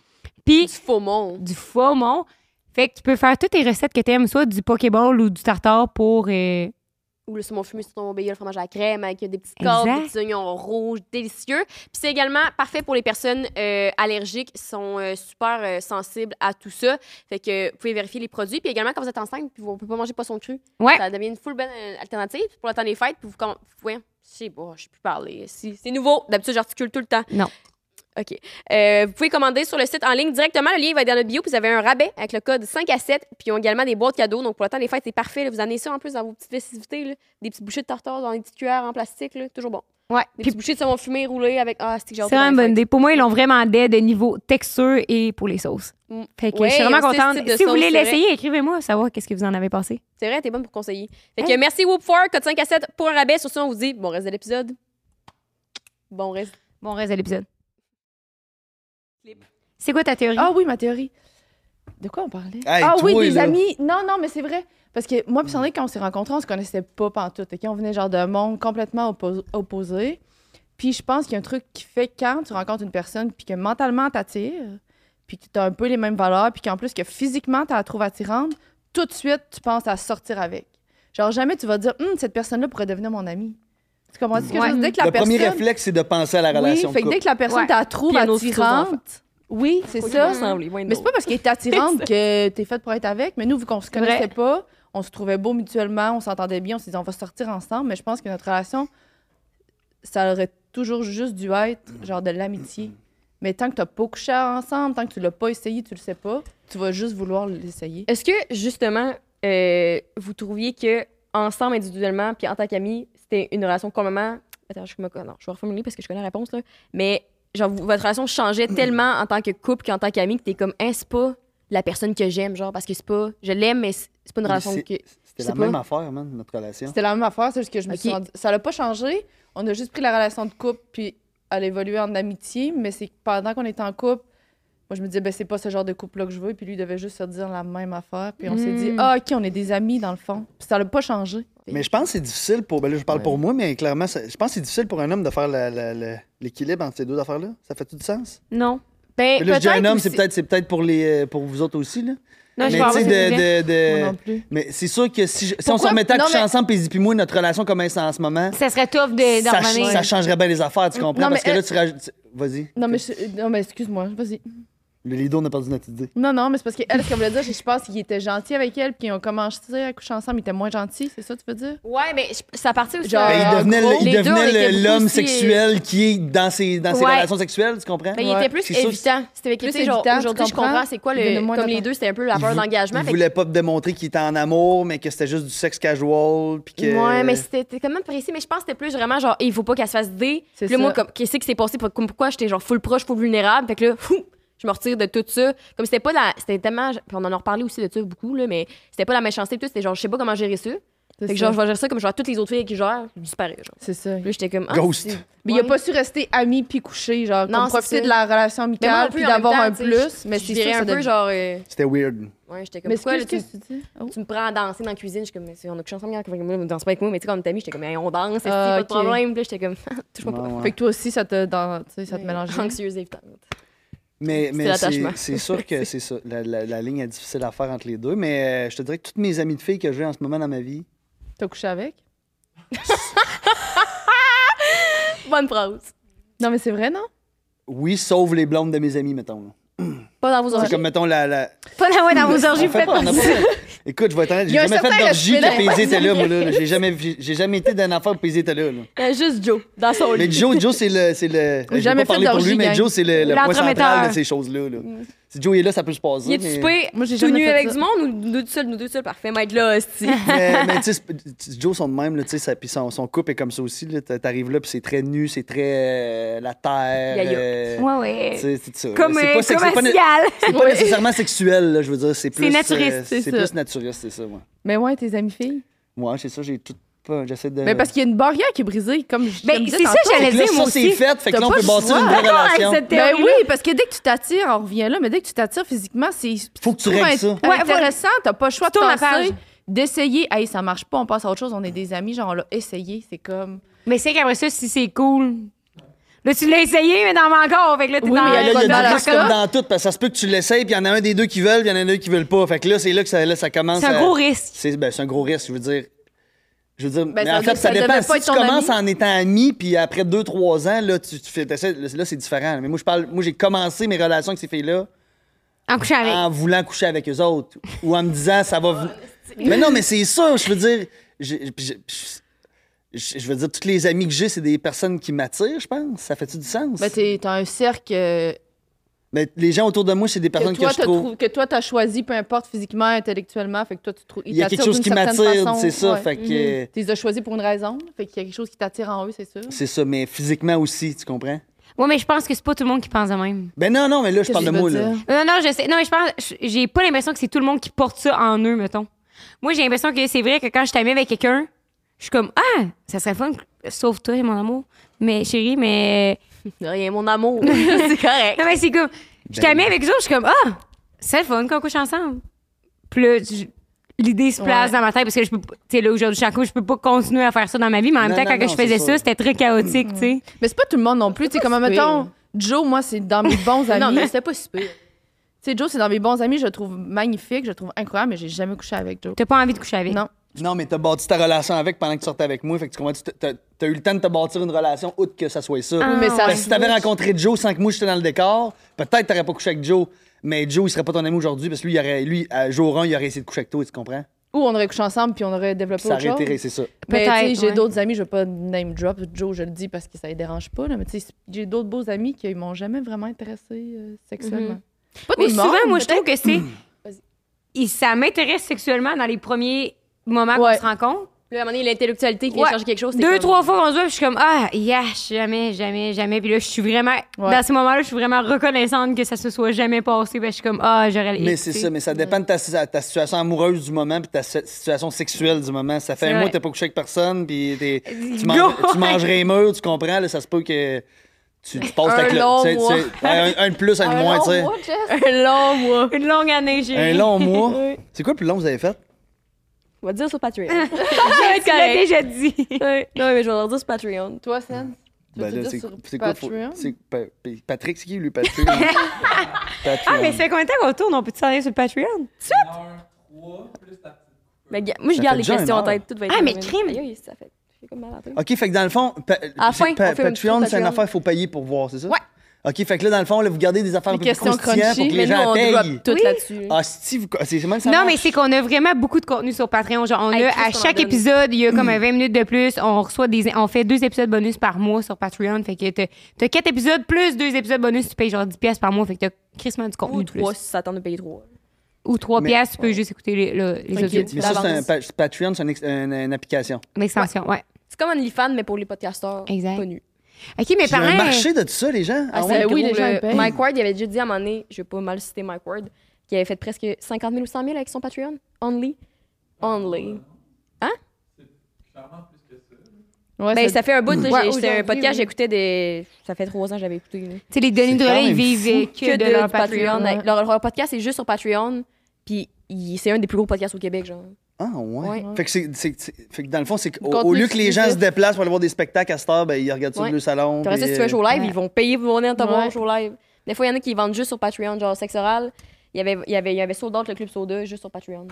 Speaker 3: Puis,
Speaker 6: Du faux monde.
Speaker 3: du faux mon. Fait que tu peux faire toutes tes recettes que t'aimes, soit du Pokéball ou du tartare pour. euh,
Speaker 6: Ou le saumon fumé sur ton bébé, le fromage à la crème avec des petites
Speaker 3: Exact.
Speaker 6: cordes, des petits oignons rouges, délicieux. Puis c'est également parfait pour les personnes euh, allergiques qui sont euh, super euh, sensibles à tout ça. Fait que vous pouvez vérifier les produits. Puis également, quand vous êtes enceinte, puis vous ne pouvez pas manger de poisson cru,
Speaker 3: Ouais.
Speaker 6: ça devient une full bonne euh, alternative. Puis pour le temps des fêtes, puis vous... com- Ouais, c'est bon, je peux parler. Si- C'est nouveau. D'habitude, j'articule tout le temps.
Speaker 3: Non.
Speaker 6: OK. Euh, vous pouvez commander sur le site en ligne directement. Le lien va être dans notre bio. Puis vous avez un rabais avec le code 5 à 7. Puis ils ont également des boîtes cadeaux. Donc pour le temps des fêtes, c'est parfait. là. Vous amenez ça en plus dans vos petites festivités. là. Des petites bouchées de tartare dans des petites cuillères en plastique. là. Toujours bon.
Speaker 3: Ouais. Puis,
Speaker 6: Des petites bouchées de saumon fumé roulé avec. Ah, c'est que j'ai hâte
Speaker 3: c'est
Speaker 6: pour
Speaker 3: vraiment une
Speaker 6: les
Speaker 3: bonne
Speaker 6: fêtes.
Speaker 3: idée. Pour moi, ils l'ont vraiment des de niveau texture et pour les sauces.
Speaker 6: Mm.
Speaker 3: Fait que
Speaker 6: Ouais,
Speaker 3: je suis
Speaker 6: il y a
Speaker 3: vraiment
Speaker 6: aussi ce
Speaker 3: contente.
Speaker 6: type de
Speaker 3: Si vous voulez
Speaker 6: sauce, c'est
Speaker 3: l'essayer, écrivez-moi savoir qu'est-ce que vous en avez pensé.
Speaker 6: C'est vrai, t'es bonne pour conseiller. Fait
Speaker 3: Hey.
Speaker 6: que merci Whoop4, code 5 à 7 pour un rabais. Sur ça, on vous dit bon reste de l'épisode. Bon reste.
Speaker 3: Bon reste de l'épisode.
Speaker 6: Clip.
Speaker 3: C'est quoi ta
Speaker 5: Oh!
Speaker 3: théorie?
Speaker 4: Ah oui, ma théorie. De quoi on parlait?
Speaker 5: Hey,
Speaker 4: ah oui,
Speaker 5: toi,
Speaker 4: des
Speaker 5: là.
Speaker 4: amis. Non, non, mais c'est vrai. Parce que moi, puis Sandrine, quand on s'est rencontrés, on se connaissait pas pantoute. OK? On venait genre de monde complètement oppo- opposé. Puis je pense qu'il y a un truc qui fait quand tu rencontres une personne, puis que mentalement t'attires, puis que t'as un peu les mêmes valeurs, puis qu'en plus que physiquement t'as la trouves attirante, tout de suite tu penses à sortir avec. Genre jamais tu vas dire, Hum, cette personne-là pourrait devenir mon amie. Tu comprends ce que je veux dire? Dès que la
Speaker 5: Le
Speaker 4: personne
Speaker 5: premier réflexe, c'est de penser à la
Speaker 4: oui,
Speaker 5: relation. de
Speaker 4: fait que
Speaker 5: couple.
Speaker 4: dès que la personne
Speaker 3: Ouais.
Speaker 4: t'a trouve
Speaker 6: Puis à nos futurs
Speaker 4: attirante, oui, c'est ça. Mais c'est pas parce qu'elle est attirante que t'es faite pour être avec, mais nous, vu qu'on se
Speaker 3: C'est vrai.
Speaker 4: connaissait pas, on se trouvait beaux mutuellement, on s'entendait bien, on s'est dit on va sortir ensemble, mais je pense que notre relation, ça aurait toujours juste dû être genre de l'amitié. Mais tant que t'as pas couché ensemble, tant que tu l'as pas essayé, tu le sais pas, tu vas juste vouloir l'essayer.
Speaker 6: Est-ce que justement euh, vous trouviez que ensemble individuellement puis en tant qu'amis, c'était une relation complètement Attends, je me non, je vais reformuler parce que je connais la réponse là, mais genre vous- votre relation changeait tellement en tant que couple qu'en tant qu'amis que t'es comme Hein, c'est pas la personne que j'aime genre parce que c'est pas je l'aime mais c'est c'est pas une
Speaker 5: Mais
Speaker 6: relation
Speaker 5: c'est-
Speaker 6: que
Speaker 5: C'était
Speaker 6: je sais
Speaker 5: la même
Speaker 6: pas.
Speaker 5: affaire, man, notre relation.
Speaker 4: C'était la même affaire, c'est juste que je me
Speaker 6: Ok.
Speaker 4: suis rendu- Ça l'a pas changé, on a juste pris la relation de couple, puis elle a évolué en amitié, mais c'est que pendant qu'on était en couple, moi je me disais, ben c'est pas ce genre de couple-là que je veux, puis lui il devait juste se dire la même affaire, puis on s'est dit,
Speaker 6: Mm.
Speaker 4: ah ok, on est des amis dans le fond, puis ça l'a pas changé.
Speaker 5: Mais je pense que c'est difficile pour. Ben là, je parle
Speaker 4: Ouais.
Speaker 5: pour moi, mais clairement, ça- je pense que c'est difficile pour un homme de faire la- la- la- l'équilibre entre ces deux affaires-là. Ça fait tout du sens?
Speaker 3: Non.
Speaker 5: Mais là, je dis un
Speaker 4: peut-être
Speaker 5: homme,
Speaker 4: aussi-
Speaker 5: c'est peut-être c'est peut-être pour, les, euh, pour vous autres aussi. Là.
Speaker 3: Non, je
Speaker 5: mais
Speaker 3: vais avoir
Speaker 5: tu sais,
Speaker 3: cette idée.
Speaker 5: de, de- de-
Speaker 4: Moi non plus.
Speaker 5: Mais c'est sûr que si, je- si on se
Speaker 4: Pourquoi?
Speaker 5: remettait à
Speaker 4: Non,
Speaker 5: coucher
Speaker 4: mais-
Speaker 5: ensemble, puis puis moi, notre relation commence en ce moment,
Speaker 3: Ça serait tough de, d'en
Speaker 5: ça,
Speaker 3: revenir.
Speaker 5: ça changerait bien les affaires, tu comprends?
Speaker 4: Non, mais
Speaker 5: Parce que là,
Speaker 4: elle-
Speaker 5: tu rajoutes. tu- Vas-y.
Speaker 4: Non mais, je- non, mais excuse-moi, vas-y.
Speaker 5: Le Lido, on a perdu notre idée.
Speaker 4: Non, non, mais c'est parce qu'elle, ce qu'elle voulait dire, c'est que je pense qu'ils étaient gentils avec elle, puis ils ont commencé à coucher ensemble, ils étaient moins gentils, c'est ça que tu veux dire?
Speaker 6: Ouais, mais je- ça partit aussi.
Speaker 4: Genre,
Speaker 6: euh,
Speaker 5: Ben, il
Speaker 4: en
Speaker 5: devenait,
Speaker 4: gros,
Speaker 5: il
Speaker 6: les deux, on
Speaker 5: devenait
Speaker 6: était
Speaker 5: le-
Speaker 6: beaucoup
Speaker 5: l'homme
Speaker 6: aussi, euh,
Speaker 5: sexuel qui est dans ses, dans ses
Speaker 6: Ouais. Ben,
Speaker 5: relations sexuelles, tu comprends?
Speaker 6: Mais il
Speaker 4: Ouais,
Speaker 6: était plus
Speaker 5: c'est sûr,
Speaker 6: évitant. C'était avec
Speaker 4: Plus
Speaker 6: plus genre
Speaker 4: évitant, tu
Speaker 6: aujourd'hui, je
Speaker 4: comprends?
Speaker 6: comprends c'est quoi
Speaker 4: Donne-le
Speaker 6: le.
Speaker 4: moi
Speaker 6: Comme
Speaker 4: d'abord.
Speaker 6: les deux, c'était un peu la
Speaker 5: Il
Speaker 6: peur
Speaker 5: vou-
Speaker 6: d'engagement.
Speaker 5: Il
Speaker 6: fait que-
Speaker 5: voulait pas démontrer qu'il était en amour, mais que c'était juste du sexe casual. Puis que...
Speaker 6: Ouais, mais c'était c'était quand même précis. Mais je pense que c'était plus vraiment genre, il faut pas qu'elle se fasse dé.
Speaker 4: C'est
Speaker 6: Puis là, moi,
Speaker 4: ça.
Speaker 6: comme, qu'est-ce qui s'est passé? Pour- comme pourquoi j'étais genre full proche, full vulnérable? Fait que là, fou, je me retire de tout ça. Comme c'était pas la. C'était tellement. Puis on en a reparlé aussi de ça beaucoup, là, mais c'était pas la méchanceté. Puis tout, c'était genre, je sais pas comment gérer ça.
Speaker 4: C'est
Speaker 6: Fait que
Speaker 4: ça.
Speaker 6: genre, je vais gérer ça comme genre toutes les autres filles qui gèrent, je disparais. Genre.
Speaker 4: C'est ça.
Speaker 6: Puis là, j'étais comme. ah,
Speaker 5: Ghost.
Speaker 6: c'est-
Speaker 4: Mais il a pas su rester ami puis couché, genre,
Speaker 6: Non,
Speaker 4: comme
Speaker 6: c'est
Speaker 4: profiter
Speaker 6: ça.
Speaker 4: de la relation
Speaker 6: Mais moi,
Speaker 4: amicale
Speaker 6: non plus,
Speaker 4: puis
Speaker 6: en même
Speaker 4: d'avoir
Speaker 6: temps,
Speaker 4: un
Speaker 6: tu sais,
Speaker 4: plus.
Speaker 6: je-
Speaker 4: Mais
Speaker 6: je
Speaker 4: c'est
Speaker 6: virais
Speaker 4: sûr,
Speaker 6: un
Speaker 4: ça
Speaker 6: peu
Speaker 4: donne-
Speaker 6: genre. euh,
Speaker 5: C'était weird.
Speaker 6: Ouais, j'étais comme.
Speaker 4: Mais excuse,
Speaker 6: pourquoi, là, tu-
Speaker 4: qu'est-ce que tu dis? Oh.
Speaker 6: tu me prends à danser dans la cuisine, je suis comme, on a couché ensemble hier, comme, on danse pas avec moi, mais tu sais, comme t'as mis, j'étais comme, Hey, on danse, c'est
Speaker 4: Ah,
Speaker 6: pas
Speaker 4: ok.
Speaker 6: de problème, Puis là, j'étais comme, touche pas
Speaker 5: Ouais,
Speaker 6: pas.
Speaker 5: ouais.
Speaker 4: Fait que toi aussi, ça te, dans, tu sais, ça te
Speaker 6: Mais
Speaker 4: mélange.
Speaker 6: Anxieuse, évidemment.
Speaker 5: Mais, mais c'est
Speaker 6: l'attachement.
Speaker 5: c'est sûr que c'est ça. La, la- la ligne est difficile à faire entre les deux. Mais euh, je te dirais que toutes mes amies de filles que j'ai en ce moment dans ma vie,
Speaker 4: T'as couché avec?
Speaker 6: Bonne phrase.
Speaker 4: Non, mais c'est vrai, non?
Speaker 5: oui, sauf les blondes de mes amis, mettons. là.
Speaker 6: Pas dans vos
Speaker 5: C'est comme, mettons, la. la...
Speaker 6: Pas dans, ouais, dans vos
Speaker 5: On fait pas, on a pas fait. Écoute, je vais être honnête,
Speaker 4: Il y
Speaker 5: j'ai
Speaker 4: a un
Speaker 5: jamais fait
Speaker 4: certain
Speaker 5: d'orgie
Speaker 4: respect
Speaker 5: que Paisy était là, moi, là. J'ai jamais, j'ai- j'ai jamais été d'un affaire où Paisy était là. là.
Speaker 6: euh, Juste Joe, dans son
Speaker 5: Mais
Speaker 6: lit.
Speaker 5: Joe, Joe, c'est le. c'est le je vais
Speaker 4: jamais
Speaker 5: pas parler
Speaker 4: fait
Speaker 5: pour lui,
Speaker 4: d'orgie,
Speaker 5: mais
Speaker 4: gang.
Speaker 5: Joe, c'est le, le point central
Speaker 6: L'entremetteur.
Speaker 5: de ces choses-là. là. Si Joe est là, ça peut se passer.
Speaker 6: Il est-tu
Speaker 5: mais-
Speaker 6: coupé
Speaker 4: Moi, j'ai
Speaker 6: tout
Speaker 4: jamais
Speaker 6: nu
Speaker 4: fait
Speaker 6: avec
Speaker 4: ça.
Speaker 6: du monde ou nous deux seuls? Nous deux seuls, parfait, maître là, hostie.
Speaker 5: mais, mais tu sais, c'est- tu- Joe sont de même, là, tu sais, ça- puis son, son couple est comme ça aussi. là. T'a- T'arrives là, puis c'est très nu, c'est très euh, la terre.
Speaker 6: Yaya.
Speaker 5: euh,
Speaker 3: Ouais, ouais.
Speaker 5: tu sais, C'est ça.
Speaker 3: Comme,
Speaker 5: là.
Speaker 3: euh,
Speaker 5: C'est pas, sexe-
Speaker 3: comme
Speaker 5: c'est pas
Speaker 3: un
Speaker 5: né-
Speaker 3: cigale.
Speaker 5: c'est pas nécessairement sexuel, là, je veux dire. C'est plus. euh,
Speaker 3: naturiste,
Speaker 4: c'est
Speaker 5: C'est
Speaker 4: ça.
Speaker 5: plus naturiste, c'est ça, moi.
Speaker 4: Mais ouais, tes amis filles.
Speaker 5: Moi, c'est ça, j'ai tout. pas- J'essaie de.
Speaker 4: Mais parce qu'il y a une barrière qui est brisée, comme je
Speaker 3: Ben,
Speaker 4: comme je disais
Speaker 3: c'est ça,
Speaker 4: tantôt.
Speaker 3: j'allais
Speaker 5: Fait que là,
Speaker 3: dire, moi
Speaker 5: ça, c'est
Speaker 3: aussi.
Speaker 5: fait. Fait que
Speaker 4: T'as
Speaker 5: là, on
Speaker 4: pas
Speaker 5: peut
Speaker 4: le
Speaker 5: bâtir
Speaker 4: choix.
Speaker 5: une vraie
Speaker 3: D'accord avec
Speaker 5: relation.
Speaker 3: cette
Speaker 4: Ben
Speaker 3: théorie-là.
Speaker 4: oui, parce que dès que tu t'attires, on revient là, mais dès que tu t'attires physiquement, c'est.
Speaker 5: Faut que tu
Speaker 4: trouves int-
Speaker 5: règles ça.
Speaker 3: Ouais,
Speaker 4: intéressant, t'as pas le choix de
Speaker 3: Tu tournes la
Speaker 4: penser,
Speaker 3: page.
Speaker 4: d'essayer. Hey, ça marche pas, on passe à autre chose, on est des amis, genre on l'a essayé, c'est comme.
Speaker 3: Mais c'est qu'après ça, si c'est cool. Là, tu l'as essayé, mais dans mon corps. Fait que là, t'es
Speaker 4: Oui,
Speaker 3: dans
Speaker 4: mais
Speaker 5: Mais là, il y
Speaker 4: Dans
Speaker 5: a
Speaker 4: la
Speaker 5: du risque
Speaker 4: cas-
Speaker 5: comme dans tout, parce que ça se peut que tu l'essayes, puis il y en a un des deux qui veulent, puis il y en a un des deux qui veulent pas. Fait que là, c'est là que ça, là, ça commence
Speaker 3: C'est un
Speaker 5: à-
Speaker 3: gros risque.
Speaker 5: C'est ben, c'est un gros risque, je veux dire. Je veux dire,
Speaker 4: Ben,
Speaker 5: mais
Speaker 4: ça
Speaker 5: en
Speaker 4: veut dire
Speaker 5: fait,
Speaker 4: que
Speaker 5: ça,
Speaker 4: ça
Speaker 5: dépend.
Speaker 4: devait
Speaker 5: Si
Speaker 4: pas être
Speaker 5: tu
Speaker 4: ton
Speaker 5: commences
Speaker 4: ami.
Speaker 5: en étant ami, puis après 2-3 ans, là, tu, tu fais, t'essaies- là, c'est différent. Mais moi, je parle, moi, j'ai commencé mes relations avec ces filles-là
Speaker 3: En couchant avec.
Speaker 5: en voulant coucher avec eux autres ou en me disant ça va. ven- mais non, mais c'est sûr, je veux dire. j'ai- puis j'ai- puis Je, je veux dire, toutes les amies que j'ai, c'est des personnes qui m'attirent, je pense. Ça fait-tu du sens?
Speaker 4: Ben, t'es t'as un cercle euh,
Speaker 5: mais les gens autour de moi, c'est des personnes
Speaker 4: que toi,
Speaker 5: que je
Speaker 4: t'as
Speaker 5: trouve.
Speaker 4: trou- que toi, t'as choisi, peu importe physiquement, intellectuellement, fait que toi, tu trouves.
Speaker 5: il y a quelque chose qui m'attire, c'est ça. Fait que
Speaker 4: Tu les as choisis pour une raison, fait qu'il y a quelque chose qui t'attire en eux, c'est sûr.
Speaker 5: c'est ça, mais physiquement aussi, tu comprends?
Speaker 3: Ouais, mais je pense que c'est pas tout le monde qui pense de même.
Speaker 5: Ben non, non, mais là, je
Speaker 4: Qu'est-ce
Speaker 5: parle de
Speaker 4: que tu
Speaker 5: moi,
Speaker 4: veux
Speaker 5: là.
Speaker 4: dire?
Speaker 3: Non, non, je sais. Non, mais je pense. je- J'ai pas l'impression que c'est tout le monde qui porte ça en eux, mettons. Moi, j'ai l'impression que c'est vrai que quand je t'aimais avec quelqu'un, je suis comme Ah, ça serait fun, que- sauf toi, mon amour. Mais chérie, mais.
Speaker 6: Rien, mon amour. c'est correct.
Speaker 3: Non, mais c'est comme. Je
Speaker 5: Ben-
Speaker 3: t'aimais avec eux autres, je suis comme Ah, c'est le fun qu'on couche ensemble. Puis là, je- l'idée se place
Speaker 4: Ouais.
Speaker 3: dans ma tête parce que je peux. pas- Tu sais, là, aujourd'hui, je suis en couple, je peux pas continuer à faire ça dans ma vie, mais en même
Speaker 5: Non,
Speaker 3: temps,
Speaker 5: non,
Speaker 3: quand que
Speaker 5: non,
Speaker 3: je faisais
Speaker 5: c'est
Speaker 3: ça,
Speaker 5: sûr.
Speaker 3: c'était très chaotique, tu sais.
Speaker 4: Mais c'est pas tout le monde non plus. Tu sais, comme,
Speaker 6: si pire,
Speaker 4: mettons,
Speaker 6: là.
Speaker 4: Joe, moi, c'est dans mes bons amis.
Speaker 6: Non, mais c'était pas super.
Speaker 4: Tu sais, Joe, c'est dans mes bons amis. Je le trouve magnifique, je le trouve incroyable, mais j'ai jamais couché avec Joe.
Speaker 3: T'as pas envie de coucher avec.
Speaker 4: Non.
Speaker 5: Non, mais t'as bâti ta relation avec pendant que tu sortais avec moi. Fait que tu comprends, tu t'as- t'as t'as eu le temps de te bâtir une relation outre que ça soit ça.
Speaker 3: Ah,
Speaker 4: mais ça-
Speaker 5: Parce que si t'avais rencontré Joe sans que moi j'étais dans le décor, peut-être t'aurais pas couché avec Joe. Mais Joe, il serait pas ton ami aujourd'hui parce que lui, il aurait, lui à jour 1, il aurait essayé de coucher avec toi, tu comprends?
Speaker 4: Ou on aurait couché ensemble, puis on aurait développé
Speaker 5: Puis ça
Speaker 4: autre
Speaker 5: aurait été,
Speaker 4: chose.
Speaker 5: c'est ça.
Speaker 4: Mais Ben, tu
Speaker 3: Peut-être,
Speaker 4: sais, j'ai
Speaker 3: ouais.
Speaker 4: d'autres amis, je veux pas name drop Joe, je le dis parce que ça les dérange pas, là, mais tu sais, j'ai d'autres beaux amis qui m'ont jamais vraiment intéressée euh, sexuellement. Pas
Speaker 3: Mais
Speaker 4: des
Speaker 3: souvent,
Speaker 4: morts,
Speaker 3: moi, je
Speaker 4: peut-être.
Speaker 3: trouve que c'est. Il- ça m'intéresse sexuellement dans les premiers moments
Speaker 4: Ouais.
Speaker 3: qu'on se rencontre.
Speaker 6: Là, à un moment donné, l'intellectualité qui vient
Speaker 3: Ouais.
Speaker 6: changer quelque chose. c'est
Speaker 3: Deux,
Speaker 6: comme-
Speaker 3: trois fois qu'on se voit, puis je suis comme Ah, yeah, jamais, jamais, jamais. Puis là, je suis vraiment.
Speaker 4: Ouais.
Speaker 3: Dans ces moments-là, je suis vraiment reconnaissante que ça se soit jamais passé. Puis je suis comme Ah, j'aurais
Speaker 5: Mais c'est ça, mais ça dépend de ta, ta situation amoureuse du moment puis ta si- situation sexuelle du moment. Ça fait
Speaker 3: C'est
Speaker 5: un mois
Speaker 3: vrai.
Speaker 5: que t'as pas couché avec personne, puis t'es- tu,
Speaker 3: Go!
Speaker 5: manges, tu mangerais les murs, tu comprends, là, ça se peut que tu, tu passes
Speaker 6: Un
Speaker 5: ta clope.
Speaker 6: long
Speaker 5: tu sais, tu
Speaker 6: mois.
Speaker 5: sais, Un, un de plus, un de moins, tu sais.
Speaker 6: Un long mois.
Speaker 3: Une longue année, j'ai.
Speaker 5: Un long mois. C'est quoi le plus long que vous avez fait?
Speaker 6: On va dire sur Patreon. Ouais,
Speaker 3: Tu l'as déjà dit.
Speaker 6: Ouais. Non, mais je vais leur dire sur Patreon.
Speaker 4: Toi, Sen? Tu veux
Speaker 5: Ben
Speaker 4: te
Speaker 5: là,
Speaker 4: dire
Speaker 5: c'est
Speaker 4: sur
Speaker 5: c'est quoi? faut-
Speaker 4: Patreon?
Speaker 5: c'est pa- pa- Patrick, c'est qui lui, Patrick? Patreon.
Speaker 3: Ah, mais c'est combien de temps qu'on tourne? On peut-tu s'en aller sur le Patreon?
Speaker 6: Mais ga- moi, je
Speaker 5: Ça fait
Speaker 6: garde les
Speaker 5: déjà
Speaker 6: questions
Speaker 5: une
Speaker 6: en tête. Tout va être
Speaker 3: Ah,
Speaker 6: dans
Speaker 3: mais
Speaker 6: le même.
Speaker 3: crime!
Speaker 6: Aïe, aïe, ça fait ça fait comme mal à la tête.
Speaker 5: OK, fait que dans le fond, pa-
Speaker 6: À
Speaker 5: c'est- pa-
Speaker 6: la fin, on fait un petit
Speaker 5: Patreon,
Speaker 6: tour
Speaker 5: c'est une
Speaker 6: Patreon.
Speaker 5: affaire qu'il faut payer pour voir, c'est ça?
Speaker 6: Ouais.
Speaker 5: OK, fait que là, dans le fond, là, vous gardez des affaires
Speaker 4: Les
Speaker 5: un peu plus
Speaker 4: questions
Speaker 5: croustillantes pour
Speaker 4: crunchy.
Speaker 5: que les
Speaker 4: Mais nous,
Speaker 5: gens
Speaker 4: on
Speaker 5: payent.
Speaker 4: drop tout
Speaker 1: Oui.
Speaker 4: là-dessus.
Speaker 5: Ah, si, vous... c'est c'est même ça.
Speaker 3: Non,
Speaker 5: marche.
Speaker 3: mais c'est qu'on a vraiment beaucoup de contenu sur Patreon. Genre, on
Speaker 6: Hey,
Speaker 3: a
Speaker 6: qu'est-ce
Speaker 3: à
Speaker 6: qu'on en
Speaker 3: chaque
Speaker 6: donne?
Speaker 3: épisode, il y a comme un 20 minutes de plus. On reçoit des, on fait deux épisodes bonus par mois sur Patreon. Fait que t'as, t'as quatre épisodes plus deux épisodes bonus, tu payes genre 10 pièces par mois. Fait que t'as crissement du contenu
Speaker 6: Ou
Speaker 3: de plus.
Speaker 6: trois si ça tente de payer trois.
Speaker 3: Ou trois
Speaker 5: Mais-
Speaker 3: pièces, tu peux juste écouter les, le- les
Speaker 4: Ok.
Speaker 3: audios.
Speaker 5: Mais ça, c'est un
Speaker 6: L'avance.
Speaker 5: pa- Patreon, c'est un ex- un- une application.
Speaker 3: L'extension, ouais.
Speaker 6: C'est comme OnlyFans, mais pour les podcasteurs
Speaker 3: Exact.
Speaker 6: connus.
Speaker 3: OK, mais
Speaker 5: Il y a un
Speaker 3: pareil.
Speaker 5: marché de tout ça, les gens.
Speaker 6: Ah,
Speaker 5: Ah
Speaker 6: c'est
Speaker 5: ouais?
Speaker 6: gros,
Speaker 4: oui, les gens,
Speaker 6: là.
Speaker 4: ils payent.
Speaker 6: Mike Ward, il avait déjà dit à un moment donné, je vais pas mal citer Mike Ward, qu'il avait fait presque 50 000 ou 100 000 avec son Patreon. Only. Only.
Speaker 4: Ouais,
Speaker 6: Ben,
Speaker 4: ça-
Speaker 6: ça fait un bout, là,
Speaker 4: Ouais,
Speaker 6: j'ai- c'était un
Speaker 4: aujourd'hui,
Speaker 6: podcast,
Speaker 4: oui.
Speaker 6: j'écoutais des. Ça fait trois ans que j'avais écouté. là.
Speaker 3: Tu sais, les Denis
Speaker 5: C'est
Speaker 3: Drolet,
Speaker 5: quand
Speaker 3: ils
Speaker 5: même
Speaker 3: vivent
Speaker 6: Que, de,
Speaker 3: leur
Speaker 6: du Patreon.
Speaker 3: Patreon.
Speaker 4: ouais.
Speaker 6: Leur, leur podcast est juste sur Patreon, puis il- c'est un des plus gros podcasts au Québec, genre.
Speaker 5: Ah, ouais.
Speaker 6: Ouais.
Speaker 5: Fait, que c'est- c'est- c'est- fait que dans le fond, c'est qu'au-
Speaker 4: Contenu
Speaker 5: au lieu que les gens se
Speaker 4: exclusif.
Speaker 5: déplacent pour aller voir des spectacles à cette heure, ben, ils regardent ça
Speaker 6: Ouais.
Speaker 5: dans le salon.
Speaker 6: T'aurais ça,
Speaker 5: puis, euh,
Speaker 6: si tu fais un show live,
Speaker 4: ouais.
Speaker 6: ils vont payer pour venir te voir
Speaker 4: Ouais.
Speaker 6: au show live. Des fois, il y en a qui vendent juste sur Patreon, genre sexe oral. Il y avait, il y avait, il y avait Sold Out, le club Soda, juste sur Patreon.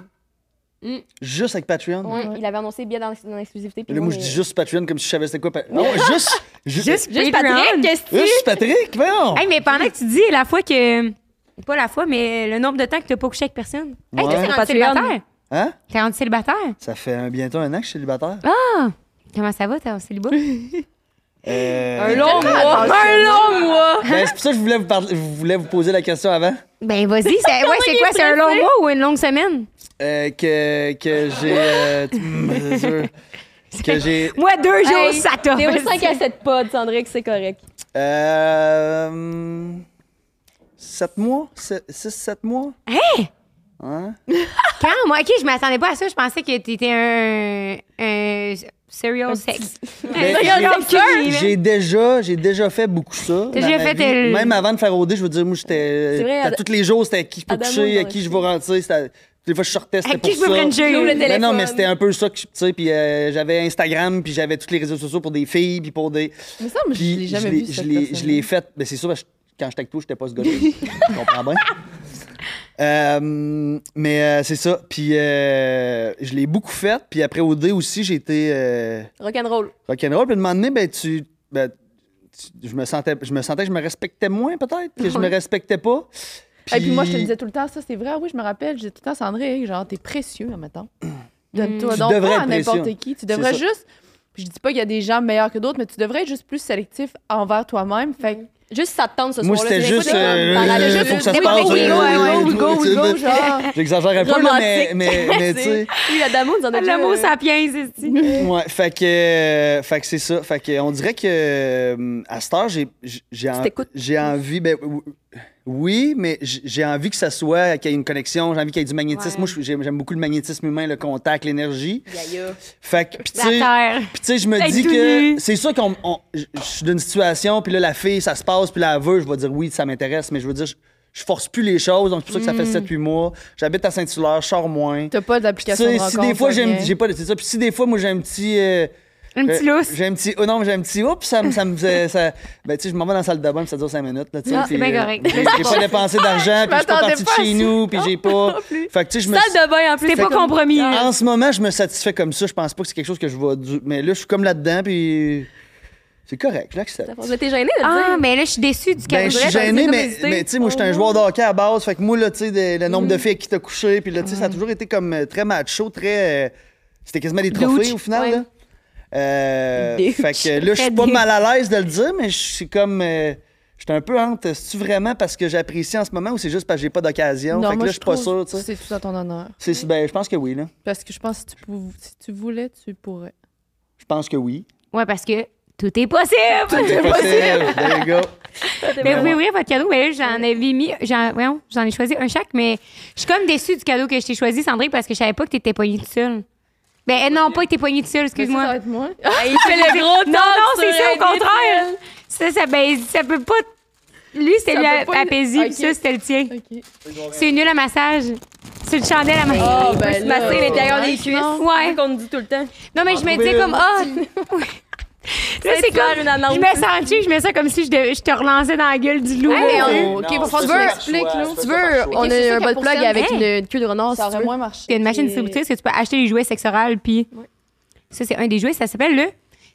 Speaker 5: Juste avec Patreon.
Speaker 6: Ouais, Il avait annoncé bien dans, dans l'exclusivité. puis
Speaker 5: Là, moi,
Speaker 6: moi,
Speaker 5: je
Speaker 6: mais-
Speaker 5: dis juste Patreon comme si je savais c'était quoi. Pa- Non, juste. Juste, juste,
Speaker 3: Juste Patreon.
Speaker 5: Patrick, voyons.
Speaker 3: Hey, mais pendant que tu dis la fois que. Pas la fois, mais le nombre de temps que t'as pas couché avec personne. Hey,
Speaker 5: Ouais.
Speaker 3: toi, t'es rendu
Speaker 6: Patreon.
Speaker 3: célibataire.
Speaker 5: Hein?
Speaker 3: T'es rendu célibataire.
Speaker 5: Ça fait un- bientôt un an que je suis célibataire.
Speaker 6: Ah,
Speaker 3: Comment ça va, t'es en célibat?
Speaker 5: Euh,
Speaker 6: Un long mois! Un long mois!
Speaker 5: ben, c'est pour ça que je voulais vous, parler- je voulais vous poser la question avant.
Speaker 3: Ben, vas-y. C'est ouais, c'est quoi? C'est un long mois ou une longue semaine?
Speaker 5: Euh, que que j'ai. euh, tu- mon Dieu. que j'ai.
Speaker 3: Moi, deux jours,
Speaker 6: Hey,
Speaker 3: ça t'a.
Speaker 6: T'es au
Speaker 3: fait-
Speaker 6: 5 à 7 pods, Sandrick, c'est correct.
Speaker 5: Euh, 7 mois? 6-7 mois? Hein?
Speaker 3: Quand? Moi, OK, je m'attendais pas à ça. Je pensais que t'étais un. un serial sex.
Speaker 5: Ben,
Speaker 3: serial
Speaker 5: j'ai-
Speaker 3: sex.
Speaker 5: J'ai déjà, j'ai déjà fait beaucoup ça.
Speaker 3: T'as
Speaker 5: dans
Speaker 3: déjà
Speaker 5: ma
Speaker 3: fait
Speaker 5: vie.
Speaker 3: elle-
Speaker 5: Même avant de faire OD, je veux dire, moi, j'étais.
Speaker 6: C'est vrai,
Speaker 5: c'était
Speaker 6: Ad-
Speaker 5: tous les jours, c'était à qui je peux
Speaker 6: Adamo,
Speaker 5: coucher, à
Speaker 6: dans
Speaker 5: qui
Speaker 6: le
Speaker 5: je vais rentrer. c'était- Des fois, je sortais, c'était
Speaker 3: À
Speaker 5: pour
Speaker 3: qui je peux
Speaker 5: ça.
Speaker 3: prendre
Speaker 6: J'ouvre le
Speaker 3: jeu?
Speaker 5: Mais non,
Speaker 6: téléphone.
Speaker 5: mais c'était un peu ça que je- tu sais, puis euh, j'avais Instagram, puis j'avais tous les réseaux sociaux pour des filles, puis pour des.
Speaker 4: Mais ça, moi, je
Speaker 5: Puis
Speaker 4: l'ai jamais vu.
Speaker 5: Je
Speaker 4: cette
Speaker 5: l'ai, je
Speaker 4: personne-là.
Speaker 5: l'ai faite. Mais c'est sûr, parce que quand j'étais avec toi, j'étais pas ce gars-là. tu comprends bien. Euh, mais euh, c'est ça. Puis euh, je l'ai beaucoup faite. Puis après OD aussi, j'ai été euh,
Speaker 6: Rock'n'roll.
Speaker 5: rock'n'roll. Puis à un moment donné, ben, tu, ben, tu- je, me sentais, je me sentais que je me respectais moins, peut-être, que je me respectais pas.
Speaker 4: Et puis moi, je te disais tout le temps, ça, c'est vrai. Oui, je me rappelle. Je disais tout le temps, Sandré, genre, t'es précieux, admettons. Donne-toi
Speaker 5: Tu
Speaker 4: donc
Speaker 5: devrais
Speaker 4: pas à
Speaker 5: être
Speaker 4: n'importe
Speaker 5: précieux.
Speaker 4: qui. Tu
Speaker 5: C'est
Speaker 4: devrais
Speaker 5: ça.
Speaker 4: juste. Je dis pas qu'il y a des gens meilleurs que d'autres, mais tu devrais être juste plus sélectif envers toi-même. Fait que
Speaker 6: Juste ça te tente ce
Speaker 5: Moi,
Speaker 6: soir-là.
Speaker 5: c'était
Speaker 6: tu sais,
Speaker 5: juste.
Speaker 6: écoute,
Speaker 5: euh,
Speaker 6: par la
Speaker 5: euh,
Speaker 6: logique,
Speaker 5: faut que ça
Speaker 6: oui,
Speaker 5: se
Speaker 6: oui,
Speaker 5: passe.
Speaker 6: oui,
Speaker 5: euh,
Speaker 6: oui, oui,
Speaker 5: euh,
Speaker 4: go, go,
Speaker 5: tu sais,
Speaker 4: go,
Speaker 5: de-
Speaker 4: genre.
Speaker 5: J'exagère un peu, là, mais, mais, mais tu sais.
Speaker 6: oui, la dame, nous en
Speaker 3: Le
Speaker 6: a déjà-
Speaker 3: mot sapiens, c'est
Speaker 5: Ouais, fait que, euh, fait que c'est ça. Fait que on dirait que euh, à cette heure, j'ai, j'ai- j'ai, en-
Speaker 6: t'écoutes.
Speaker 5: j'ai envie. Ben, ou- oui, mais j'- j'ai envie que ça soit, qu'il y ait une connexion, j'ai envie qu'il y ait du magnétisme.
Speaker 3: Ouais.
Speaker 5: Moi, je suis- j'aime, j'aime beaucoup le magnétisme humain, le contact, l'énergie.
Speaker 6: Yaya.
Speaker 5: Fait que, pis tu sais-
Speaker 3: La terre.
Speaker 5: pis tu sais, je me
Speaker 3: Être
Speaker 5: dis
Speaker 3: tout
Speaker 5: que
Speaker 3: nu.
Speaker 5: c'est sûr qu'on. on- Je je suis d'une situation, puis là, la fille, ça se passe, puis là, elle veut, je vais dire oui, ça m'intéresse, mais je veux dire, je, je force plus les choses, donc c'est pour ça que ça
Speaker 3: Mm.
Speaker 5: fait 7-8 mois. J'habite à Saint-Hilaire, je sors moins.
Speaker 4: t'as pas
Speaker 5: Tu
Speaker 4: d'application de
Speaker 5: sais, si
Speaker 4: rencontre,
Speaker 5: des fois,
Speaker 4: ça
Speaker 5: j'ai, un-
Speaker 4: vient.
Speaker 5: j'ai pas de. C'est ça. Puis si des fois, moi, j'ai un petit. euh,
Speaker 3: Un petit
Speaker 5: euh,
Speaker 3: lousse.
Speaker 5: J'ai un petit. Oh non, mais j'ai un petit. Oups, ça me. Ça me ça, ça- ben, tu sais, je m'en vais dans la salle de bain, puis ça dure 5 minutes. Là, tu sais,
Speaker 3: Ah,
Speaker 5: puis,
Speaker 3: c'est bien
Speaker 5: euh,
Speaker 3: correct.
Speaker 5: J'ai j'ai pas dépensé d'argent, puis je suis pas
Speaker 4: m'attendais
Speaker 5: parti de
Speaker 4: pas à
Speaker 5: chez
Speaker 4: ça.
Speaker 5: nous, puis j'ai pas. Fait que, tu sais, je me.
Speaker 6: Salle de bain en plus.
Speaker 3: T'es
Speaker 6: c'est
Speaker 3: pas
Speaker 6: comme-
Speaker 3: compromis. là.
Speaker 5: En ce moment, je me satisfais comme ça. Je pense pas que c'est quelque chose que je vais. du- Mais là, je suis comme là-dedans, puis. C'est correct, je l'accepte.
Speaker 6: Vous étiez gêné de
Speaker 3: Ah,
Speaker 6: le dire.
Speaker 3: mais là, je suis déçue du
Speaker 5: Ben, je
Speaker 3: calendrier.
Speaker 5: suis gêné, mais,
Speaker 6: hésité.
Speaker 5: mais tu sais, moi, j'étais
Speaker 4: Oh,
Speaker 5: un joueur de hockey à base. Fait que moi, là, tu sais, de- le
Speaker 4: Mm.
Speaker 5: nombre de filles avec qui t'as couché, puis là, tu sais, ça a toujours été comme euh, très macho, très. euh, C'était quasiment des trophées
Speaker 3: Douche.
Speaker 5: au final, là. Euh,
Speaker 6: Douche.
Speaker 5: fait que là, je suis
Speaker 3: Très
Speaker 5: pas
Speaker 3: douche.
Speaker 5: mal à l'aise de le dire, mais je suis comme. euh, J'étais un peu honte. C'est-tu vraiment parce que j'apprécie en ce moment ou c'est juste parce que j'ai pas d'occasion?
Speaker 4: Non,
Speaker 5: Fait que
Speaker 4: moi,
Speaker 5: là, je suis pas
Speaker 4: trouve
Speaker 5: sûr, tu
Speaker 4: que
Speaker 5: sais.
Speaker 4: C'est tout à ton honneur.
Speaker 5: C'est- Ben, je pense que oui, là.
Speaker 4: Parce que je pense que si tu, pouv- si tu voulais, tu pourrais.
Speaker 5: Je pense que oui.
Speaker 3: Ouais, parce que tout est possible.
Speaker 5: C'est possible. There you go.
Speaker 3: Mais vous
Speaker 5: Ben Ouais.
Speaker 3: pouvez ouvrir Ben votre cadeau, mais là, j'en avais mis. J'en, voyons, j'en ai choisi un chaque, mais je suis comme déçue du cadeau que je t'ai choisi, Sandrine, parce que je savais pas que t'étais poignée toute seule. Ben, eh, non, pas que t'es poignée toute seule,
Speaker 4: Ça, ça va
Speaker 3: excuse-moi.
Speaker 4: être moi.
Speaker 6: Ah, Il fait le gros
Speaker 3: Non, non, c'est ça, au
Speaker 6: contraire.
Speaker 3: contraire. Ça, ça, ben, ça peut pas. Lui, c'était
Speaker 4: Ça
Speaker 3: lui
Speaker 4: peut pas-
Speaker 3: apaisé,
Speaker 4: Ok.
Speaker 3: puis ça, c'était le tien.
Speaker 4: OK.
Speaker 3: C'est nul à massage. C'est une chandelle à massage.
Speaker 6: Ah,
Speaker 4: Il peut
Speaker 6: ben
Speaker 4: se
Speaker 6: là.
Speaker 4: masser l'intérieur des
Speaker 6: cuisses.
Speaker 3: Ouais.
Speaker 6: Ouais. qu'on nous dit tout le temps.
Speaker 3: Non, mais je me
Speaker 5: trouver
Speaker 3: disais
Speaker 5: une.
Speaker 3: comme, ah! Là, c'est
Speaker 6: Sainte-Claire,
Speaker 3: comme.
Speaker 6: une annonce.
Speaker 3: Je me sentais, je me sens comme si je, devais- je te relançais dans la gueule du loup.
Speaker 6: Hey, mais
Speaker 3: là,
Speaker 6: on-
Speaker 5: Non,
Speaker 6: ok,
Speaker 5: c'est
Speaker 6: va falloir
Speaker 5: ça,
Speaker 6: que tu
Speaker 5: par
Speaker 6: m'expliques,
Speaker 5: choix,
Speaker 6: là.
Speaker 5: c'est
Speaker 6: Tu
Speaker 5: pas par
Speaker 6: veux,
Speaker 5: choix.
Speaker 6: on c'est a ça un qu'elle bot plug fonctionne. avec
Speaker 3: Hey.
Speaker 6: une une queue de
Speaker 4: Ça
Speaker 6: renard. si tu
Speaker 4: aurait
Speaker 6: veux.
Speaker 4: moins marché.
Speaker 3: Il y a une machine
Speaker 6: Et-
Speaker 3: distributrice que tu peux acheter les jouets sexorales, puis.
Speaker 6: Ouais.
Speaker 3: Ça, c'est un des jouets, ça s'appelle le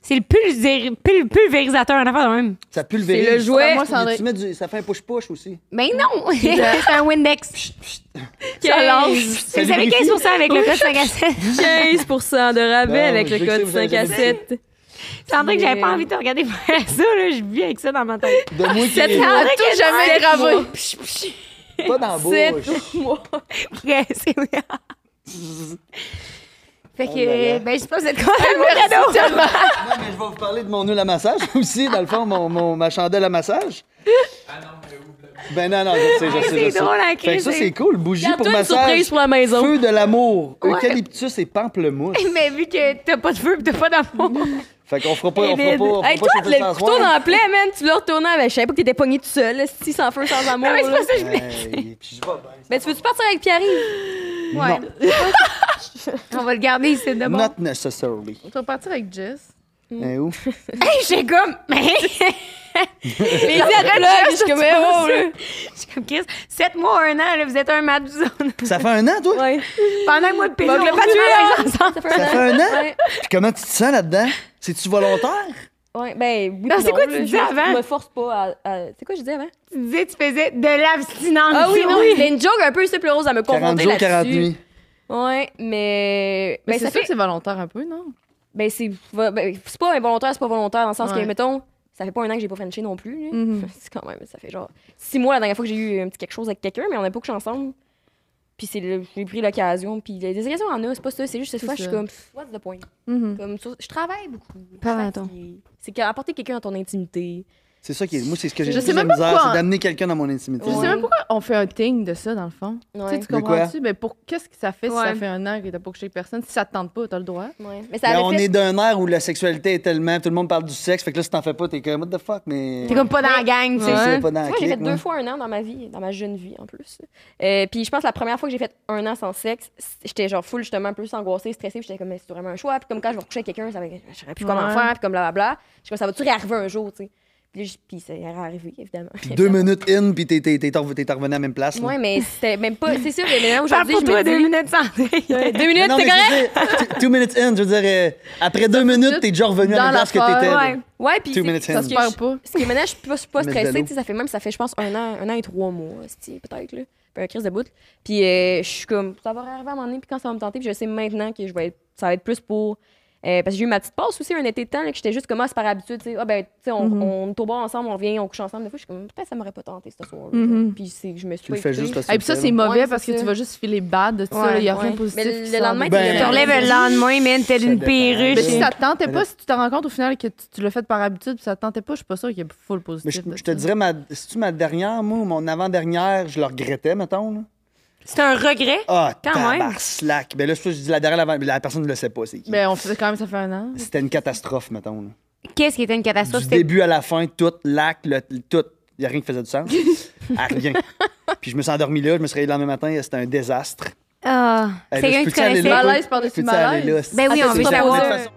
Speaker 3: C'est le pulvéri- pul- pulvérisateur, en affaire de même.
Speaker 5: Ça pulvérise.
Speaker 6: le jouet.
Speaker 4: Moi, ça en est-
Speaker 5: Tu mets du- ça fait un push-push aussi.
Speaker 3: Mais Ben non! c'est un Windex.
Speaker 6: Ça lance.
Speaker 3: Vous avez 15 avec le code 5 à 7.
Speaker 6: 15 de rabais
Speaker 5: Ben,
Speaker 6: avec
Speaker 5: je
Speaker 6: le
Speaker 5: sais que
Speaker 6: code
Speaker 5: vous
Speaker 6: 5 à
Speaker 5: avez-
Speaker 6: 7.
Speaker 3: C'est vrai que j'avais pas envie de te regarder faire ça, là. Je vis avec ça dans ma tête.
Speaker 5: De moi qui
Speaker 6: Sept
Speaker 5: est
Speaker 6: ans.
Speaker 4: À tout jamais gravé.
Speaker 5: pas dans la bouche.
Speaker 6: Sept mois.
Speaker 3: Ouais, c'est vrai. Fait
Speaker 5: Oh là
Speaker 3: que,
Speaker 5: là.
Speaker 3: ben, je pense que c'est quoi?
Speaker 4: Merci tellement.
Speaker 5: Non, mais je vais vous parler de mon huile à massage aussi, dans le fond, mon, mon- ma chandelle à massage. Ah Ben non, non, je sais, je sais, je
Speaker 3: c'est
Speaker 5: sais.
Speaker 3: drôle, hein,
Speaker 5: Fait que ça,
Speaker 3: Chris.
Speaker 5: c'est cool. Bougie pour
Speaker 6: Garde-toi une
Speaker 5: massage.
Speaker 6: surprise pour la maison.
Speaker 5: Feu de l'amour. Eucalyptus et pamplemousse.
Speaker 3: Mais vu que t'as pas de feu pis t'as pas d'amour.
Speaker 5: Fait qu'on fera pas, on fera
Speaker 3: Élide.
Speaker 5: pas, on fera
Speaker 6: Hey, toi,
Speaker 5: pas chauffer
Speaker 6: le
Speaker 5: sans
Speaker 6: couteau dans la plaie, man, tu l'as retourné avec. Je savais pas que t'étais pogné tout seul, là, si sans feu, sans amour.
Speaker 3: mais c'est
Speaker 6: là.
Speaker 3: pas ça que je voulais.
Speaker 5: Hey, puis je vais bien.
Speaker 6: Ben, tu veux-tu partir avec Pierre?
Speaker 5: Non,
Speaker 3: On va le garder ici de bon.
Speaker 5: not necessarily.
Speaker 4: Tu vas partir avec Jess.
Speaker 5: Hein, où?
Speaker 3: Hey, j'ai comme. Mais.
Speaker 6: Les dialogues, je suis comme, eh, oh, là.
Speaker 3: J'ai comme Chris. 7 mois, 1 an, là, vous êtes un mad zone.
Speaker 5: Ça fait un an, toi?
Speaker 6: Ouais.
Speaker 3: Pendant que moi, le pays.
Speaker 6: Bon,
Speaker 3: on
Speaker 6: le
Speaker 3: se
Speaker 6: Patreon.
Speaker 3: met ensemble.
Speaker 5: Ça fait un an?
Speaker 6: Ouais.
Speaker 5: Puis comment tu te sens là-dedans? C'est-tu volontaire?
Speaker 6: Ouais, ben, oui,
Speaker 3: Non,
Speaker 6: puis
Speaker 3: c'est quoi
Speaker 6: là,
Speaker 3: tu
Speaker 6: je
Speaker 3: disais
Speaker 6: me-
Speaker 3: avant?
Speaker 6: Je me force pas à. à- C'est quoi je disais avant?
Speaker 3: Tu disais, tu faisais de l'abstinence.
Speaker 6: Ah oui, non, c'était une joke un peu simple rose à me
Speaker 5: 40
Speaker 6: confronter
Speaker 5: jours, 40
Speaker 6: là-dessus.
Speaker 5: nuits.
Speaker 6: Ouais, mais.
Speaker 4: Mais
Speaker 6: Ben,
Speaker 4: c'est
Speaker 6: ça
Speaker 4: sûr que
Speaker 6: fait.
Speaker 4: c'est volontaire un peu, non?
Speaker 6: Ben, c'est ben, c'est pas involontaire, c'est pas volontaire, dans le sens
Speaker 4: Ouais.
Speaker 6: que, mettons, ça fait pas un an que j'ai pas Frenché non plus. là.
Speaker 4: Mhm.
Speaker 6: C'est quand même, ça fait genre six mois la dernière fois que j'ai eu un petit quelque chose avec quelqu'un, mais on n'a pas couché ensemble. Puis c'est le- j'ai pris l'occasion. Puis les occasions, on en a, c'est pas ça. C'est juste cette
Speaker 4: C'est
Speaker 6: fois, je suis
Speaker 4: ça.
Speaker 6: comme, pff, what's the point? Comme, sur- je travaille beaucoup.
Speaker 3: Pas
Speaker 6: Je suis fatiguée. C'est qu'apporter quelqu'un dans ton intimité.
Speaker 5: C'est ça qui est. Moi, c'est ce que j'ai
Speaker 4: Je
Speaker 5: le
Speaker 4: sais
Speaker 5: plus de
Speaker 4: même pas
Speaker 5: misère,
Speaker 4: pourquoi.
Speaker 5: c'est d'amener quelqu'un dans mon intimité.
Speaker 4: Je sais
Speaker 6: Ouais.
Speaker 4: même pourquoi on fait un thing de ça, dans le fond. Tu sais,
Speaker 6: Ouais.
Speaker 4: Tu
Speaker 5: De quoi?
Speaker 4: comprends-tu? Mais pour qu'est-ce que ça fait si
Speaker 3: Ouais.
Speaker 4: ça fait un an que t'as pas couché avec personne? Si ça te tente pas, t'as le droit.
Speaker 6: ouais. Mais ça
Speaker 5: Mais
Speaker 6: avait
Speaker 5: on
Speaker 6: fait-
Speaker 5: est d'un air où la sexualité est tellement. Tout le monde parle du sexe. Fait que là, si t'en fais pas, t'es comme, what the fuck, mais.
Speaker 3: T'es comme pas dans la gang, tu
Speaker 5: C'est ça,
Speaker 3: sais.
Speaker 5: pas dans la
Speaker 6: Moi, j'ai fait
Speaker 5: clique, moi.
Speaker 6: deux fois un an dans ma vie, dans ma jeune vie en plus. Euh, puis je pense que la première fois que j'ai fait un an sans sexe, c- j'étais genre full justement un peu angoissée, stressée. puis J'étais comme, mais c'est vraiment un choix. Puis comme quand je vais coucher avec quelqu'un, ça va- je saurais plus comment
Speaker 4: Ouais.
Speaker 6: faire. Puis comme blablabla. Je suis comme, ça va-tu réarriver un jour, tu sais. Puis, là, je- puis ça est arrivé, évidemment.
Speaker 5: Puis deux minutes in, puis t'es, t'es, t'es, t'es revenu à la même place. là.
Speaker 6: Ouais, mais c'était même pas. C'est sûr, mais maintenant
Speaker 3: Parle
Speaker 6: aujourd'hui,
Speaker 3: pour
Speaker 6: je
Speaker 3: toi
Speaker 6: me
Speaker 3: deux
Speaker 6: dis.
Speaker 3: minutes sans
Speaker 6: Deux minutes,
Speaker 5: Mais non,
Speaker 6: c'est
Speaker 5: mais
Speaker 6: correct?
Speaker 5: je veux dire, t- two minutes in, je veux dire, euh, après deux minutes, t'es déjà revenu à la même
Speaker 4: Dans
Speaker 5: place que
Speaker 4: l'affaire,
Speaker 5: t'étais. là.
Speaker 3: Ouais.
Speaker 6: Ouais, puis.
Speaker 5: Two
Speaker 6: c'est-
Speaker 5: minutes
Speaker 6: parce
Speaker 5: in.
Speaker 6: que
Speaker 4: Tu perds
Speaker 6: je-
Speaker 4: pas.
Speaker 6: Parce que maintenant, je suis pas, je suis pas
Speaker 5: Mais
Speaker 6: stressée.
Speaker 5: vélo.
Speaker 6: tu sais, Ça fait même, ça fait, je pense, un an, un an et trois mois, c'ti, peut-être, là. Puis un crise de bout. Puis euh, je suis comme, ça va arriver à un moment donné, puis quand ça va me tenter, puis je sais maintenant que je vais être, ça va être plus pour. euh, parce que j'ai eu ma petite passe aussi un été de temps, là, que j'étais juste comme, ah, c'est par habitude, tu sais, ah, ben, tu sais, on, on est au bar ensemble, on vient, on couche ensemble. Des fois, je suis comme, peut-être, ça m'aurait pas tenté ce soir.
Speaker 4: Mhm.
Speaker 6: Puis c'est que je me suis
Speaker 5: Tu
Speaker 6: pas
Speaker 5: le fais
Speaker 6: écoutée.
Speaker 5: juste parce que.
Speaker 4: Et puis ça,
Speaker 5: tu
Speaker 4: c'est
Speaker 5: le fais,
Speaker 4: mauvais
Speaker 6: Ouais,
Speaker 4: parce
Speaker 6: c'est
Speaker 4: que
Speaker 6: ça.
Speaker 4: tu vas juste filer bad de ça. Il n'y a
Speaker 6: Ouais,
Speaker 4: rien
Speaker 6: ouais.
Speaker 4: de positif.
Speaker 6: Mais
Speaker 4: qui
Speaker 6: le,
Speaker 4: sort
Speaker 6: le
Speaker 4: de
Speaker 6: lendemain,
Speaker 4: ça.
Speaker 5: Ben,
Speaker 6: tu
Speaker 3: Tu relèves le lendemain, man, t'es
Speaker 5: Ça
Speaker 3: une
Speaker 5: dépend.
Speaker 4: Mais
Speaker 3: perruche.
Speaker 4: si ça te tentait
Speaker 5: Mais
Speaker 4: pas,
Speaker 5: là-
Speaker 4: si tu te rends compte au final que tu, tu l'as fait par habitude, puis ça te tentait pas, je suis pas sûre qu'il y a full
Speaker 5: Mais
Speaker 4: positif.
Speaker 5: je,
Speaker 4: de
Speaker 5: je te
Speaker 4: ça.
Speaker 5: dirais, ma, c'est-tu ma dernière, moi, ou mon avant-dernière, je le regrettais, mettons. là?
Speaker 3: C'est un regret.
Speaker 5: Ah,
Speaker 3: Quand même.
Speaker 5: tabar slack. Ben là, ça, je dis la dernière, la, la personne ne le sait pas, c'est qui.
Speaker 4: Mais on faisait quand même, ça fait un an.
Speaker 5: C'était une catastrophe, mettons. là.
Speaker 3: Qu'est-ce qui était une catastrophe?
Speaker 5: du
Speaker 3: C'était-
Speaker 5: début à la fin, tout, l'acte, le, le- tout. Il n'y a rien qui faisait du sens. À rien. Puis je me suis endormi là, je me suis réveillé le lendemain matin, c'était un désastre.
Speaker 3: Ah,
Speaker 5: Eh,
Speaker 3: c'est
Speaker 5: là, je
Speaker 3: quelqu'un que
Speaker 5: peux-tu
Speaker 3: tu
Speaker 5: aller
Speaker 3: connaissais.
Speaker 5: là?
Speaker 4: Malaise par-dessus
Speaker 5: Peux-tu aller
Speaker 4: malaise.
Speaker 5: là?
Speaker 3: Ben oui,
Speaker 5: Ah,
Speaker 3: on
Speaker 5: c'est
Speaker 3: veut
Speaker 5: ça,
Speaker 3: savoir.
Speaker 5: de toute façon.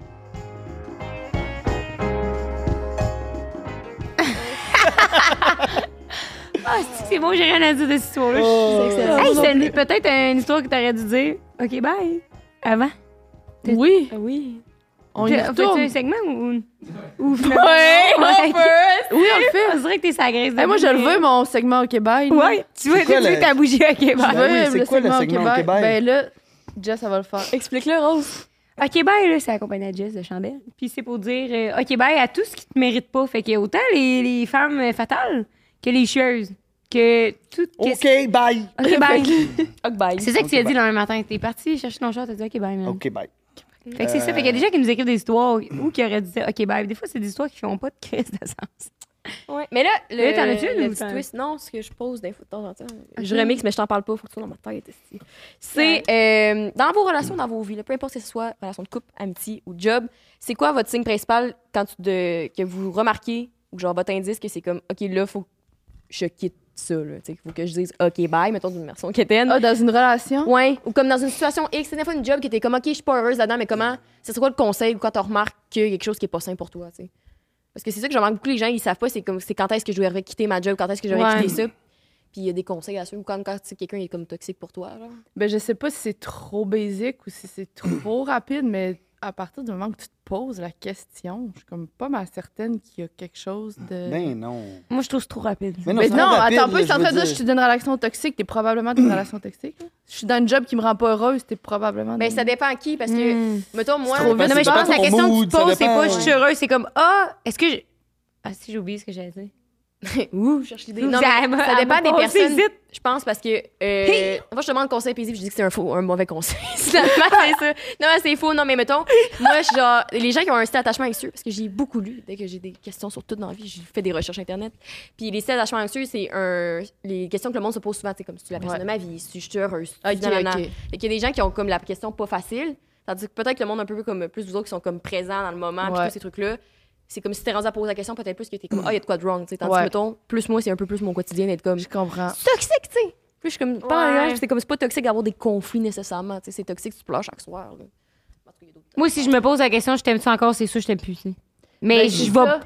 Speaker 3: Ah, c'est- c'est bon, j'ai rien à dire de cette histoire-là. Hey, c'est une- peut-être une histoire que t'aurais dû dire. OK, bye. Avant.
Speaker 4: Oui,
Speaker 6: Ah oui.
Speaker 4: on y
Speaker 3: fait
Speaker 4: retourne.
Speaker 3: un segment ou. Ou
Speaker 6: Ouais, on peut!
Speaker 3: Oui, on le fait. On dirait que t'es sa graisse. de
Speaker 4: Eh, moi, je le
Speaker 3: vie.
Speaker 4: veux, mon segment au Québec.
Speaker 3: Ouais, tu veux,
Speaker 5: C'est
Speaker 3: tu
Speaker 5: quoi,
Speaker 3: veux
Speaker 5: le-
Speaker 3: ta bougie à
Speaker 4: Je
Speaker 3: Québec.
Speaker 5: Ben oui,
Speaker 4: veux
Speaker 5: Ben c'est
Speaker 4: le
Speaker 5: quoi le
Speaker 4: segment au
Speaker 5: segment au
Speaker 4: Québec.
Speaker 5: Québec?
Speaker 4: Ben là, Jess, elle va le faire.
Speaker 6: Explique-le, Rose.
Speaker 3: OK, bye, là, c'est accompagné de Jess de Chandelle. Puis c'est pour dire euh, OK, bye à tout ce qui te mérite pas. Fait que autant les, les femmes euh, fatales que les chieuses. Que tout. que-
Speaker 5: OK, bye.
Speaker 3: OK, bye.
Speaker 6: Ok, bye.
Speaker 3: C'est ça que tu as
Speaker 5: Ok,
Speaker 3: dit le même matin. T'es parti chercher ton chat, t'as dit OK, bye, man.
Speaker 5: OK, bye.
Speaker 3: Fait que c'est ça. Fait qu'il
Speaker 5: Euh.
Speaker 3: y a des gens qui nous écrivent des histoires ou qui auraient dit OK, bye. Des fois, c'est des histoires qui font pas de crise de sens.
Speaker 6: Ouais. Mais là, le,
Speaker 3: Là, t'en as-tu
Speaker 6: le
Speaker 3: une ou
Speaker 6: petit
Speaker 3: t'en- Ah,
Speaker 6: twist, non, ce que je pose des fois de temps en temps. Je
Speaker 3: Ok.
Speaker 6: remixe, mais je t'en parle pas, faut que tu dans ma tête. esti. C'est euh, dans vos relations, dans vos vies, là, peu importe si ce soit relation de couple, amitié ou job, c'est quoi votre signe principal quand tu de, que vous remarquez ou genre votre indice que c'est comme OK, là, faut que je quitte ça, là. Tu sais, faut que je dise OK, bye, mettons d'une version quétaine.
Speaker 4: Ah, dans une relation?
Speaker 6: Ouais, ou comme dans une situation X, c'est des fois une job que t'es comme OK, je suis pas heureuse là-dedans, mais comment, c'est quoi le conseil ou quand t'en remarques qu'il y a quelque chose qui est pas sain pour toi, tu sais. Parce que c'est ça que je remarque beaucoup, les gens, ils savent pas, c'est comme c'est quand est-ce que je devrais quitter ma job, quand est-ce que j'aurais
Speaker 3: Ouais.
Speaker 6: quitter ça. Puis il y a des conseils à suivre, ou quand, quand tu sais, quelqu'un est comme toxique pour toi. Genre.
Speaker 4: Ben, je sais pas si c'est trop basique ou si c'est trop rapide, mais à partir du moment que tu te poses la question, je suis comme pas mal certaine qu'il y a quelque chose de.
Speaker 5: Ben non.
Speaker 7: Moi, je trouve c'est trop rapide.
Speaker 5: non,
Speaker 4: Mais
Speaker 5: c'est
Speaker 4: Ben non,
Speaker 5: trop rapide,
Speaker 4: attends un
Speaker 5: là,
Speaker 4: peu, c'est en
Speaker 5: veux
Speaker 4: train de dire,
Speaker 5: dire.
Speaker 4: je suis dans une relation toxique, t'es probablement dans une relation toxique. là. Je suis dans une job qui me rend pas heureuse, t'es probablement.
Speaker 6: Ben,
Speaker 4: dans-
Speaker 6: ça dépend à qui, parce que,
Speaker 7: Hmm.
Speaker 6: mettons, moi,
Speaker 5: trop vite,
Speaker 6: non,
Speaker 7: Non,
Speaker 6: mais
Speaker 7: mais je
Speaker 5: dépend
Speaker 7: pense que la
Speaker 5: Ben, ton
Speaker 7: question
Speaker 5: mood,
Speaker 7: que tu
Speaker 5: ça
Speaker 7: poses, c'est
Speaker 5: dépend,
Speaker 7: pas je suis
Speaker 5: ouais.
Speaker 7: heureuse, c'est comme Ah, est-ce que. j'ai- Ah, si, j'ai oublié ce que j'allais dire.
Speaker 6: Ouh, je cherche l'idée. Non, mais
Speaker 7: Ça m'a-
Speaker 6: ça
Speaker 7: elle
Speaker 6: dépend
Speaker 7: m'a
Speaker 6: des
Speaker 7: passé
Speaker 6: personnes.
Speaker 7: vite.
Speaker 6: Je pense parce que. Euh, Moi, je demande conseil paisible, je dis que c'est un faux, un mauvais conseil. Finalement, c'est ça. Non, mais c'est faux. Non, mais mettons, moi, je suis genre. Les gens qui ont un style attachement anxieux, parce que j'ai beaucoup lu, dès que j'ai des questions sur tout dans la vie, j'ai fait des recherches Internet. Puis les styles d'attachement anxieux, c'est un. Les questions que le monde se pose souvent, c'est comme si tu es la personne
Speaker 4: Ouais.
Speaker 6: de ma vie, si je suis heureuse. si-
Speaker 4: Ok,
Speaker 6: nanana.
Speaker 4: ok.
Speaker 6: Fait qu'il y a des gens qui ont comme la question pas facile, tandis que peut-être que le monde un peu comme plus vous autres qui sont comme présents dans le moment, puis
Speaker 4: Ouais. Mm.
Speaker 6: tous ces trucs-là. C'est comme si t'es rendu à poser la question, peut-être plus que t'es comme, ah, il y a de quoi de wrong, tu sais. Tandis que,
Speaker 4: Ouais.
Speaker 6: mettons, plus moi, c'est un peu plus mon quotidien d'être comme,
Speaker 4: Je comprends.
Speaker 6: c'est toxique, tu sais. Plus je suis comme, pas
Speaker 7: Ouais.
Speaker 6: un ange, c'est comme, c'est pas toxique d'avoir des conflits nécessairement, tu sais. C'est toxique, tu pleures chaque soir, là. En tout cas, il y a d'autres-
Speaker 7: Moi, si je me pose la question, je t'aime-tu encore, c'est sûr, je t'aime plus. tu sais. Mais
Speaker 6: Ben,
Speaker 7: je
Speaker 6: c'est
Speaker 7: vais.
Speaker 6: ça.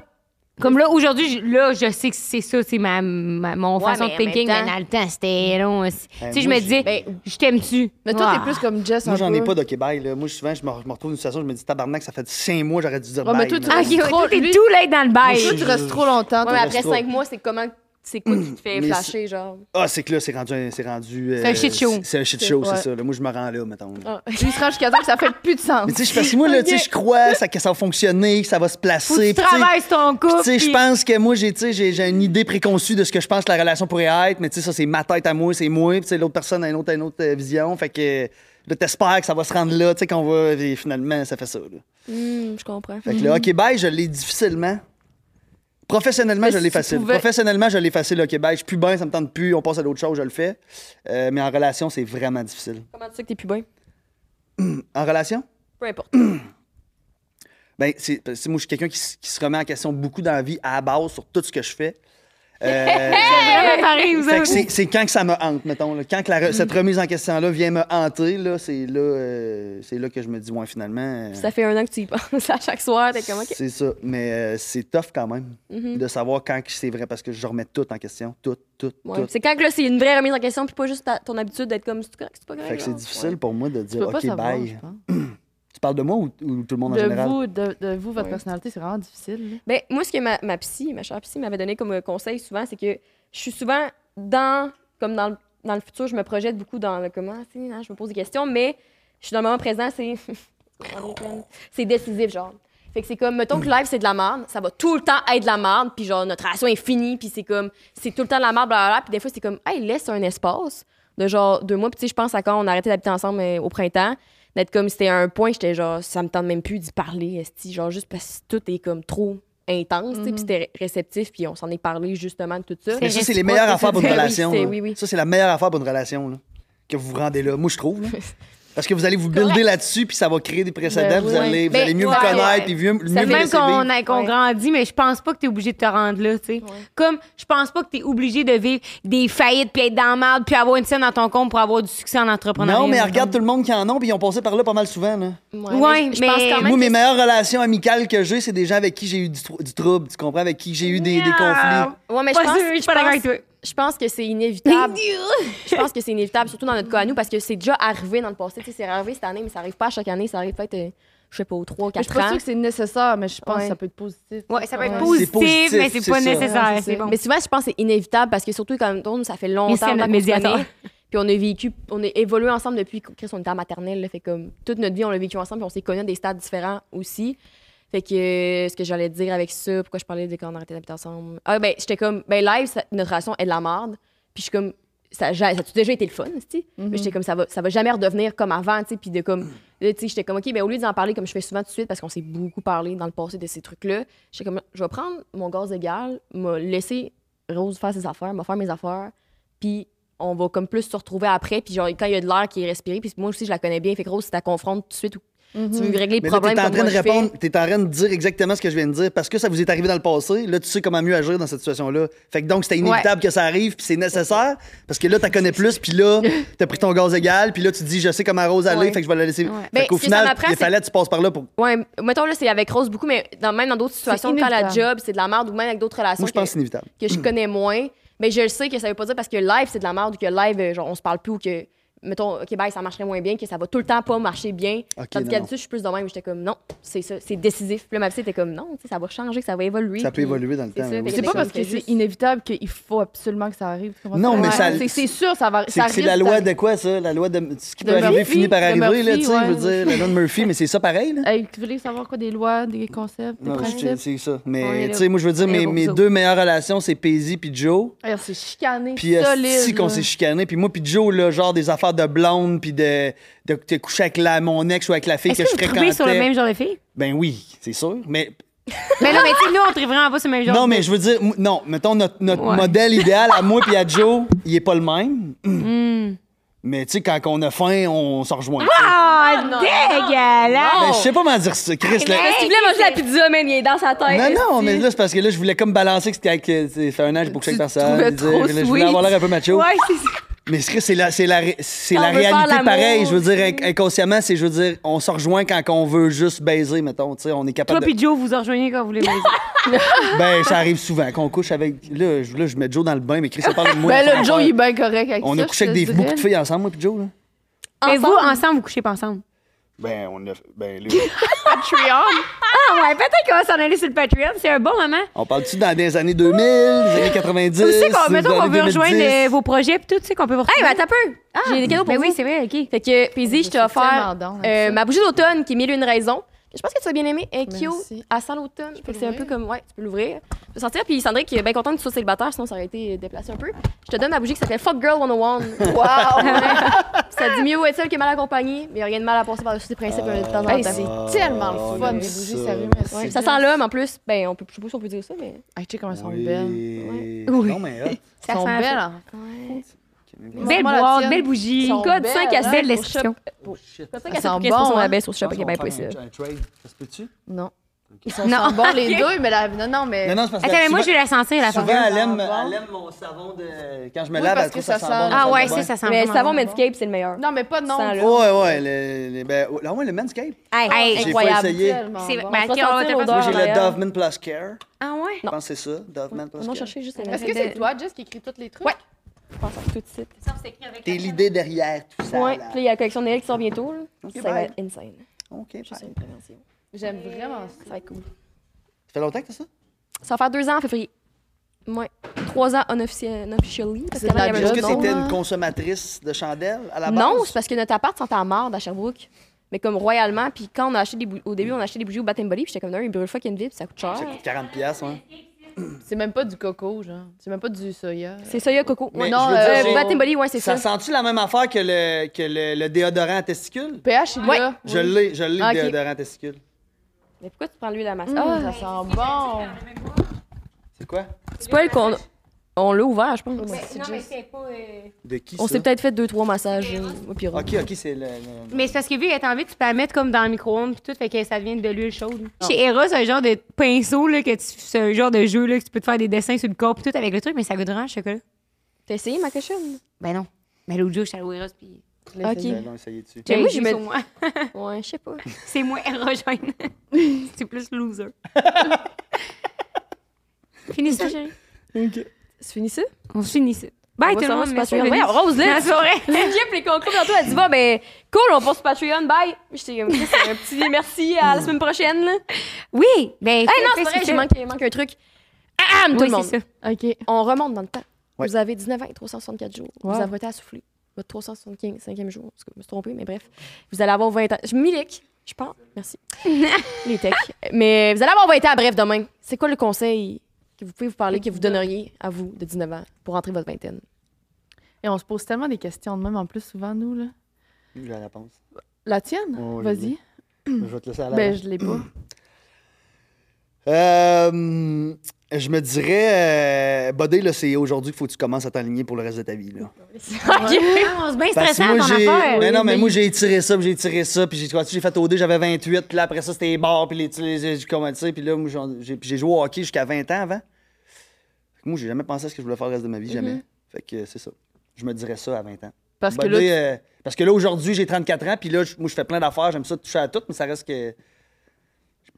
Speaker 7: Comme là, aujourd'hui, je- là, je sais que c'est ça, c'est ma, ma- mon
Speaker 6: Ouais,
Speaker 7: façon
Speaker 6: mais
Speaker 7: de
Speaker 6: en
Speaker 7: thinking,
Speaker 6: même temps-
Speaker 7: mais dans le temps, c'était long aussi.
Speaker 5: Ben,
Speaker 7: tu sais, je
Speaker 5: moi,
Speaker 7: me
Speaker 5: j'ai-
Speaker 7: dis, je t'aime-tu?
Speaker 4: Mais toi,
Speaker 7: Ah.
Speaker 4: t'es plus comme Jess.
Speaker 5: Moi,
Speaker 4: un
Speaker 5: j'en ai
Speaker 4: peu.
Speaker 5: pas d'ok-bye. là. Moi, souvent, je me, je me retrouve dans une situation, je me dis, tabarnak, ça fait cinq mois, j'aurais dû dire
Speaker 4: Ouais, mais
Speaker 5: bye.
Speaker 4: toi, tu
Speaker 5: là.
Speaker 7: Ah, ok, ouais,
Speaker 4: trop-
Speaker 7: toi, t'es
Speaker 4: lui-
Speaker 7: tout late dans le
Speaker 5: Moi,
Speaker 7: bail.
Speaker 4: Toi, tu restes trop longtemps.
Speaker 6: Ouais,
Speaker 4: toi.
Speaker 6: mais
Speaker 5: Reste
Speaker 6: après
Speaker 5: trop.
Speaker 6: cinq mois, c'est comment, c'est quoi qui te fait
Speaker 5: Mais
Speaker 6: flasher, genre.
Speaker 5: Ah, c'est que là, c'est rendu. un- C'est rendu, euh,
Speaker 7: C'est un shit show.
Speaker 5: c'est- C'est un shit show, c'est
Speaker 4: Ouais.
Speaker 5: ça. là. Moi, je me rends là, mettons.
Speaker 6: Ah,
Speaker 5: là.
Speaker 4: Tu te rends jusqu'à temps que ça fait plus de sens.
Speaker 5: Mais tu sais, je- parce que moi, là, tu sais, je crois ça- que ça va fonctionner, que ça va se
Speaker 7: Faut que
Speaker 5: placer.
Speaker 7: tu
Speaker 5: puis tu sais,
Speaker 7: travailles sur ton
Speaker 5: Puis,
Speaker 7: couple.
Speaker 5: tu sais, je
Speaker 7: puis-
Speaker 5: pense que moi, j'ai, tu sais, j'ai, j'ai une idée préconçue de ce que je pense que la relation pourrait être, mais tu sais, ça, c'est ma tête à moi, c'est moi, puis tu sais, l'autre personne a une autre, une autre euh, vision. Fait que là, t'espères que ça va se rendre là, tu sais, qu'on va. Et finalement, ça fait ça. là.
Speaker 6: Hum, je comprends.
Speaker 5: Fait que là, OK, bye, je l'ai difficilement. Professionnellement, je l'ai facile. Professionnellement, je l'ai facile. OK, bye, je suis plus bien, ça me tente plus, on passe à d'autres choses, je le fais. Euh, mais en relation, c'est vraiment difficile.
Speaker 6: Comment tu sais que t'es plus bien?
Speaker 5: En relation?
Speaker 6: Peu importe.
Speaker 5: Ben, c'est, parce que moi, je suis quelqu'un qui, s- qui se remet en question beaucoup dans la vie à la base sur tout ce que je fais. Euh,
Speaker 7: Vraiment pareil, vous
Speaker 5: Fait que
Speaker 7: autres.
Speaker 5: c'est- c'est quand que ça me hante, mettons. là. Quand que la re- cette remise en question-là vient me hanter, là, c'est là, euh, c'est là que je me dis, ouais, finalement. euh,
Speaker 6: Ça fait un an que tu y penses à chaque soir, t'es comme, OK.
Speaker 5: C'est ça. Mais euh, c'est tough quand même
Speaker 6: Mhm.
Speaker 5: de savoir quand que c'est vrai parce que je remets tout en question. Tout, tout,
Speaker 6: Ouais,
Speaker 5: tout.
Speaker 6: C'est quand que là, c'est une vraie remise en question, puis pas juste ta- ton habitude d'être comme, c'est correct, c'est pas correct.
Speaker 5: Fait que c'est
Speaker 6: genre.
Speaker 5: difficile
Speaker 6: Ouais.
Speaker 5: pour moi de
Speaker 4: Tu
Speaker 5: dire,
Speaker 4: peux pas
Speaker 5: OK,
Speaker 4: savoir,
Speaker 5: bye.
Speaker 4: je pense.
Speaker 5: Tu parles de moi ou, ou tout le monde en
Speaker 4: De
Speaker 5: général?
Speaker 4: vous, de, de vous, votre
Speaker 6: Ouais.
Speaker 4: personnalité, c'est vraiment difficile. là.
Speaker 6: Ben, moi, ce que ma, ma psy, ma chère psy, m'avait donné comme euh, conseil souvent, c'est que je suis souvent dans, comme dans le, dans le futur, je me projette beaucoup dans le comment, tu sais, hein, je me pose des questions, mais je suis dans le moment présent, c'est. On est pleine. c'est décisif, genre. Fait que c'est comme, mettons que live, c'est de la merde, ça va tout le temps être de la merde, puis genre, notre relation est finie, puis c'est comme, c'est tout le temps de la merde, blablabla, puis des fois, c'est comme, hey, laisse un espace de genre deux mois, puis tu sais, je pense à quand on a arrêté d'habiter ensemble euh, au printemps, d'être comme, c'était un point, j'étais genre, ça me tente même plus d'y parler, esti, genre, juste parce que tout est comme trop intense, tu sais, puis c'était ré- réceptif, puis on s'en est parlé justement de tout ça.
Speaker 5: Mais
Speaker 7: C'est
Speaker 5: ça, c'est les
Speaker 7: réciproque,
Speaker 5: meilleures
Speaker 7: ça,
Speaker 5: affaires pour une
Speaker 6: c'est- oui,
Speaker 5: relation.
Speaker 6: c'est-
Speaker 5: là.
Speaker 6: oui, oui.
Speaker 5: Ça, c'est la meilleure affaire pour une relation là, que vous vous rendez là. Moi, je trouve. là. Parce que vous allez vous builder là-dessus, puis ça va créer des précédents.
Speaker 4: Ben
Speaker 5: vous,
Speaker 4: oui.
Speaker 5: allez, vous
Speaker 7: Ben,
Speaker 5: allez mieux
Speaker 7: ouais,
Speaker 5: vous connaître,
Speaker 7: ouais.
Speaker 5: puis mieux, mieux
Speaker 7: C'est
Speaker 5: vous
Speaker 7: même
Speaker 5: laisser
Speaker 7: qu'on
Speaker 5: vivre.
Speaker 7: a- qu'on
Speaker 6: Ouais.
Speaker 7: grandit, mais je pense pas que t'es obligé de te rendre là, tu sais. Comme, je pense pas que t'es obligé de vivre des faillites, puis être dans la merde, puis avoir une scène dans ton compte pour avoir du succès en entrepreneuriat.
Speaker 5: Non, mais
Speaker 6: hein.
Speaker 5: regarde tout le monde qui en ont, puis ils ont passé par là pas mal souvent. Là.
Speaker 7: Ouais,
Speaker 6: je- je pense
Speaker 7: mais-
Speaker 6: quand même
Speaker 5: Moi,
Speaker 6: que
Speaker 5: mes meilleures relations amicales que j'ai, c'est des gens avec qui j'ai eu du, trou- du trouble, tu comprends, avec qui j'ai eu des, des conflits.
Speaker 6: Ouais, mais je
Speaker 7: Pas
Speaker 6: pense,
Speaker 7: sûr, je suis pas d'accord avec toi.
Speaker 6: je pense que c'est inévitable. je pense que c'est inévitable, surtout dans notre cas à nous, parce que c'est déjà arrivé dans le passé. Tu sais, c'est arrivé cette année, mais ça arrive pas à chaque année. Ça arrive peut-être, euh, je sais pas, aux 3,
Speaker 4: Je suis
Speaker 6: 4
Speaker 4: pas
Speaker 6: ans.
Speaker 4: sûre que c'est nécessaire, mais je pense
Speaker 6: Ouais.
Speaker 4: que ça peut être positif.
Speaker 7: Ouais, ça peut être
Speaker 4: Ouais.
Speaker 7: positif,
Speaker 5: C'est positif,
Speaker 7: mais c'est
Speaker 5: c'est
Speaker 7: pas
Speaker 5: ça.
Speaker 7: nécessaire.
Speaker 4: Ouais,
Speaker 7: C'est bon.
Speaker 6: Mais souvent, je pense que c'est inévitable parce que surtout quand on ça fait
Speaker 7: Merci à
Speaker 6: longtemps
Speaker 7: notre
Speaker 6: qu'on se
Speaker 7: médiateur.
Speaker 6: connaît, Puis on a vécu, on a évolué ensemble depuis qu'on Chris, on était en maternelle. là, fait comme toute notre vie, on l'a vécu ensemble, puis on s'est connus à des stades différents aussi. Fait que euh, ce que j'allais dire avec ça, pourquoi je parlais de quand on arrêtait d'habiter ensemble. Ah ben j'étais comme ben live, ça- notre relation est de la merde. Puis je suis comme ça, ja- ça a déjà été le fun, tu Mais j'étais comme ça va, ça va jamais redevenir comme avant, tu sais. Puis de comme là, tu sais, j'étais comme ok, ben au lieu d'en parler comme je fais souvent tout de suite parce qu'on s'est beaucoup parlé dans le passé de ces trucs-là, j'étais comme je vais prendre mon gaz égal, m'a laissé Rose faire ses affaires, m'a faire mes affaires, puis on va comme plus se retrouver après, puis genre quand il y a de l'air qui est respiré, puis moi aussi je la connais bien, fait que Rose, si tu la confrontes tout de suite ou tu veux régler
Speaker 5: Mais là,
Speaker 6: le
Speaker 5: t'es
Speaker 6: problème
Speaker 5: en
Speaker 6: comme
Speaker 5: train
Speaker 6: moi,
Speaker 5: de
Speaker 6: je fais,
Speaker 5: répondre, t'es en train de dire exactement ce que je viens de dire, parce que ça vous est arrivé dans le passé, là, tu sais comment mieux agir dans cette situation-là. Fait que donc, c'était inévitable que ça arrive, puis c'est nécessaire, parce que là, t'en connais plus, puis là, t'as pris ton gaz égal, puis là, tu te dis, je sais comment Rose aller,
Speaker 6: Ouais.
Speaker 5: fait que je vais la laisser.
Speaker 6: Ben,
Speaker 5: Fait qu'au
Speaker 6: ce que ça
Speaker 5: final,
Speaker 6: m'apprend,
Speaker 5: il
Speaker 6: c'est-
Speaker 5: fallait que tu passes par là pour.
Speaker 6: Ouais, mettons là, c'est avec Rose beaucoup, mais dans, même dans d'autres situations, quand la
Speaker 4: inévitable.
Speaker 6: job, c'est de la merde, ou même avec d'autres relations
Speaker 5: Moi, je pense que c'est
Speaker 6: que,
Speaker 5: inévitable.
Speaker 6: que je connais moins, mais je le sais que ça veut pas dire parce que live, c'est de la merde, ou que live, euh, genre, on se parle plus, ou que. mettons, OK, bye, ça marcherait moins bien, que ça va tout le temps pas marcher bien.
Speaker 5: Ok,
Speaker 6: Tandis
Speaker 5: non,
Speaker 6: qu'à
Speaker 5: non.
Speaker 6: dessus je suis plus de même. J'étais comme, non, c'est ça, c'est décisif. Puis là, ma psy était comme, non, tu sais, ça va changer, ça va évoluer.
Speaker 5: Ça peut
Speaker 6: puis-
Speaker 5: évoluer dans le
Speaker 6: c'est
Speaker 5: temps. oui,
Speaker 6: ça, fait
Speaker 5: oui.
Speaker 6: que
Speaker 4: C'est pas
Speaker 6: Fait
Speaker 4: parce
Speaker 6: que
Speaker 4: que c'est
Speaker 6: juste-
Speaker 4: inévitable qu'il faut absolument que ça arrive. tu comprends
Speaker 5: Non,
Speaker 4: ça?
Speaker 5: mais ça-
Speaker 4: C'est c'est sûr, ça va.
Speaker 5: C'est
Speaker 4: ça
Speaker 5: c'est
Speaker 4: risque
Speaker 5: la loi
Speaker 4: d'arriver.
Speaker 5: de quoi, ça? La loi de. Ce qui
Speaker 4: De
Speaker 5: peut arriver
Speaker 4: Murphy,
Speaker 5: finit par
Speaker 4: de
Speaker 5: arriver, là,
Speaker 4: Murphy,
Speaker 5: tu sais, je veux
Speaker 4: ouais.
Speaker 5: dire, la loi de Murphy, mais c'est ça pareil, là.
Speaker 4: Hey, tu voulais savoir quoi des lois, des concepts, des
Speaker 5: Ouais, c'est-
Speaker 4: principes?
Speaker 5: c'est ça.
Speaker 6: On est
Speaker 5: Mais,
Speaker 6: là.
Speaker 5: tu sais, moi, je veux dire,
Speaker 6: On est
Speaker 5: mes,
Speaker 6: là pour
Speaker 5: mes
Speaker 6: ça.
Speaker 5: deux meilleures relations, c'est Paisy puis Joe.
Speaker 4: Hey, on s'est chicané.
Speaker 5: Puis, euh,
Speaker 4: solide,
Speaker 5: si qu'on
Speaker 4: là.
Speaker 5: s'est chicané. Puis, moi, puis Joe, là, genre, des affaires de blonde, puis de, de, de coucher avec la, mon ex ou avec la fille
Speaker 7: Est-ce
Speaker 5: que
Speaker 7: que
Speaker 5: je
Speaker 7: vous
Speaker 5: fréquentais.
Speaker 7: tripez sur le même genre de fille?
Speaker 5: Ben oui, c'est sûr. Mais
Speaker 7: Mais non, mais tu sais, nous, on tripe vraiment pas sur le même genre
Speaker 5: non,
Speaker 7: de
Speaker 5: mais je veux dire, mou- non, mettons notre, notre
Speaker 7: Ouais.
Speaker 5: modèle idéal à moi puis à Joe, il est pas le même. Mais tu sais, quand on a faim, on s'en rejoint.
Speaker 7: Ah, dégueulasse!
Speaker 5: Ben, je sais pas comment dire ça, Chris. là.
Speaker 6: Parce qu'il voulait manger la pizza, man, il est dans sa tête.
Speaker 5: Non, non, mais
Speaker 6: esti.
Speaker 5: là, c'est parce que là, je voulais comme balancer que c'était avec. euh, tu sais, fait un an, j'ai beaucoup avec personne.
Speaker 4: trouvais
Speaker 5: puis dire,
Speaker 4: trop
Speaker 5: là, je
Speaker 4: sweet.
Speaker 5: voulais avoir l'air un peu macho.
Speaker 7: Ouais, c'est ça.
Speaker 5: Mais c'est que c'est la, c'est la, ré- c'est
Speaker 6: Quand
Speaker 5: la
Speaker 6: on veut faire
Speaker 5: réalité
Speaker 6: l'amour
Speaker 5: pareille. Je veux dire,
Speaker 6: aussi.
Speaker 5: inc- inconsciemment, c'est, je veux dire, on se rejoint quand on veut juste baiser, mettons. Tu sais, on est
Speaker 7: Toi
Speaker 5: capable de.
Speaker 7: puis Joe, vous vous rejoignez quand vous voulez baiser.
Speaker 5: Ben, ça arrive souvent qu'on couche avec. Là, je, là, je mets Joe dans le bain, mais Chris, ça parle de moi.
Speaker 4: Ben
Speaker 5: on
Speaker 4: là,
Speaker 5: fait
Speaker 4: Joe, il
Speaker 5: affaire.
Speaker 4: est bien correct avec
Speaker 5: On
Speaker 4: ça.
Speaker 5: a couché
Speaker 4: je
Speaker 5: avec
Speaker 4: te
Speaker 5: des, beaucoup
Speaker 4: dirais.
Speaker 5: de filles ensemble, moi, puis Joe, là.
Speaker 7: Mais vous,
Speaker 6: Ensemble.
Speaker 7: ensemble, vous couchez pas ensemble.
Speaker 5: Ben, on a. Ben, là.
Speaker 7: Ah ouais, peut-être qu'on va s'en aller sur le Patreon. C'est un bon moment.
Speaker 5: On parle-tu dans les années 2000, les années 90?
Speaker 7: Tu sais qu'on
Speaker 5: les
Speaker 7: mettons qu'on
Speaker 5: années
Speaker 7: veut rejoindre
Speaker 5: 2010?
Speaker 7: euh, vos projets pis tout, tu sais qu'on peut vous
Speaker 6: Hey,
Speaker 7: retrouver.
Speaker 6: ben, t'as peu. J'ai des cadeaux pour
Speaker 7: Ben
Speaker 6: vous.
Speaker 7: oui, c'est vrai, OK.
Speaker 6: Fait que, Paisy, je
Speaker 4: suis
Speaker 6: t'ai offert
Speaker 4: tellement down avec
Speaker 6: euh,
Speaker 4: ça.
Speaker 6: ma bougie d'automne qui est mille et une raisons. Je pense que tu vas bien aimer. Elle est cute,
Speaker 4: Merci.
Speaker 6: à sent l'automne. Fait que C'est un peu
Speaker 4: l'ouvrir?
Speaker 6: comme, ouais, tu peux l'ouvrir. Tu peux sortir. Puis Sandrine qui est bien contente que tu sois célibataire, sinon ça aurait été déplacé un peu. Je te donne ma bougie qui s'appelle Fuck Girl 101. Wow! ça dit mieux être seule que mal accompagnée, mais il n'y a rien de mal à passer par-dessus les principes euh, de temps en temps.
Speaker 4: Hey, c'est tellement le
Speaker 5: on
Speaker 4: fun,
Speaker 5: aime
Speaker 4: des bougies,
Speaker 5: Ah, ça.
Speaker 4: sérieux, merci.
Speaker 6: Ouais, Ça sent l'homme en plus. Ben, on peut, je sais pas si on peut dire ça, mais.
Speaker 4: Hey, tu sais comment elles sont
Speaker 5: Oui.
Speaker 4: belles.
Speaker 7: Oui.
Speaker 5: Non, mais hop.
Speaker 4: Elles sont
Speaker 7: sent-
Speaker 4: belles. hein.
Speaker 7: Belle
Speaker 4: Montre-moi la
Speaker 7: boîte,
Speaker 4: tienne.
Speaker 7: belle bougie.
Speaker 4: Sont
Speaker 7: Code
Speaker 4: belles,
Speaker 7: 5 à
Speaker 4: hein?
Speaker 7: 7. Belle description.
Speaker 5: Oh, shit.
Speaker 6: C'est pour ça
Speaker 4: Ça sent
Speaker 6: qu'elle s'est
Speaker 4: bon,
Speaker 6: bon,
Speaker 4: hein?
Speaker 6: la baisse au
Speaker 5: Je
Speaker 6: shop
Speaker 5: pense
Speaker 6: au
Speaker 5: qu'on
Speaker 6: Québec
Speaker 5: va faire
Speaker 6: possible.
Speaker 5: un- un trade. Ça se peut-tu?
Speaker 4: Non. Ils sont, sont bons les deux, mais la... non, non, mais.
Speaker 5: Non, non, c'est parce que
Speaker 7: Attends, mais moi, je vais la sentir, la
Speaker 5: souvent,
Speaker 7: faveur.
Speaker 5: elle aime,
Speaker 4: Avant.
Speaker 5: elle aime mon savon de. Quand je me
Speaker 4: Oui,
Speaker 5: lave,
Speaker 4: parce
Speaker 5: elle trouve
Speaker 4: que
Speaker 5: ça,
Speaker 4: ça
Speaker 5: sent bon.
Speaker 4: sent-
Speaker 7: Ah ouais,
Speaker 5: bon.
Speaker 7: c'est ça sent
Speaker 6: Mais le
Speaker 7: vraiment
Speaker 6: savon
Speaker 7: bon.
Speaker 6: Medscape, c'est le meilleur.
Speaker 4: Non, mais pas de nom.
Speaker 6: Ça, là.
Speaker 5: Ouais, ouais. Le, le, ben, ouais, ouais, le Manscaped.
Speaker 6: Hey,
Speaker 7: Ah,
Speaker 5: J'ai pas
Speaker 6: incroyable.
Speaker 5: essayé.
Speaker 4: Tellement
Speaker 7: C'est
Speaker 4: bon.
Speaker 7: ben,
Speaker 6: On
Speaker 7: OK,
Speaker 6: va
Speaker 7: on va te
Speaker 6: sentir
Speaker 7: faire
Speaker 5: Moi,
Speaker 6: l'odeur.
Speaker 5: j'ai
Speaker 6: Ah,
Speaker 5: le
Speaker 6: d'ailleurs.
Speaker 5: Doveman Plus Care.
Speaker 7: Ah ouais?
Speaker 5: Je pense que c'est ça. Doveman Plus
Speaker 6: On va
Speaker 5: Care.
Speaker 6: chercher juste
Speaker 4: Est-ce que c'est toi, Jess, qui écris toutes les trucs?
Speaker 6: Ouais. Je pense à tout de suite.
Speaker 5: T'es l'idée derrière tout ça.
Speaker 6: Ouais,
Speaker 5: là.
Speaker 6: puis là, il y a la collection de Noël qui sort bientôt. là.
Speaker 5: Ok,
Speaker 6: ça va
Speaker 5: bye.
Speaker 6: être insane.
Speaker 5: OK, bye.
Speaker 6: Juste
Speaker 5: Ça
Speaker 6: une prévention.
Speaker 4: J'aime vraiment ça.
Speaker 6: Ça va être cool.
Speaker 5: fait longtemps que t'as ça?
Speaker 6: Ça va faire deux ans en février. Ouais. Trois ans unoffici- unofficially. Parce
Speaker 4: C'est
Speaker 6: qu'avant, il y
Speaker 4: de la
Speaker 6: avait
Speaker 5: Est-ce
Speaker 6: un
Speaker 5: que
Speaker 4: job,
Speaker 6: autre
Speaker 5: t'étais
Speaker 6: nom,
Speaker 5: une
Speaker 6: là.
Speaker 5: consommatrice de chandelles à la base?
Speaker 6: ben, Non, c'est parce que notre appart sentait à marde à Sherbrooke. Mais comme royalement. Puis quand on a acheté des bou- au début, on a acheté des bougies au Bat Body. Puis j'étais comme, non, il brûle fucking vite. Puis ça coûte cher.
Speaker 5: Ça coûte 40 piastres, ouais.
Speaker 4: C'est même pas du coco, genre. C'est même pas du soya.
Speaker 6: C'est ça, il y a Coco.
Speaker 5: Mais
Speaker 6: Ouais.
Speaker 4: non,
Speaker 5: je veux dire,
Speaker 4: euh,
Speaker 5: j'ai-
Speaker 6: Euh, Bat Body, ouais, c'est ça.
Speaker 5: Ça sent-tu la même affaire que le, que le, le déodorant à testicules?
Speaker 4: pH, il
Speaker 6: Ouais.
Speaker 4: là.
Speaker 5: Je l'ai, je l'ai,
Speaker 4: Ah, ok.
Speaker 5: le déodorant à testicules.
Speaker 6: Mais pourquoi tu prends lui la masse?
Speaker 4: Ah, ça sent bon.
Speaker 5: C'est quoi?
Speaker 6: C'est pas elle qu'on. On l'a ouvert, je pense.
Speaker 1: Non, mais c'est pas. euh,
Speaker 5: De qui,
Speaker 6: On
Speaker 5: ça?
Speaker 6: s'est peut-être fait deux, trois massages. euh, au pire.
Speaker 5: OK, OK, c'est le... le-
Speaker 7: Mais c'est parce que vu qu'elle est en vie, tu peux la mettre comme dans le micro-ondes pis tout, fait que ça devient de l'huile chaude. Chez Hera, c'est un genre de pinceau, là, que tu- c'est un genre de jeu, là, que tu peux te faire des dessins sur le corps pis tout avec le truc, mais ça goûte vraiment le chocolat.
Speaker 6: T'as essayé ma cochonne?
Speaker 7: Ben non. Mais l'autre jour, je suis allée au Eros pis.
Speaker 5: le-
Speaker 6: Ok.
Speaker 5: Non, essayez-tu.
Speaker 6: Mais moi, je
Speaker 7: mets.
Speaker 6: me- Ouais, je sais pas.
Speaker 7: C'est moi, érogène. c'est plus loser. Finis ça, chérie.
Speaker 6: C'est fini ça?
Speaker 7: On se finit ça. Bye,
Speaker 6: On va
Speaker 7: tout le monde.
Speaker 6: savoir sur
Speaker 7: merci,
Speaker 6: Patreon.
Speaker 7: Denis.
Speaker 6: Voyons, Rose, là.
Speaker 7: Bonne soirée.
Speaker 6: Jeff, les conclure dans toi, elle dit, va, ben, cool, on passe sur Patreon, bye. J'étais comme, Chris, un petit merci à la semaine prochaine, là.
Speaker 7: Oui, ben.
Speaker 6: Hey, non,
Speaker 7: fais ce
Speaker 6: c'est vrai,
Speaker 7: que
Speaker 6: je
Speaker 7: tu
Speaker 6: manque, il manque un truc. Ah, ah, tout
Speaker 7: Oui,
Speaker 6: le monde.
Speaker 7: c'est ça.
Speaker 4: OK.
Speaker 6: On remonte dans le temps.
Speaker 5: Ouais.
Speaker 6: Vous avez 19 ans et 364 jours.
Speaker 4: Wow.
Speaker 6: Vous avez été à souffler. Votre 375, cinquième jour. Parce que je me suis trompée, mais bref. Vous allez avoir 20 ans. Je milique, je pense. Merci. Les techs. Mais vous allez avoir 20 ans, bref, demain. C'est quoi le conseil que vous pouvez vous parler, que vous donneriez à vous de 19 ans pour entrer votre vingtaine?
Speaker 4: Et on se pose tellement des questions de même en plus souvent, nous, là.
Speaker 5: J'ai la réponse.
Speaker 4: La tienne?
Speaker 5: Oh, je
Speaker 4: Vas-y.
Speaker 5: Je vais te laisser à la
Speaker 4: Ben, je l'ai pas.
Speaker 5: Euh, je me dirais, euh, Buddy, là, c'est aujourd'hui qu'il faut que tu commences à t'aligner pour le reste de ta vie. Là.
Speaker 7: Ah, C'est bien stressant, ton
Speaker 5: j'ai.
Speaker 7: affaire.
Speaker 5: Ben non, mais moi, j'ai tiré ça, puis j'ai tiré ça, puis j'ai tu vois, j'ai fait OD, j'avais 28, puis là, après ça, c'était les bars, puis les. tu sais, J'ai commencé, puis là, moi, j'en- j'ai puis j'ai joué au hockey jusqu'à 20 ans avant. Fait que moi, j'ai jamais pensé à ce que je voulais faire le reste de ma vie, jamais. Fait que euh, c'est ça. Je me dirais ça à 20 ans.
Speaker 4: Mm-hmm. Parce que
Speaker 5: Buddy,
Speaker 4: là,
Speaker 5: euh, parce que là, aujourd'hui, j'ai 34 ans, puis là, je- moi, je fais plein d'affaires, j'aime ça toucher à tout, mais ça reste que.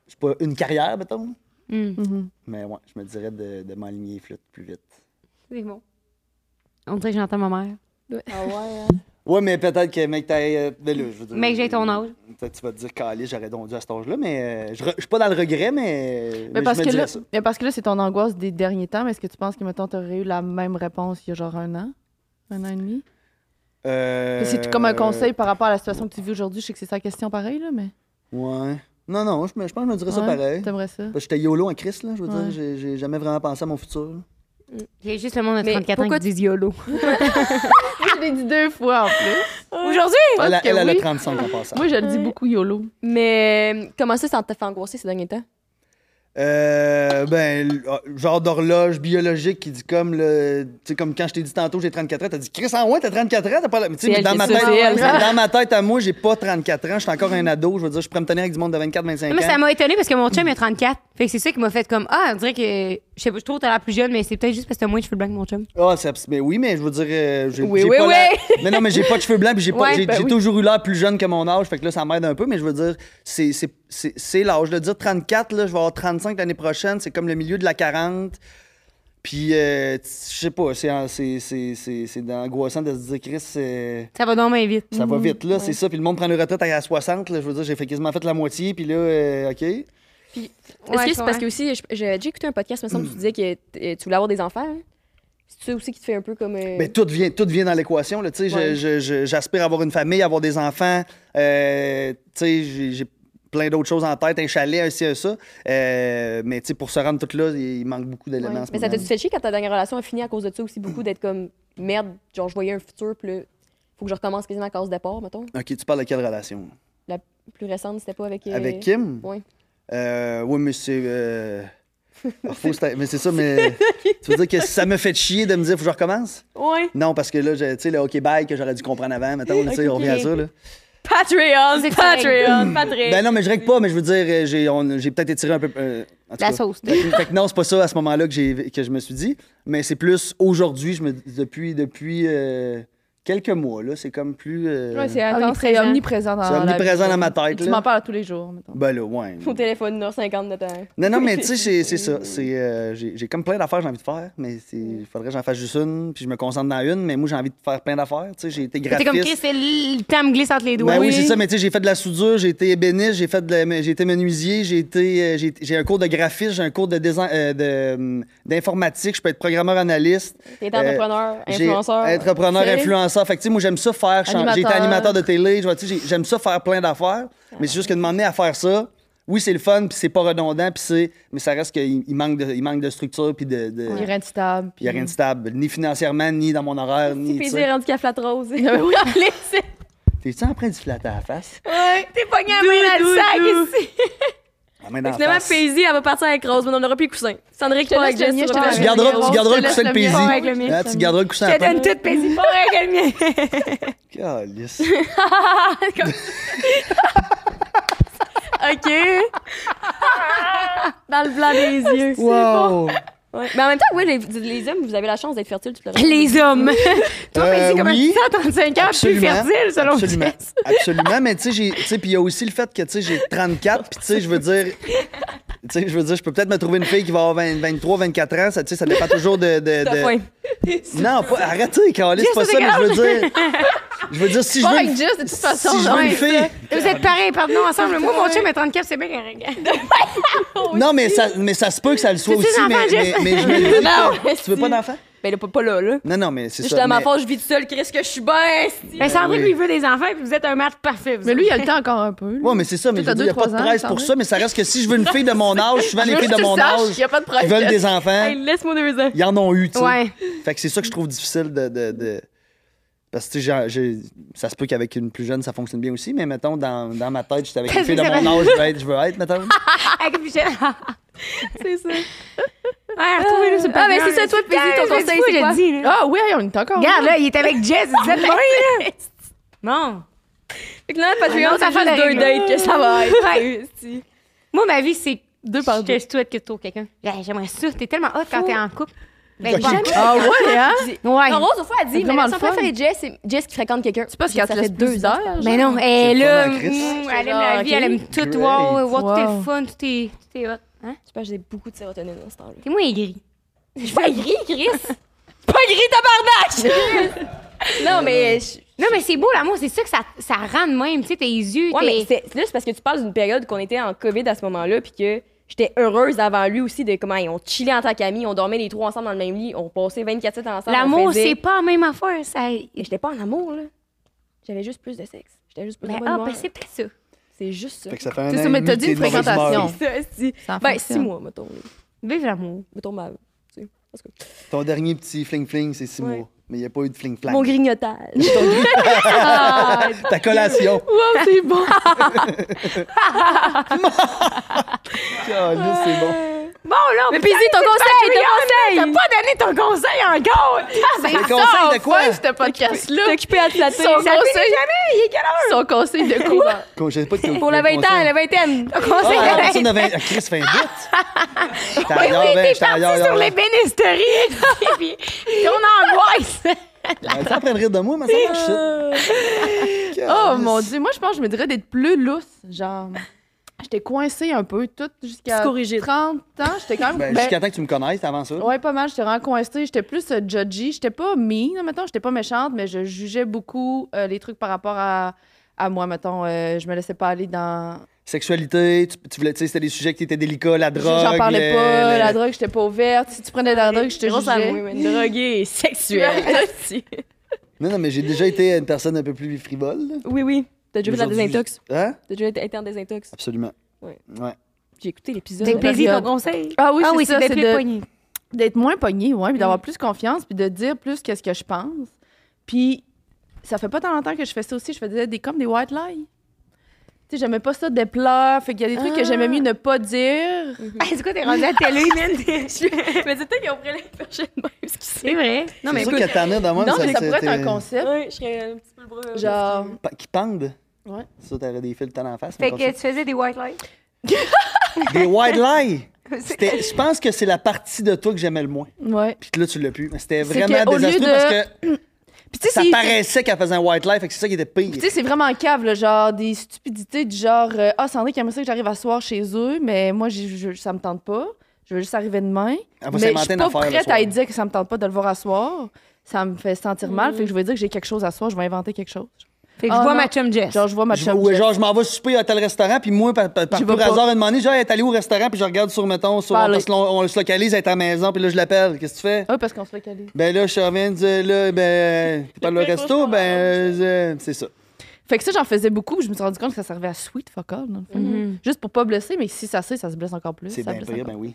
Speaker 5: J'ai pas une carrière, mettons.
Speaker 4: Mhm.
Speaker 5: Mais ouais, je me dirais de, de m'aligner flûte plus vite.
Speaker 7: Mm. C'est bon. On dirait que j'entends ma mère.
Speaker 5: Ouais, mais peut-être que, mec, t'as. euh, ben là, je veux dire- euh,
Speaker 7: Mec, j'ai ton âge.
Speaker 5: Peut-être que Tu vas te dire, Calé, j'aurais donc dû à cet âge-là, mais euh, je re- je suis pas dans le regret, mais.
Speaker 4: Mais parce,
Speaker 5: je me
Speaker 4: que
Speaker 5: dirais
Speaker 4: là,
Speaker 5: ça.
Speaker 4: mais parce que là, c'est ton angoisse des derniers temps. Mais est-ce que tu penses que, mettons, t'aurais eu la même réponse il y a genre un an? Un an et demi?
Speaker 5: Euh,
Speaker 4: Puis C'est comme un conseil par rapport à la situation que tu vis aujourd'hui. Je sais que c'est sa question pareille, là, mais.
Speaker 5: Ouais. Non, non, je, me- je pense que je me dirais ça
Speaker 4: Ouais,
Speaker 5: pareil.
Speaker 4: T'aimerais ça?
Speaker 5: Parce que J'étais YOLO en Chris, là. Je veux dire,
Speaker 4: Ouais.
Speaker 5: j'ai- j'ai jamais vraiment pensé à mon futur. là.
Speaker 7: J'ai juste le monde de
Speaker 6: Mais
Speaker 7: 34 ans
Speaker 6: pourquoi
Speaker 7: qui dit YOLO.
Speaker 4: je l'ai dit deux fois en plus.
Speaker 7: Aujourd'hui?
Speaker 4: Je pense
Speaker 5: Elle, a-
Speaker 4: que
Speaker 5: elle, elle a
Speaker 4: oui.
Speaker 5: 35 en passant.
Speaker 4: Moi, je le dis beaucoup YOLO.
Speaker 6: Mais euh, comment ça, ça t'a fait angoisser ces derniers temps?
Speaker 5: Euh, ben, l- ah, genre d'horloge biologique qui dit comme le. Tu sais, comme quand je t'ai dit tantôt, j'ai 34 ans, t'as dit Chris, en ouais, t'as 34 ans, t'as pas. la- Mais tu sais, mais
Speaker 6: elle
Speaker 5: dans
Speaker 6: qui
Speaker 5: ma
Speaker 6: dit
Speaker 5: tête,
Speaker 6: ça, c'est elle.
Speaker 5: dans ma tête à moi, j'ai pas 34 ans, je suis encore un ado. Je veux dire, je pourrais me tenir avec du monde de 24, 25
Speaker 7: Non, mais ça
Speaker 5: ans.
Speaker 7: m'a étonné parce que mon chum il a 34. Fait que c'est ça qui m'a fait comme Ah, on dirait que je sais pas, je trouve que t'as l'air plus jeune, mais c'est peut-être juste parce que t'as moins de cheveux blancs que mon chum.
Speaker 5: Ah, ça- mais oui, mais je veux dire, euh, j'ai
Speaker 6: Oui,
Speaker 5: j'ai
Speaker 6: oui,
Speaker 5: pas
Speaker 6: oui.
Speaker 5: la- Mais non, mais j'ai pas de cheveux blancs, puis j'ai pas-
Speaker 6: Ouais,
Speaker 5: j'ai-
Speaker 6: ben
Speaker 5: j'ai
Speaker 6: oui.
Speaker 5: toujours eu l'air plus jeune que mon âge, fait que là, ça m'aide un peu, mais je veux dire, c'est- c'est c'est- c'est l'âge. de dire 34, là, je vais avoir 35 l'année prochaine, c'est comme le milieu de la 40. Puis, euh, t- je sais pas, c'est en- c'est- c'est- c'est- c'est angoissant de se dire, Chris, c'est-
Speaker 7: Ça va donc bien vite.
Speaker 5: ça
Speaker 6: Mm,
Speaker 5: va vite, là, c'est ça. Puis le monde prend le retraite à 60, là, je veux dire, j'ai fait quasiment fait la moitié, puis là, euh, OK.
Speaker 6: Est-ce
Speaker 7: Ouais,
Speaker 6: que
Speaker 7: je
Speaker 6: c'est parce
Speaker 7: comprends.
Speaker 6: que aussi, je- j'ai déjà écouté un podcast, me semble,
Speaker 5: Mm.
Speaker 6: tu disais que t- euh, tu voulais avoir des enfants. hein? C'est ça aussi qui te fait un peu comme. euh,
Speaker 5: Ben, tout vient, tout vient dans l'équation. là. Tu sais, je-
Speaker 6: Ouais.
Speaker 5: je- je- J'aspire à avoir une famille, à avoir des enfants. Euh, tu sais, j'ai j'ai plein d'autres choses en tête, un chalet, un ci, un ça. Euh, mais tu sais, pour se rendre tout là, il il manque beaucoup
Speaker 6: ouais.
Speaker 5: d'éléments. en ce Mm.
Speaker 6: Mais ça t'a
Speaker 5: moment.
Speaker 6: fait chier quand ta dernière relation a fini à cause de ça aussi beaucoup, d'être comme merde, genre je voyais un futur, puis là, faut que je recommence quasiment à cause départ, mettons.
Speaker 5: OK, tu parles de quelle relation?
Speaker 6: Plus récente, c'était pas avec. euh,
Speaker 5: Avec Kim?
Speaker 6: ouais.
Speaker 5: Euh, oui, mais c'est... euh, faut que c'est- mais c'est ça, mais tu veux dire que ça me fait chier de me dire faut que je recommence?
Speaker 6: Ouais.
Speaker 5: Non, parce que là, j'ai- tu sais, le hockey bye que j'aurais dû comprendre avant, mettons, tu sais, on revient à ça. Là.
Speaker 2: Patreon,
Speaker 7: C'est
Speaker 2: Patreon, Patreon.
Speaker 5: Ben non, mais je règle pas, mais je veux dire, euh, j'ai, on- j'ai peut-être étiré un peu. euh, en tout
Speaker 7: La
Speaker 5: cas.
Speaker 7: sauce.
Speaker 5: Fait que- fait que non, c'est pas ça à ce moment-là que, j'ai, que je me suis dit. Mais c'est plus aujourd'hui, je me, depuis, depuis euh, quelques mois, là, c'est comme plus. euh,
Speaker 4: Ouais, c'est
Speaker 7: omniprésent.
Speaker 4: intense, c'est omniprésent dans
Speaker 5: C'est
Speaker 4: la vie.
Speaker 5: omniprésent dans ma tête,
Speaker 4: Tu
Speaker 5: là.
Speaker 4: m'en parles à tous les jours, mettons.
Speaker 5: ben là, ouais.
Speaker 6: Au téléphone, 1h50 de temps.
Speaker 5: Non, non, mais tu sais, c'est, c'est ça. C'est, euh, j'ai, j'ai comme plein d'affaires que j'ai envie de faire, mais c'est-
Speaker 7: Mm.
Speaker 5: il faudrait que j'en fasse juste une, puis je me concentre dans une, mais moi, j'ai envie de faire plein d'affaires. Tu sais, j'ai été
Speaker 7: T'es
Speaker 5: graphiste.
Speaker 7: comme Chris, c'est le le temps me glisse entre les doigts.
Speaker 5: Ben oui, c'est ça, mais tu sais, j'ai fait de la soudure, j'ai été ébéniste, j'ai fait de la- mais j'ai été menuisier, j'ai été euh, j'ai j'ai un cours de graphisme, j'ai un cours de désin- euh, de, hum, d'informatique, je peux être programmeur analyste,
Speaker 6: T'es
Speaker 5: Euh,
Speaker 6: entrepreneur,
Speaker 5: j'ai-
Speaker 6: influenceur.
Speaker 5: entrepreneur,
Speaker 6: tu sais.
Speaker 5: influenceur. Fait que tu sais, moi j'aime ça faire, chan- j'ai été
Speaker 4: Animateur.
Speaker 5: animateur de télé, je vois, tu sais, j'ai- j'aime ça faire plein d'affaires, mais c'est juste que de m'emmener à faire ça, oui, c'est le fun, puis c'est pas redondant, puis c'est mais ça reste qu'il il manque de il manque de structure puis de, de
Speaker 4: Il est rentable.
Speaker 5: puis il y a rien de stable, ni financièrement, ni dans mon horaire,
Speaker 6: Petit
Speaker 5: ni tu
Speaker 6: plaisir
Speaker 5: sais.
Speaker 6: rendu qu'à Flat Rose.
Speaker 5: T'es-tu en train de flatter à la face?
Speaker 6: T'es pogné à main dans le sac ici.
Speaker 5: La main dans la
Speaker 6: Finalement,
Speaker 5: face.
Speaker 6: Paisy, elle va partir avec Rose, mais on n'aura plus de coussin. Sandrick, pas avec
Speaker 4: laisse le mien,
Speaker 6: Jess.
Speaker 4: je
Speaker 6: sur
Speaker 4: te
Speaker 6: un-
Speaker 4: laisse
Speaker 5: Tu garderas, tu
Speaker 4: Je te
Speaker 5: garderas le
Speaker 4: laisse
Speaker 5: coussin de
Speaker 4: le mien.
Speaker 5: Paisy.
Speaker 4: Ouais,
Speaker 7: avec le mien.
Speaker 5: Ah, tu garderas le coussin
Speaker 7: Je
Speaker 5: à
Speaker 7: te donne toute paisible. Pas avec le mien.
Speaker 5: Calice.
Speaker 6: OK. Dans le blanc des yeux.
Speaker 5: Wow!
Speaker 6: Ouais. Mais en même temps, oui, les, les hommes, vous avez la chance d'être fertiles tout le reste.
Speaker 7: Les hommes. Euh, Toi,
Speaker 5: Euh,
Speaker 7: Paisy, comment
Speaker 5: oui.
Speaker 7: tu te sens à 35 ans, plus fertile, selon
Speaker 5: absolument,
Speaker 7: Jess?
Speaker 5: absolument, mais tu sais, j'ai- tu sais, puis il y a aussi le fait que tu sais, j'ai 34, puis tu sais, je veux dire, tu sais, je veux dire, je peux peut-être me trouver une fille qui va avoir 20 23, 24 ans, ça, tu sais, ça dépend toujours de, de- de-
Speaker 6: Ouais.
Speaker 5: non, pas, arrêtez, Carlis, c'est pas ça, mais je veux dire, je veux dire, si je
Speaker 4: Pas
Speaker 5: veux,
Speaker 4: avec
Speaker 5: une-
Speaker 4: Jess, de toute façon.
Speaker 5: si je veux
Speaker 7: ouais,
Speaker 5: une fille,
Speaker 7: Vous êtes pareils, pardon, ensemble. Moi, mon chum a 34, c'est bien correct.
Speaker 5: non, mais ça, mais ça se peut que ça le soit
Speaker 7: Veux-tu
Speaker 5: aussi,
Speaker 7: un
Speaker 5: mais,
Speaker 7: enfant,
Speaker 5: mais,
Speaker 7: Jess?
Speaker 5: mais je me le dis pas.
Speaker 6: Non,
Speaker 5: tu veux pas d'enfant
Speaker 6: Ben là, pas, pas là, là.
Speaker 5: Non, non, mais c'est ça.
Speaker 6: Je suis dans ma
Speaker 5: mais-
Speaker 6: phase, je vis tout seul, qu'est-ce que je suis bien, esti.
Speaker 7: Ben, Sandrine,
Speaker 5: oui.
Speaker 7: lui, veut des enfants, puis vous êtes un match parfait. vous
Speaker 4: Mais
Speaker 7: autres.
Speaker 4: lui, il a le temps encore un peu. là.
Speaker 5: Ouais, mais c'est ça, mais
Speaker 4: Toi,
Speaker 5: je
Speaker 4: t'as
Speaker 5: veux dire, il n'y a
Speaker 4: deux,
Speaker 5: pas de
Speaker 4: trois ans,
Speaker 5: presse pour
Speaker 4: Sandrine?
Speaker 5: ça, mais ça reste que si je veux une fille de mon âge, souvent
Speaker 4: Je
Speaker 5: les
Speaker 4: veux
Speaker 5: filles
Speaker 4: juste
Speaker 5: de
Speaker 4: que tu
Speaker 5: mon
Speaker 4: saches
Speaker 5: âge
Speaker 4: qu'il y a pas de
Speaker 5: qui
Speaker 4: problème.
Speaker 5: veulent des enfants,
Speaker 6: Hey, laisse-moi deux ans.
Speaker 5: ils en ont eu, tu sais.
Speaker 7: Ouais.
Speaker 5: Fait que c'est ça que je trouve difficile de. de- de- Parce que tu sais, j'ai- j'ai- ça se peut qu'avec une plus jeune, ça fonctionne bien aussi, mais mettons, dans, dans ma tête, j'étais avec une
Speaker 7: Qu'est-ce
Speaker 5: fille de
Speaker 7: que ça
Speaker 5: mon âge, je veux être, je veux être mettons.
Speaker 7: Avec Michel.
Speaker 6: C'est ça.
Speaker 7: Ouais, retrouvez-le sur
Speaker 6: Ah, ben, c'est ça, toi, Paisy, ton conseil, c'est quoi?
Speaker 7: dit, là.
Speaker 4: Ah oui, on est encore.
Speaker 7: Regarde, là, il est avec Jess, il disait de là. Non.
Speaker 6: Ah, Fait que là, Patreon,
Speaker 7: non,
Speaker 6: c'est
Speaker 7: ça fait
Speaker 6: juste
Speaker 7: la
Speaker 6: deux
Speaker 7: règle.
Speaker 6: dates que ça va être.
Speaker 7: Ouais.
Speaker 6: Esti.
Speaker 7: Moi, ma vie, c'est deux
Speaker 4: par
Speaker 7: Je te souhaite que tu trouves quelqu'un. Ben, J'aimerais ça. T'es tellement hot quand t'es en couple. Ben, pas en couple.
Speaker 4: Ah ouais, hein?
Speaker 7: Ouais.
Speaker 6: Non, Rose, au fond, elle dit,
Speaker 4: C'est
Speaker 6: mais
Speaker 4: vraiment
Speaker 6: la
Speaker 4: le
Speaker 6: son
Speaker 4: fun.
Speaker 6: préférée de Jess, c'est Jess qui fréquente quelqu'un.
Speaker 4: C'est parce qu'elle
Speaker 6: Ça
Speaker 4: te
Speaker 6: fait
Speaker 4: laisse
Speaker 6: deux
Speaker 4: plus
Speaker 6: heures.
Speaker 7: Mais non,
Speaker 5: C'est
Speaker 7: elle
Speaker 5: le
Speaker 7: là,
Speaker 5: fun en Christ.
Speaker 7: mm, elle aime la vie, elle aime tout.
Speaker 5: Great.
Speaker 7: Wow, wow, tout
Speaker 4: Wow.
Speaker 7: est fun, tout est, tout est hot. Hein?
Speaker 6: Je pense que j'ai beaucoup de sérotonine dans ce temps-là.
Speaker 7: T'es moins aigri.
Speaker 6: Je suis pas gris, Chris! pas gris, tabarnak! Euh, Non, mais. je-
Speaker 7: Non, mais c'est beau l'amour, c'est ça que ça, ça rend de même, tu sais, tes yeux.
Speaker 6: Ouais,
Speaker 7: tes-
Speaker 6: mais c'est- là, c'est parce que tu parles d'une période qu'on était en COVID à ce moment-là, puis que j'étais heureuse avant lui aussi de comment hey, on chillait en tant qu'amis, on dormait les trois ensemble dans le même lit, on passait 24-7 ensemble. on
Speaker 7: L'amour,
Speaker 6: faisait-
Speaker 7: c'est pas la même affaire. Ça...
Speaker 6: Mais J'étais pas en amour, là. J'avais juste plus de sexe. J'étais juste plus
Speaker 7: Mais
Speaker 6: de bonne
Speaker 7: ah,
Speaker 6: humeur.
Speaker 7: ben c'est peut-être ça.
Speaker 6: C'est juste ça.
Speaker 5: Fait que ça fait un
Speaker 4: C'est
Speaker 5: an
Speaker 4: ça,
Speaker 5: et
Speaker 4: mais t'as
Speaker 5: demi
Speaker 4: dit
Speaker 5: que t'es de mauvaise humeur.
Speaker 4: fréquentation.
Speaker 6: C'est ça, c'est-
Speaker 4: Ça
Speaker 6: Ben,
Speaker 4: fonctionne.
Speaker 6: six mois, mettons. là.
Speaker 7: Vive l'amour.
Speaker 6: Mettons ma... tu sais, en tout cas.
Speaker 5: Ton dernier petit fling-fling, c'est six
Speaker 6: Ouais.
Speaker 5: mois. Mais il n'y a pas eu de fling-flang.
Speaker 6: Mon grignotage.
Speaker 5: Ton gris- Ta collation.
Speaker 6: wow, c'est bon!
Speaker 5: Caliste, c'est bon.
Speaker 6: Mais puis c'est ton conseil, c'est ton conseil!
Speaker 7: Pas donné ton conseil encore!
Speaker 4: C'est
Speaker 5: Des conseils de quoi?
Speaker 4: enfin, ce podcast-là.
Speaker 6: T'es occupé à te flatter.
Speaker 4: Son conseil... Son conseil de quoi?
Speaker 5: Con- Je sais pas que
Speaker 6: Pour la vingtaine, la vingtaine!
Speaker 5: Ah, la personne de vingt- Ah, Chris, fait un bout. J'étais ailleurs, ben, j'étais ailleurs,
Speaker 7: sur
Speaker 5: ailleurs.
Speaker 7: les bénisteries! Et puis, ton angoisse!
Speaker 5: Elle est en train de rire de moi, mais Ben, ça marche. Ah,
Speaker 4: Oh mon dieu, moi je pense que je me dirais d'être plus lousse. Genre, j'étais coincée un peu toute jusqu'à 30
Speaker 6: Psychorigide.
Speaker 4: ans. J'étais quand même.
Speaker 5: Ben,
Speaker 4: ben,
Speaker 5: Jusqu'à temps que tu me connaisses avant
Speaker 7: Mm.
Speaker 5: ça.
Speaker 4: Ouais, pas mal. J'étais vraiment coincée. J'étais plus euh, judgy. J'étais pas mean, mettons. J'étais pas méchante, mais je jugeais beaucoup euh, les trucs par rapport à, à moi, mettons. Euh, je me laissais pas aller dans.
Speaker 5: Sexualité, tu, tu voulais, tu sais, c'était des sujets qui étaient délicats, la drogue.
Speaker 4: J'en parlais
Speaker 5: le-
Speaker 4: pas.
Speaker 7: euh,
Speaker 5: le-
Speaker 4: La drogue, j'étais pas ouverte. Si tu prenais de la drogue, je te
Speaker 6: Ah, Grosse amour,
Speaker 4: jugeais.
Speaker 6: man. Drogué et sexuel.
Speaker 5: Non, non, mais j'ai déjà été une personne un peu plus frivole. là.
Speaker 6: oui, oui. T'as déjà fait de la
Speaker 5: Aujourd'hui-
Speaker 6: désintox?
Speaker 5: Hein?
Speaker 6: T'as déjà été en désintox?
Speaker 5: Absolument.
Speaker 6: Ouais.
Speaker 5: Ouais.
Speaker 6: J'ai écouté l'épisode.
Speaker 4: T'es
Speaker 7: T'es plaisir
Speaker 4: période.
Speaker 7: ton conseil?
Speaker 4: Ah oui,
Speaker 7: ah oui,
Speaker 4: c'est ça.
Speaker 7: c'est
Speaker 4: C'est
Speaker 7: d'être Mm.
Speaker 4: de-
Speaker 7: poigné.
Speaker 4: d'être moins pognée, ouais, puis d'avoir plus confiance, puis de dire plus qu'est-ce que je pense. Puis ça fait pas tant longtemps que je fais ça aussi. Je faisais des comme des white lies. Tu sais, j'aimais pas ça des pleurs. Fait qu'il y a des trucs que
Speaker 7: Ah.
Speaker 4: j'aimais mieux ne pas dire.
Speaker 7: c'est quoi, t'es rendu à la télé, man?
Speaker 6: Mais c'est toi qui ont pris les prochaines même ce qui
Speaker 7: C'est vrai.
Speaker 5: Non, mais écoute. t'en as dans moi,
Speaker 4: non, mais ça
Speaker 5: c'était-
Speaker 4: pourrait être un concept.
Speaker 6: Ouais, je serais un petit peu le bras.
Speaker 4: Genre,
Speaker 5: Pa- Qui pendent.
Speaker 4: Ouais.
Speaker 5: Ça, t'aurais des fils de talent en face. mais
Speaker 7: Fait
Speaker 5: pas
Speaker 7: que tu faisais des white lights.
Speaker 5: ça. Des white lies. C'était- Je pense que c'est la partie de toi que j'aimais le moins.
Speaker 4: ouais.
Speaker 5: Puis là, tu l'as plus. Mais C'était
Speaker 4: C'est que,
Speaker 5: vraiment
Speaker 4: au lieu
Speaker 5: désastreux
Speaker 4: de-
Speaker 5: parce que
Speaker 4: Puis tu sais,
Speaker 5: ça
Speaker 4: c'est-
Speaker 5: paraissait qu'elle faisait un white lie. Fait que c'est ça qui était pire.
Speaker 4: Puis tu sais, c'est vraiment cave, là, genre des stupidités du genre euh, Ah, Sandrine qui aimerait ça que j'arrive à soir chez eux, mais moi, j'ai- je- ça me tente pas. Je veux juste arriver demain.
Speaker 5: Elle va
Speaker 4: Mais je
Speaker 5: s'inventer
Speaker 4: suis
Speaker 5: une
Speaker 4: pas
Speaker 5: affaire. le
Speaker 4: prête
Speaker 5: soir.
Speaker 4: à lui dire que ça me tente pas de le voir à soir. Ça me fait sentir mal. Fait que je vais dire que j'ai quelque chose à soir, je vais inventer quelque chose.
Speaker 7: Fait que
Speaker 4: Ah,
Speaker 7: je vois
Speaker 4: non.
Speaker 7: ma chum Jess.
Speaker 4: Genre, je vois ma
Speaker 5: Je-
Speaker 4: chum
Speaker 5: ouais,
Speaker 4: Jeff
Speaker 5: genre, je m'en vais souper à tel restaurant, puis moi, par, par, par
Speaker 4: Je
Speaker 5: pur
Speaker 4: vais pas.
Speaker 5: hasard, elle demandé, genre, elle est allée au restaurant, puis je regarde sur, metton, sur,
Speaker 4: Parler.
Speaker 5: parce qu'on on se localise, elle est à la maison, puis là, je l'appelle. Qu'est-ce que tu fais?
Speaker 4: Ah, parce qu'on se fait caler.
Speaker 5: Ben là, je reviens, de- là, ben, t'es pas le resto, ben, euh, c'est ça.
Speaker 4: Fait que ça, j'en faisais beaucoup, puis je me suis rendu compte que ça servait à sweet fuck all, dans le fond.
Speaker 7: Mhm.
Speaker 4: Juste pour pas blesser, mais si ça sait, ça se blesse encore plus.
Speaker 5: C'est
Speaker 4: ça
Speaker 5: bien
Speaker 4: blesse
Speaker 5: pire,
Speaker 4: encore
Speaker 5: ben oui.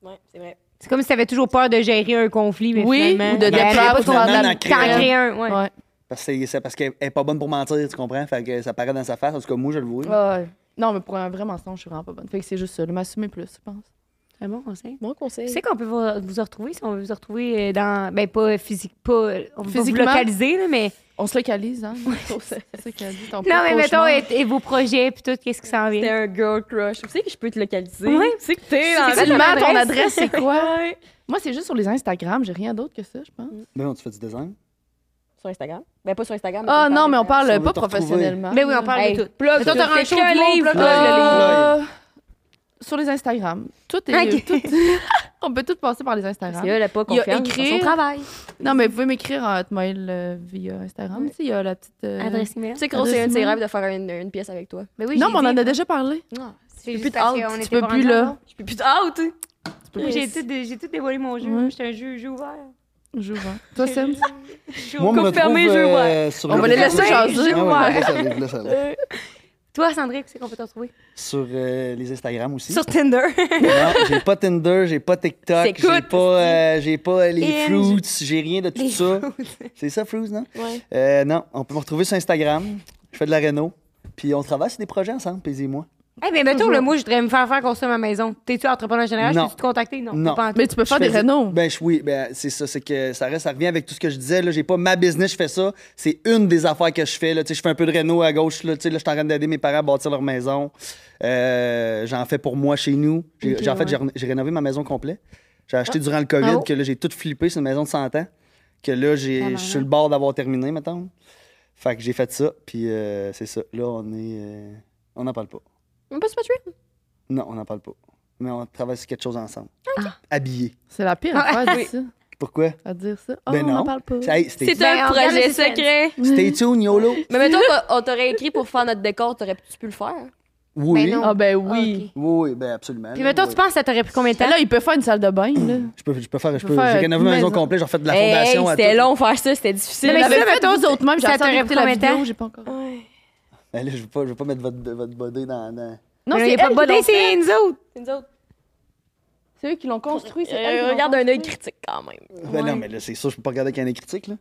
Speaker 6: Ouais, c'est vrai.
Speaker 7: C'est comme si t'avais toujours peur de gérer un conflit, mais
Speaker 4: Oui,
Speaker 7: finalement...
Speaker 4: ou de
Speaker 7: Ben,
Speaker 4: déplaire
Speaker 7: t'arrives
Speaker 4: pour faire de la-
Speaker 7: pas trop- T'en crées un, ouais.
Speaker 4: plus. Ouais.
Speaker 5: Parce que c'est c'est parce qu'elle est pas bonne pour mentir, tu comprends? Fait que ça paraît dans sa face, en tout cas, moi, je le vois.
Speaker 6: Mm.
Speaker 4: Ouais. Non, mais pour un vrai mensonge, je suis vraiment pas bonne. Fait que c'est juste ça, de m'assumer plus, je pense.
Speaker 7: C'est un bon conseil.
Speaker 6: Mon conseil.
Speaker 7: Tu sais qu'on peut vous, vous retrouver si on veut vous retrouver euh, dans. Ben, pas physique, pas. On peut pas vous
Speaker 4: Physiquement?
Speaker 7: localiser, là, mais.
Speaker 4: On se localise, hein? c'est ça qu'elle dit. Ton
Speaker 7: Non, mais
Speaker 4: pire
Speaker 7: mettons,
Speaker 4: cauchemar.
Speaker 7: et, et vos projets, puis tout, qu'est-ce qui s'en
Speaker 6: T'es
Speaker 7: vient?
Speaker 6: un girl crush. Tu sais que je peux te localiser.
Speaker 7: Ouais.
Speaker 6: Tu sais que t'es
Speaker 4: Puis
Speaker 6: dans
Speaker 7: c'est
Speaker 6: la-
Speaker 7: ton
Speaker 4: Seulement, ton
Speaker 7: adresse?
Speaker 4: adresse, c'est quoi? Moi, c'est juste sur les Instagram, j'ai rien d'autre que ça, je
Speaker 6: Mm.
Speaker 4: pense.
Speaker 5: Ben non, tu fais du design.
Speaker 6: Sur Instagram. Ben, pas sur Instagram. mais
Speaker 4: Ah
Speaker 6: sur
Speaker 4: non, mais on
Speaker 6: Instagram.
Speaker 4: parle
Speaker 5: Si on veut
Speaker 4: pas
Speaker 5: te retrouver.
Speaker 4: professionnellement.
Speaker 7: Ben oui, on parle
Speaker 6: Hey,
Speaker 7: de tout.
Speaker 6: plug.
Speaker 4: Mettons, t'auras un
Speaker 6: Fais
Speaker 4: show
Speaker 6: qu'un
Speaker 4: de mots,
Speaker 6: livre,
Speaker 4: plug
Speaker 5: le
Speaker 4: Euh, Sur les Instagram. Tout est.
Speaker 7: Ok.
Speaker 4: tout- on peut tout passer par les
Speaker 6: Parce
Speaker 4: Instagram.
Speaker 6: qu'elle a pas
Speaker 4: Il y a
Speaker 6: confiance dans son
Speaker 4: écrire.
Speaker 6: travail.
Speaker 4: Non, mais vous pouvez m'écrire en hotmail euh, via Instagram. Tu sais, il y a la petite. euh,
Speaker 7: Adresse email.
Speaker 6: Tu sais, gros, c'est un de ses rêves de faire une, une pièce avec toi.
Speaker 7: Ben oui,
Speaker 4: Non,
Speaker 7: j'ai
Speaker 4: mais on en
Speaker 7: dit.
Speaker 4: a déjà parlé.
Speaker 6: Non.
Speaker 7: C'est
Speaker 6: plus
Speaker 7: juste
Speaker 6: de
Speaker 7: parce
Speaker 6: hâte,
Speaker 7: qu'on
Speaker 4: tu
Speaker 7: était
Speaker 4: peux
Speaker 7: pas
Speaker 4: plus,
Speaker 7: rendus
Speaker 4: là.
Speaker 7: encore.
Speaker 6: Je peux plus de out.
Speaker 7: J'ai tout, dé- j'ai tout dévoilé mon jeu.
Speaker 4: Ouais.
Speaker 7: J'étais un jeu, jeu ouvert.
Speaker 4: Je vois. Toi, Sam?
Speaker 7: Jeu
Speaker 5: Moi, on me
Speaker 7: ouvert.
Speaker 5: retrouve
Speaker 6: Confirmé, je
Speaker 5: euh, sur
Speaker 4: On va les laisser
Speaker 7: Ouais,
Speaker 4: jaser.
Speaker 5: Ah ouais, laisse aller, laisse aller.
Speaker 7: Toi, Sandrine, qu'est-ce qu'on peut te retrouver?
Speaker 5: Sur euh, les Instagram aussi.
Speaker 7: Sur Tinder.
Speaker 5: Non, j'ai pas Tinder, j'ai pas TikTok,
Speaker 6: C'est
Speaker 5: j'ai
Speaker 6: good.
Speaker 5: pas, euh, j'ai pas euh, les
Speaker 7: Et-
Speaker 5: Fruits, j'ai rien de tout
Speaker 7: Les
Speaker 5: ça. C'est ça, Fruits, non?
Speaker 6: Ouais.
Speaker 5: Euh, non, on peut me retrouver sur Instagram. Je fais de la réno. Puis on travaille sur des projets ensemble, Paisy et moi.
Speaker 7: Eh bien, mettons, là, moi, je voudrais me faire faire construire ma maison. T'es-tu entrepreneur général? Je
Speaker 5: Non.
Speaker 7: peux te contacter? Non.
Speaker 5: Non.
Speaker 7: t'es pas en-
Speaker 4: Mais tu peux faire des
Speaker 5: faisais-
Speaker 4: rénaux.
Speaker 5: Ben, je- oui, ben, c'est ça. C'est que ça reste, ça revient avec tout ce que je disais. Là, j'ai pas ma business, je fais ça. C'est une des affaires que je fais. Là, Tu sais, je fais un peu de réno à gauche. Là, Tu sais, là, je suis en train d'aider mes parents à bâtir leur maison. Euh, j'en fais pour moi chez nous. J'ai, j'ai- en fait, j'ai, ré- j'ai rénové ma maison complète. J'ai
Speaker 4: Ah.
Speaker 5: acheté durant le COVID,
Speaker 7: Bravo.
Speaker 5: que là, j'ai tout flippé. C'est une maison de 100 ans. Que là,
Speaker 4: Ah,
Speaker 5: j'ai, je
Speaker 4: ben,
Speaker 5: suis sur le bord d'avoir terminé, mettons. Fait que j'ai fait ça. Puis euh, c'est ça. Là, on est. euh, on n'en parle pas.
Speaker 6: On peut se tuer.
Speaker 4: Ah.
Speaker 5: Non, on n'en parle pas. Mais on travaille sur quelque chose ensemble. Habillé.
Speaker 4: C'est la pire affaire,
Speaker 7: oui.
Speaker 4: dis ça.
Speaker 5: Pourquoi?
Speaker 4: à dire ça. Oh,
Speaker 5: Ben
Speaker 4: on
Speaker 5: non.
Speaker 4: en parle pas.
Speaker 5: Ça, hey, stay,
Speaker 6: C'est un projet secret.
Speaker 5: stay tuned, YOLO.
Speaker 6: Mais mettons qu'on t'aurait écrit pour faire notre décor, t'aurais pu le faire.
Speaker 5: Oui.
Speaker 7: Ben non.
Speaker 4: Ah, ben oui.
Speaker 5: Oui, oui, ben absolument.
Speaker 7: Puis mettons,
Speaker 5: Oui.
Speaker 7: tu penses que ça t'aurait pris combien de temps?
Speaker 4: Là, il peut faire une salle de bain, là.
Speaker 5: Je peux, je peux faire, je
Speaker 4: peux
Speaker 5: peux,
Speaker 4: faire
Speaker 5: j'ai rénové ma
Speaker 4: une
Speaker 5: maison
Speaker 4: maison.
Speaker 5: complète, j'ai refait de la fondation à
Speaker 6: c'était
Speaker 5: tout.
Speaker 6: long faire ça, c'était difficile.
Speaker 7: Mais
Speaker 4: Mais
Speaker 7: ça,
Speaker 4: ça, fait
Speaker 7: mettons,
Speaker 4: deux autres même, j'ai
Speaker 7: ça
Speaker 4: hâte
Speaker 7: t'aurait
Speaker 4: d'écouter la
Speaker 7: pris combien de
Speaker 4: vidéo,
Speaker 7: temps?
Speaker 4: j'ai pas encore.
Speaker 5: Ben là, je veux pas, je veux pas mettre votre, votre body dans, dans-
Speaker 4: Non,
Speaker 7: il n'y a
Speaker 4: elle
Speaker 7: pas de
Speaker 4: qui l'ont
Speaker 7: bonnet,
Speaker 4: fait.
Speaker 7: c'est nous autres.
Speaker 6: Nous autres,
Speaker 4: C'est eux qui l'ont construit. c'est elles qui
Speaker 6: euh,
Speaker 4: l'ont
Speaker 6: regarde un œil
Speaker 4: construit.
Speaker 6: critique quand même.
Speaker 5: Ben non, mais là, c'est sûr, je peux pas regarder avec un œil critique, là.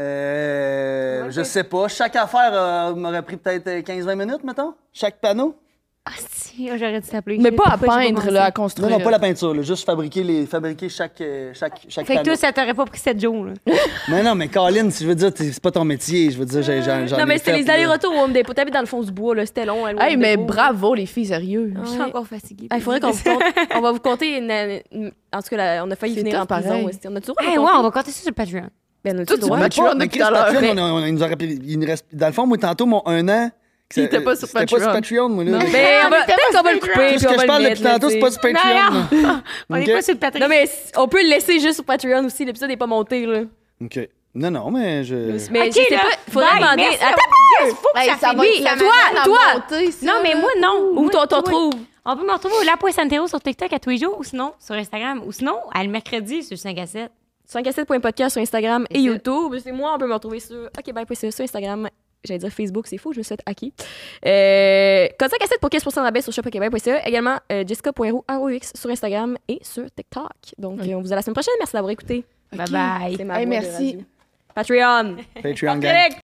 Speaker 5: Euh, je sais pas. Chaque affaire euh, m'aurait pris peut-être euh, 15-20 minutes, mettons. Chaque panneau.
Speaker 7: Ah, si, ah, j'aurais dû t'appeler.
Speaker 4: Mais pas à
Speaker 7: Pourquoi j'ai
Speaker 4: peindre,
Speaker 7: pensé?
Speaker 4: là, à
Speaker 5: Non,
Speaker 4: construire.
Speaker 5: non, pas la peinture, là, juste fabriquer, les, fabriquer chaque, euh, chaque, chaque
Speaker 7: Fait que toi,
Speaker 5: panneau.
Speaker 7: ça t'aurait pas pris 7 jours, là.
Speaker 5: Non, non, mais Colin, si je veux dire, t'es- c'est pas ton métier. Je veux dire, j'ai- j'en j'en ai
Speaker 6: Non, mais
Speaker 5: fait,
Speaker 6: c'était les
Speaker 5: là.
Speaker 6: allers-retours au Home Depot. T'habites dans le fond du bois, là, c'était long. aller au
Speaker 4: Hey,
Speaker 6: Home
Speaker 4: mais
Speaker 6: Depot.
Speaker 4: bravo, les filles, sérieux.
Speaker 6: Ouais.
Speaker 7: Je suis encore fatiguée.
Speaker 6: Ah, Il faudrait qu'on vous compte. On va vous compter une, une- En tout cas, la- on a failli
Speaker 4: C'est
Speaker 6: finir en
Speaker 4: tough,
Speaker 6: prison.
Speaker 4: pareil.
Speaker 6: aussi. On a-tu le droit de
Speaker 7: Eh ouais,
Speaker 6: compter?
Speaker 7: on va compter ça sur le Patreon.
Speaker 6: Ben, on a-tu
Speaker 4: Toi,
Speaker 6: le
Speaker 4: tu
Speaker 6: droit?
Speaker 4: m'as-
Speaker 5: Mais tu vois,
Speaker 4: Patreon
Speaker 5: mais
Speaker 4: depuis
Speaker 5: Chris,
Speaker 4: tout à l'heure,
Speaker 5: Patreon,
Speaker 4: mais-
Speaker 5: on a- on a- il nous aurait pris- il nous reste- Dans le fond, moi, tantôt, mon un an.
Speaker 4: Il était pas sur
Speaker 5: c'était
Speaker 4: Patreon.
Speaker 5: sur Patreon, moi, là.
Speaker 4: Non.
Speaker 5: Tout
Speaker 6: Ben, on va- peut-être qu'on va le couper.
Speaker 5: ce
Speaker 6: Ben puis on
Speaker 5: que
Speaker 6: va
Speaker 5: je
Speaker 6: le
Speaker 5: parle
Speaker 6: mettre,
Speaker 5: depuis
Speaker 6: là,
Speaker 5: tantôt,
Speaker 6: tu
Speaker 5: c'est
Speaker 6: sais.
Speaker 5: pas sur Patreon.
Speaker 7: Non, On
Speaker 5: Ok.
Speaker 7: n'est pas sur le Patreon.
Speaker 6: Non, mais c- on peut le laisser juste sur Patreon aussi. L'épisode n'est pas monté, là.
Speaker 5: OK. Non, non, mais je.
Speaker 7: Ok,
Speaker 6: Mais je sais
Speaker 7: là.
Speaker 6: pas. Faudrait
Speaker 7: Bye,
Speaker 6: demander.
Speaker 7: merci.
Speaker 6: Attends,
Speaker 7: faut que
Speaker 4: Hey,
Speaker 7: ça,
Speaker 4: va être
Speaker 7: finisse.
Speaker 4: la
Speaker 7: toi,
Speaker 4: manière de
Speaker 7: toi.
Speaker 4: la monter, ça,
Speaker 7: Non, mais
Speaker 4: là.
Speaker 7: moi, non.
Speaker 6: où
Speaker 7: Moi,
Speaker 6: t'en t'en
Speaker 7: toi.
Speaker 6: trouves?
Speaker 7: On peut me retrouver au La Poissantero sur TikTok à tous les jours, ou sinon sur Instagram, ou sinon à le mercredi sur 5 à 7.
Speaker 6: 5à7.podcast sur Instagram et
Speaker 7: C'est ça.
Speaker 6: YouTube. C'est moi, on peut me retrouver sur ben, okbye.ca E sur Instagram. J'allais dire Facebook, c'est faux, je me suis fait hacker. Euh, code 5 à 7 pour 15% de rabais sur shopokbye.ca. Également, euh, jessica.roux, ROUX sur Instagram et sur TikTok. Donc,
Speaker 4: Oui.
Speaker 6: euh, on vous dit à la semaine prochaine. Merci d'avoir écouté.
Speaker 7: Bye bye.
Speaker 6: C'est ma
Speaker 4: Hey,
Speaker 6: voix de
Speaker 4: merci.
Speaker 6: radio. Patreon.
Speaker 5: Patreon, gang.
Speaker 6: Correct.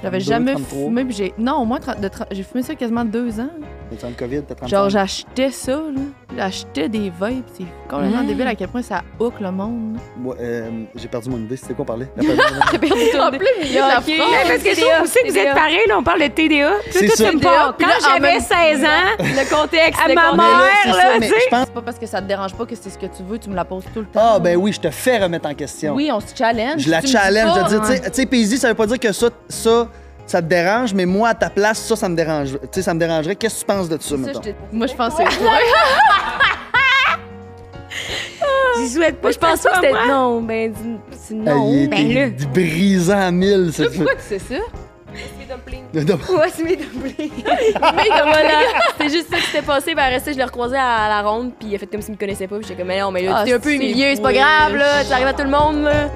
Speaker 4: J'avais
Speaker 5: Deux,
Speaker 4: jamais
Speaker 5: 33.
Speaker 4: fumé, puis j'ai. Non, au moins, 30 de 30 j'ai fumé ça quasiment deux ans.
Speaker 5: Mais tu as le COVID, t'as 35.
Speaker 4: Genre, j'achetais ça, là. J'achetais des vapes, c'est complètement
Speaker 5: Mmh.
Speaker 7: Ouais.
Speaker 4: débile à quel point ça hook le monde.
Speaker 5: Moi, euh, j'ai perdu mon idée. C'était quoi parler? La première-
Speaker 6: J'ai perdu Ah, ton idée.
Speaker 4: la
Speaker 6: ok.
Speaker 4: phrase.
Speaker 7: Mais parce que je
Speaker 6: TDA,
Speaker 7: trouve aussi que vous
Speaker 6: TDA.
Speaker 7: êtes pareil, là, on parle de TDA. Toi,
Speaker 5: C'est
Speaker 7: toi, tu
Speaker 5: ça.
Speaker 7: me parles.
Speaker 4: TDA, puis
Speaker 7: Quand
Speaker 4: là, en
Speaker 7: j'avais
Speaker 4: même-
Speaker 7: 16 ans,
Speaker 6: Le contexte.
Speaker 7: à
Speaker 6: le
Speaker 7: ma
Speaker 5: Mais
Speaker 6: contexte.
Speaker 5: là, c'est
Speaker 7: mère,
Speaker 5: ça,
Speaker 7: là,
Speaker 5: mais
Speaker 7: tu sais.
Speaker 5: je pense.
Speaker 4: C'est pas parce que ça te dérange pas que c'est ce que tu veux, tu me la poses tout le temps.
Speaker 5: Ah, ben oui, je te fais remettre en question.
Speaker 4: Oui, on se challenge.
Speaker 5: Je la
Speaker 4: tu me dis
Speaker 5: challenge.
Speaker 4: pas,
Speaker 5: Je veux dire,
Speaker 4: hein.
Speaker 5: tu sais- tu sais, Paisy, ça veut pas dire que ça, ça, ça te dérange, mais moi, à ta place, ça, ça me dérange. Tu sais, ça me dérangerait. Qu'est-ce que tu penses de ça,
Speaker 6: Ça, je
Speaker 5: mettons?
Speaker 6: te-
Speaker 4: Moi, je pensais.
Speaker 7: j'y souhaite pas.
Speaker 6: Moi, je pense pas que
Speaker 7: c'était.
Speaker 6: c'était. Non, ben, dis- c'est
Speaker 5: Ah, il
Speaker 6: non.
Speaker 5: est-
Speaker 7: ben
Speaker 5: il
Speaker 7: là.
Speaker 5: est brisant à mille, ce
Speaker 4: Pourquoi tu sais ça?
Speaker 6: Ouais, c'est mes doublés. Mais comme ben voilà, c'est juste ça qui s'était passé. Ben, resté, je l'ai recroisé à la ronde, puis il a fait comme s'il me connaissait pas. Puis j'étais comme, mais non, mais là,
Speaker 4: Ah,
Speaker 6: t'es un peu
Speaker 4: c'est
Speaker 6: humilié, c'est pas
Speaker 4: wesh.
Speaker 6: grave, là. Ça arrive à tout le monde, là.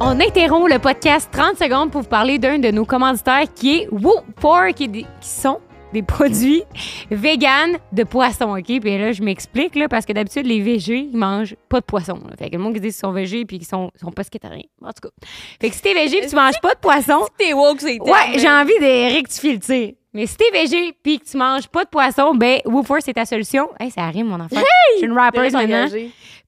Speaker 3: On interrompt le podcast 30 secondes pour vous parler d'un de nos commanditaires qui est Woo4, qui, est des- qui sont des produits vegan de poisson, OK? Puis là, je m'explique, là, parce que d'habitude, les végés, ils mangent pas de poisson. là. Fait que le monde qui dit qu'ils sont végés puis qu'ils sont, sont pas rien. En tout cas. Fait que si t'es végé puis tu manges pas de poisson,
Speaker 1: T'es woke, c'est
Speaker 3: Ouais, j'ai envie de rectifier le tir. Mais si t'es végé puis que tu manges pas de poisson, ben Woofer, c'est ta solution. Hey, ça arrive, mon enfant. je suis une rapper maintenant.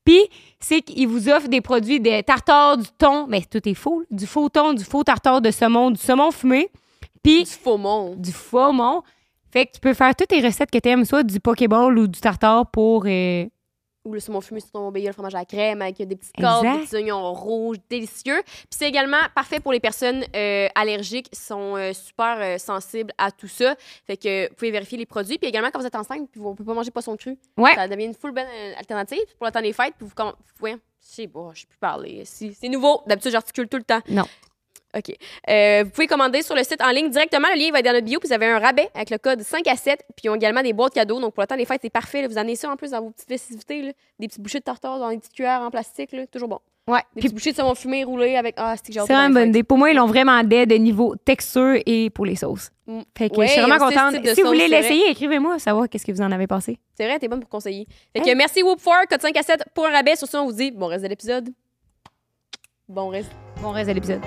Speaker 3: Puis, c'est qu'ils vous offrent des produits de tartare, du thon. Mais tout est faux. là. Du faux thon, du faux tartare de saumon, du saumon fumé. Puis,
Speaker 6: Du faux monde.
Speaker 3: du faumon. Fait que tu peux faire toutes tes recettes que t'aimes, soit du Pokéball ou du tartare pour. euh,
Speaker 6: Ou le saumon fumé sur ton bébé, le fromage à la crème avec des petites cordes, des
Speaker 3: Exact.
Speaker 6: petits oignons rouges, délicieux. Puis c'est également parfait pour les personnes euh, allergiques qui sont euh, super euh, sensibles à tout ça. Fait que vous pouvez vérifier les produits. Puis également, quand vous êtes enceinte, puis vous ne pouvez pas manger de poisson cru,
Speaker 3: Ouais.
Speaker 6: ça devient une full bonne euh, alternative pour le temps des fêtes. Puis vous, com- ouais, je sais pas, je sais plus parler. Si, c'est nouveau. D'habitude, j'articule tout le temps.
Speaker 3: Non.
Speaker 6: OK. Euh, vous pouvez commander sur le site en ligne directement. Le lien va être dans notre bio. Puis vous avez un rabais avec le code 5 à 7. Puis ils ont également des boîtes cadeaux. Donc pour le temps des fêtes, c'est parfait. là. Vous amenez ça en plus dans vos petites festivités. là. Des petites bouchées de tartare dans des petites cuillères en plastique. là. Toujours bon.
Speaker 3: Ouais.
Speaker 6: Des
Speaker 3: Puis,
Speaker 6: petites bouchées de saumon fumé roulé avec. Ah, c'est que j'ai hâte
Speaker 3: c'est
Speaker 6: de
Speaker 3: vraiment une
Speaker 6: faire
Speaker 3: bonne
Speaker 6: les
Speaker 3: idée. Pour moi, ils l'ont vraiment d'aide de niveau texture et pour les sauces.
Speaker 6: Mm.
Speaker 3: Fait que
Speaker 6: Ouais,
Speaker 3: je suis
Speaker 6: il y a
Speaker 3: vraiment
Speaker 6: aussi ce
Speaker 3: contente.
Speaker 6: type de
Speaker 3: Si vous
Speaker 6: sauce,
Speaker 3: voulez
Speaker 6: c'est vrai.
Speaker 3: l'essayer, écrivez-moi, savoir qu'est-ce que vous en avez pensé.
Speaker 6: fêtes. C'est vrai, t'es bonne pour conseiller. Fait que
Speaker 3: Hey.
Speaker 6: merci Whoop4, code 5 à 7 pour un rabais. Sur ça, on vous dit bon reste de l'épisode. Bon reste.
Speaker 3: Bon reste de l'épisode.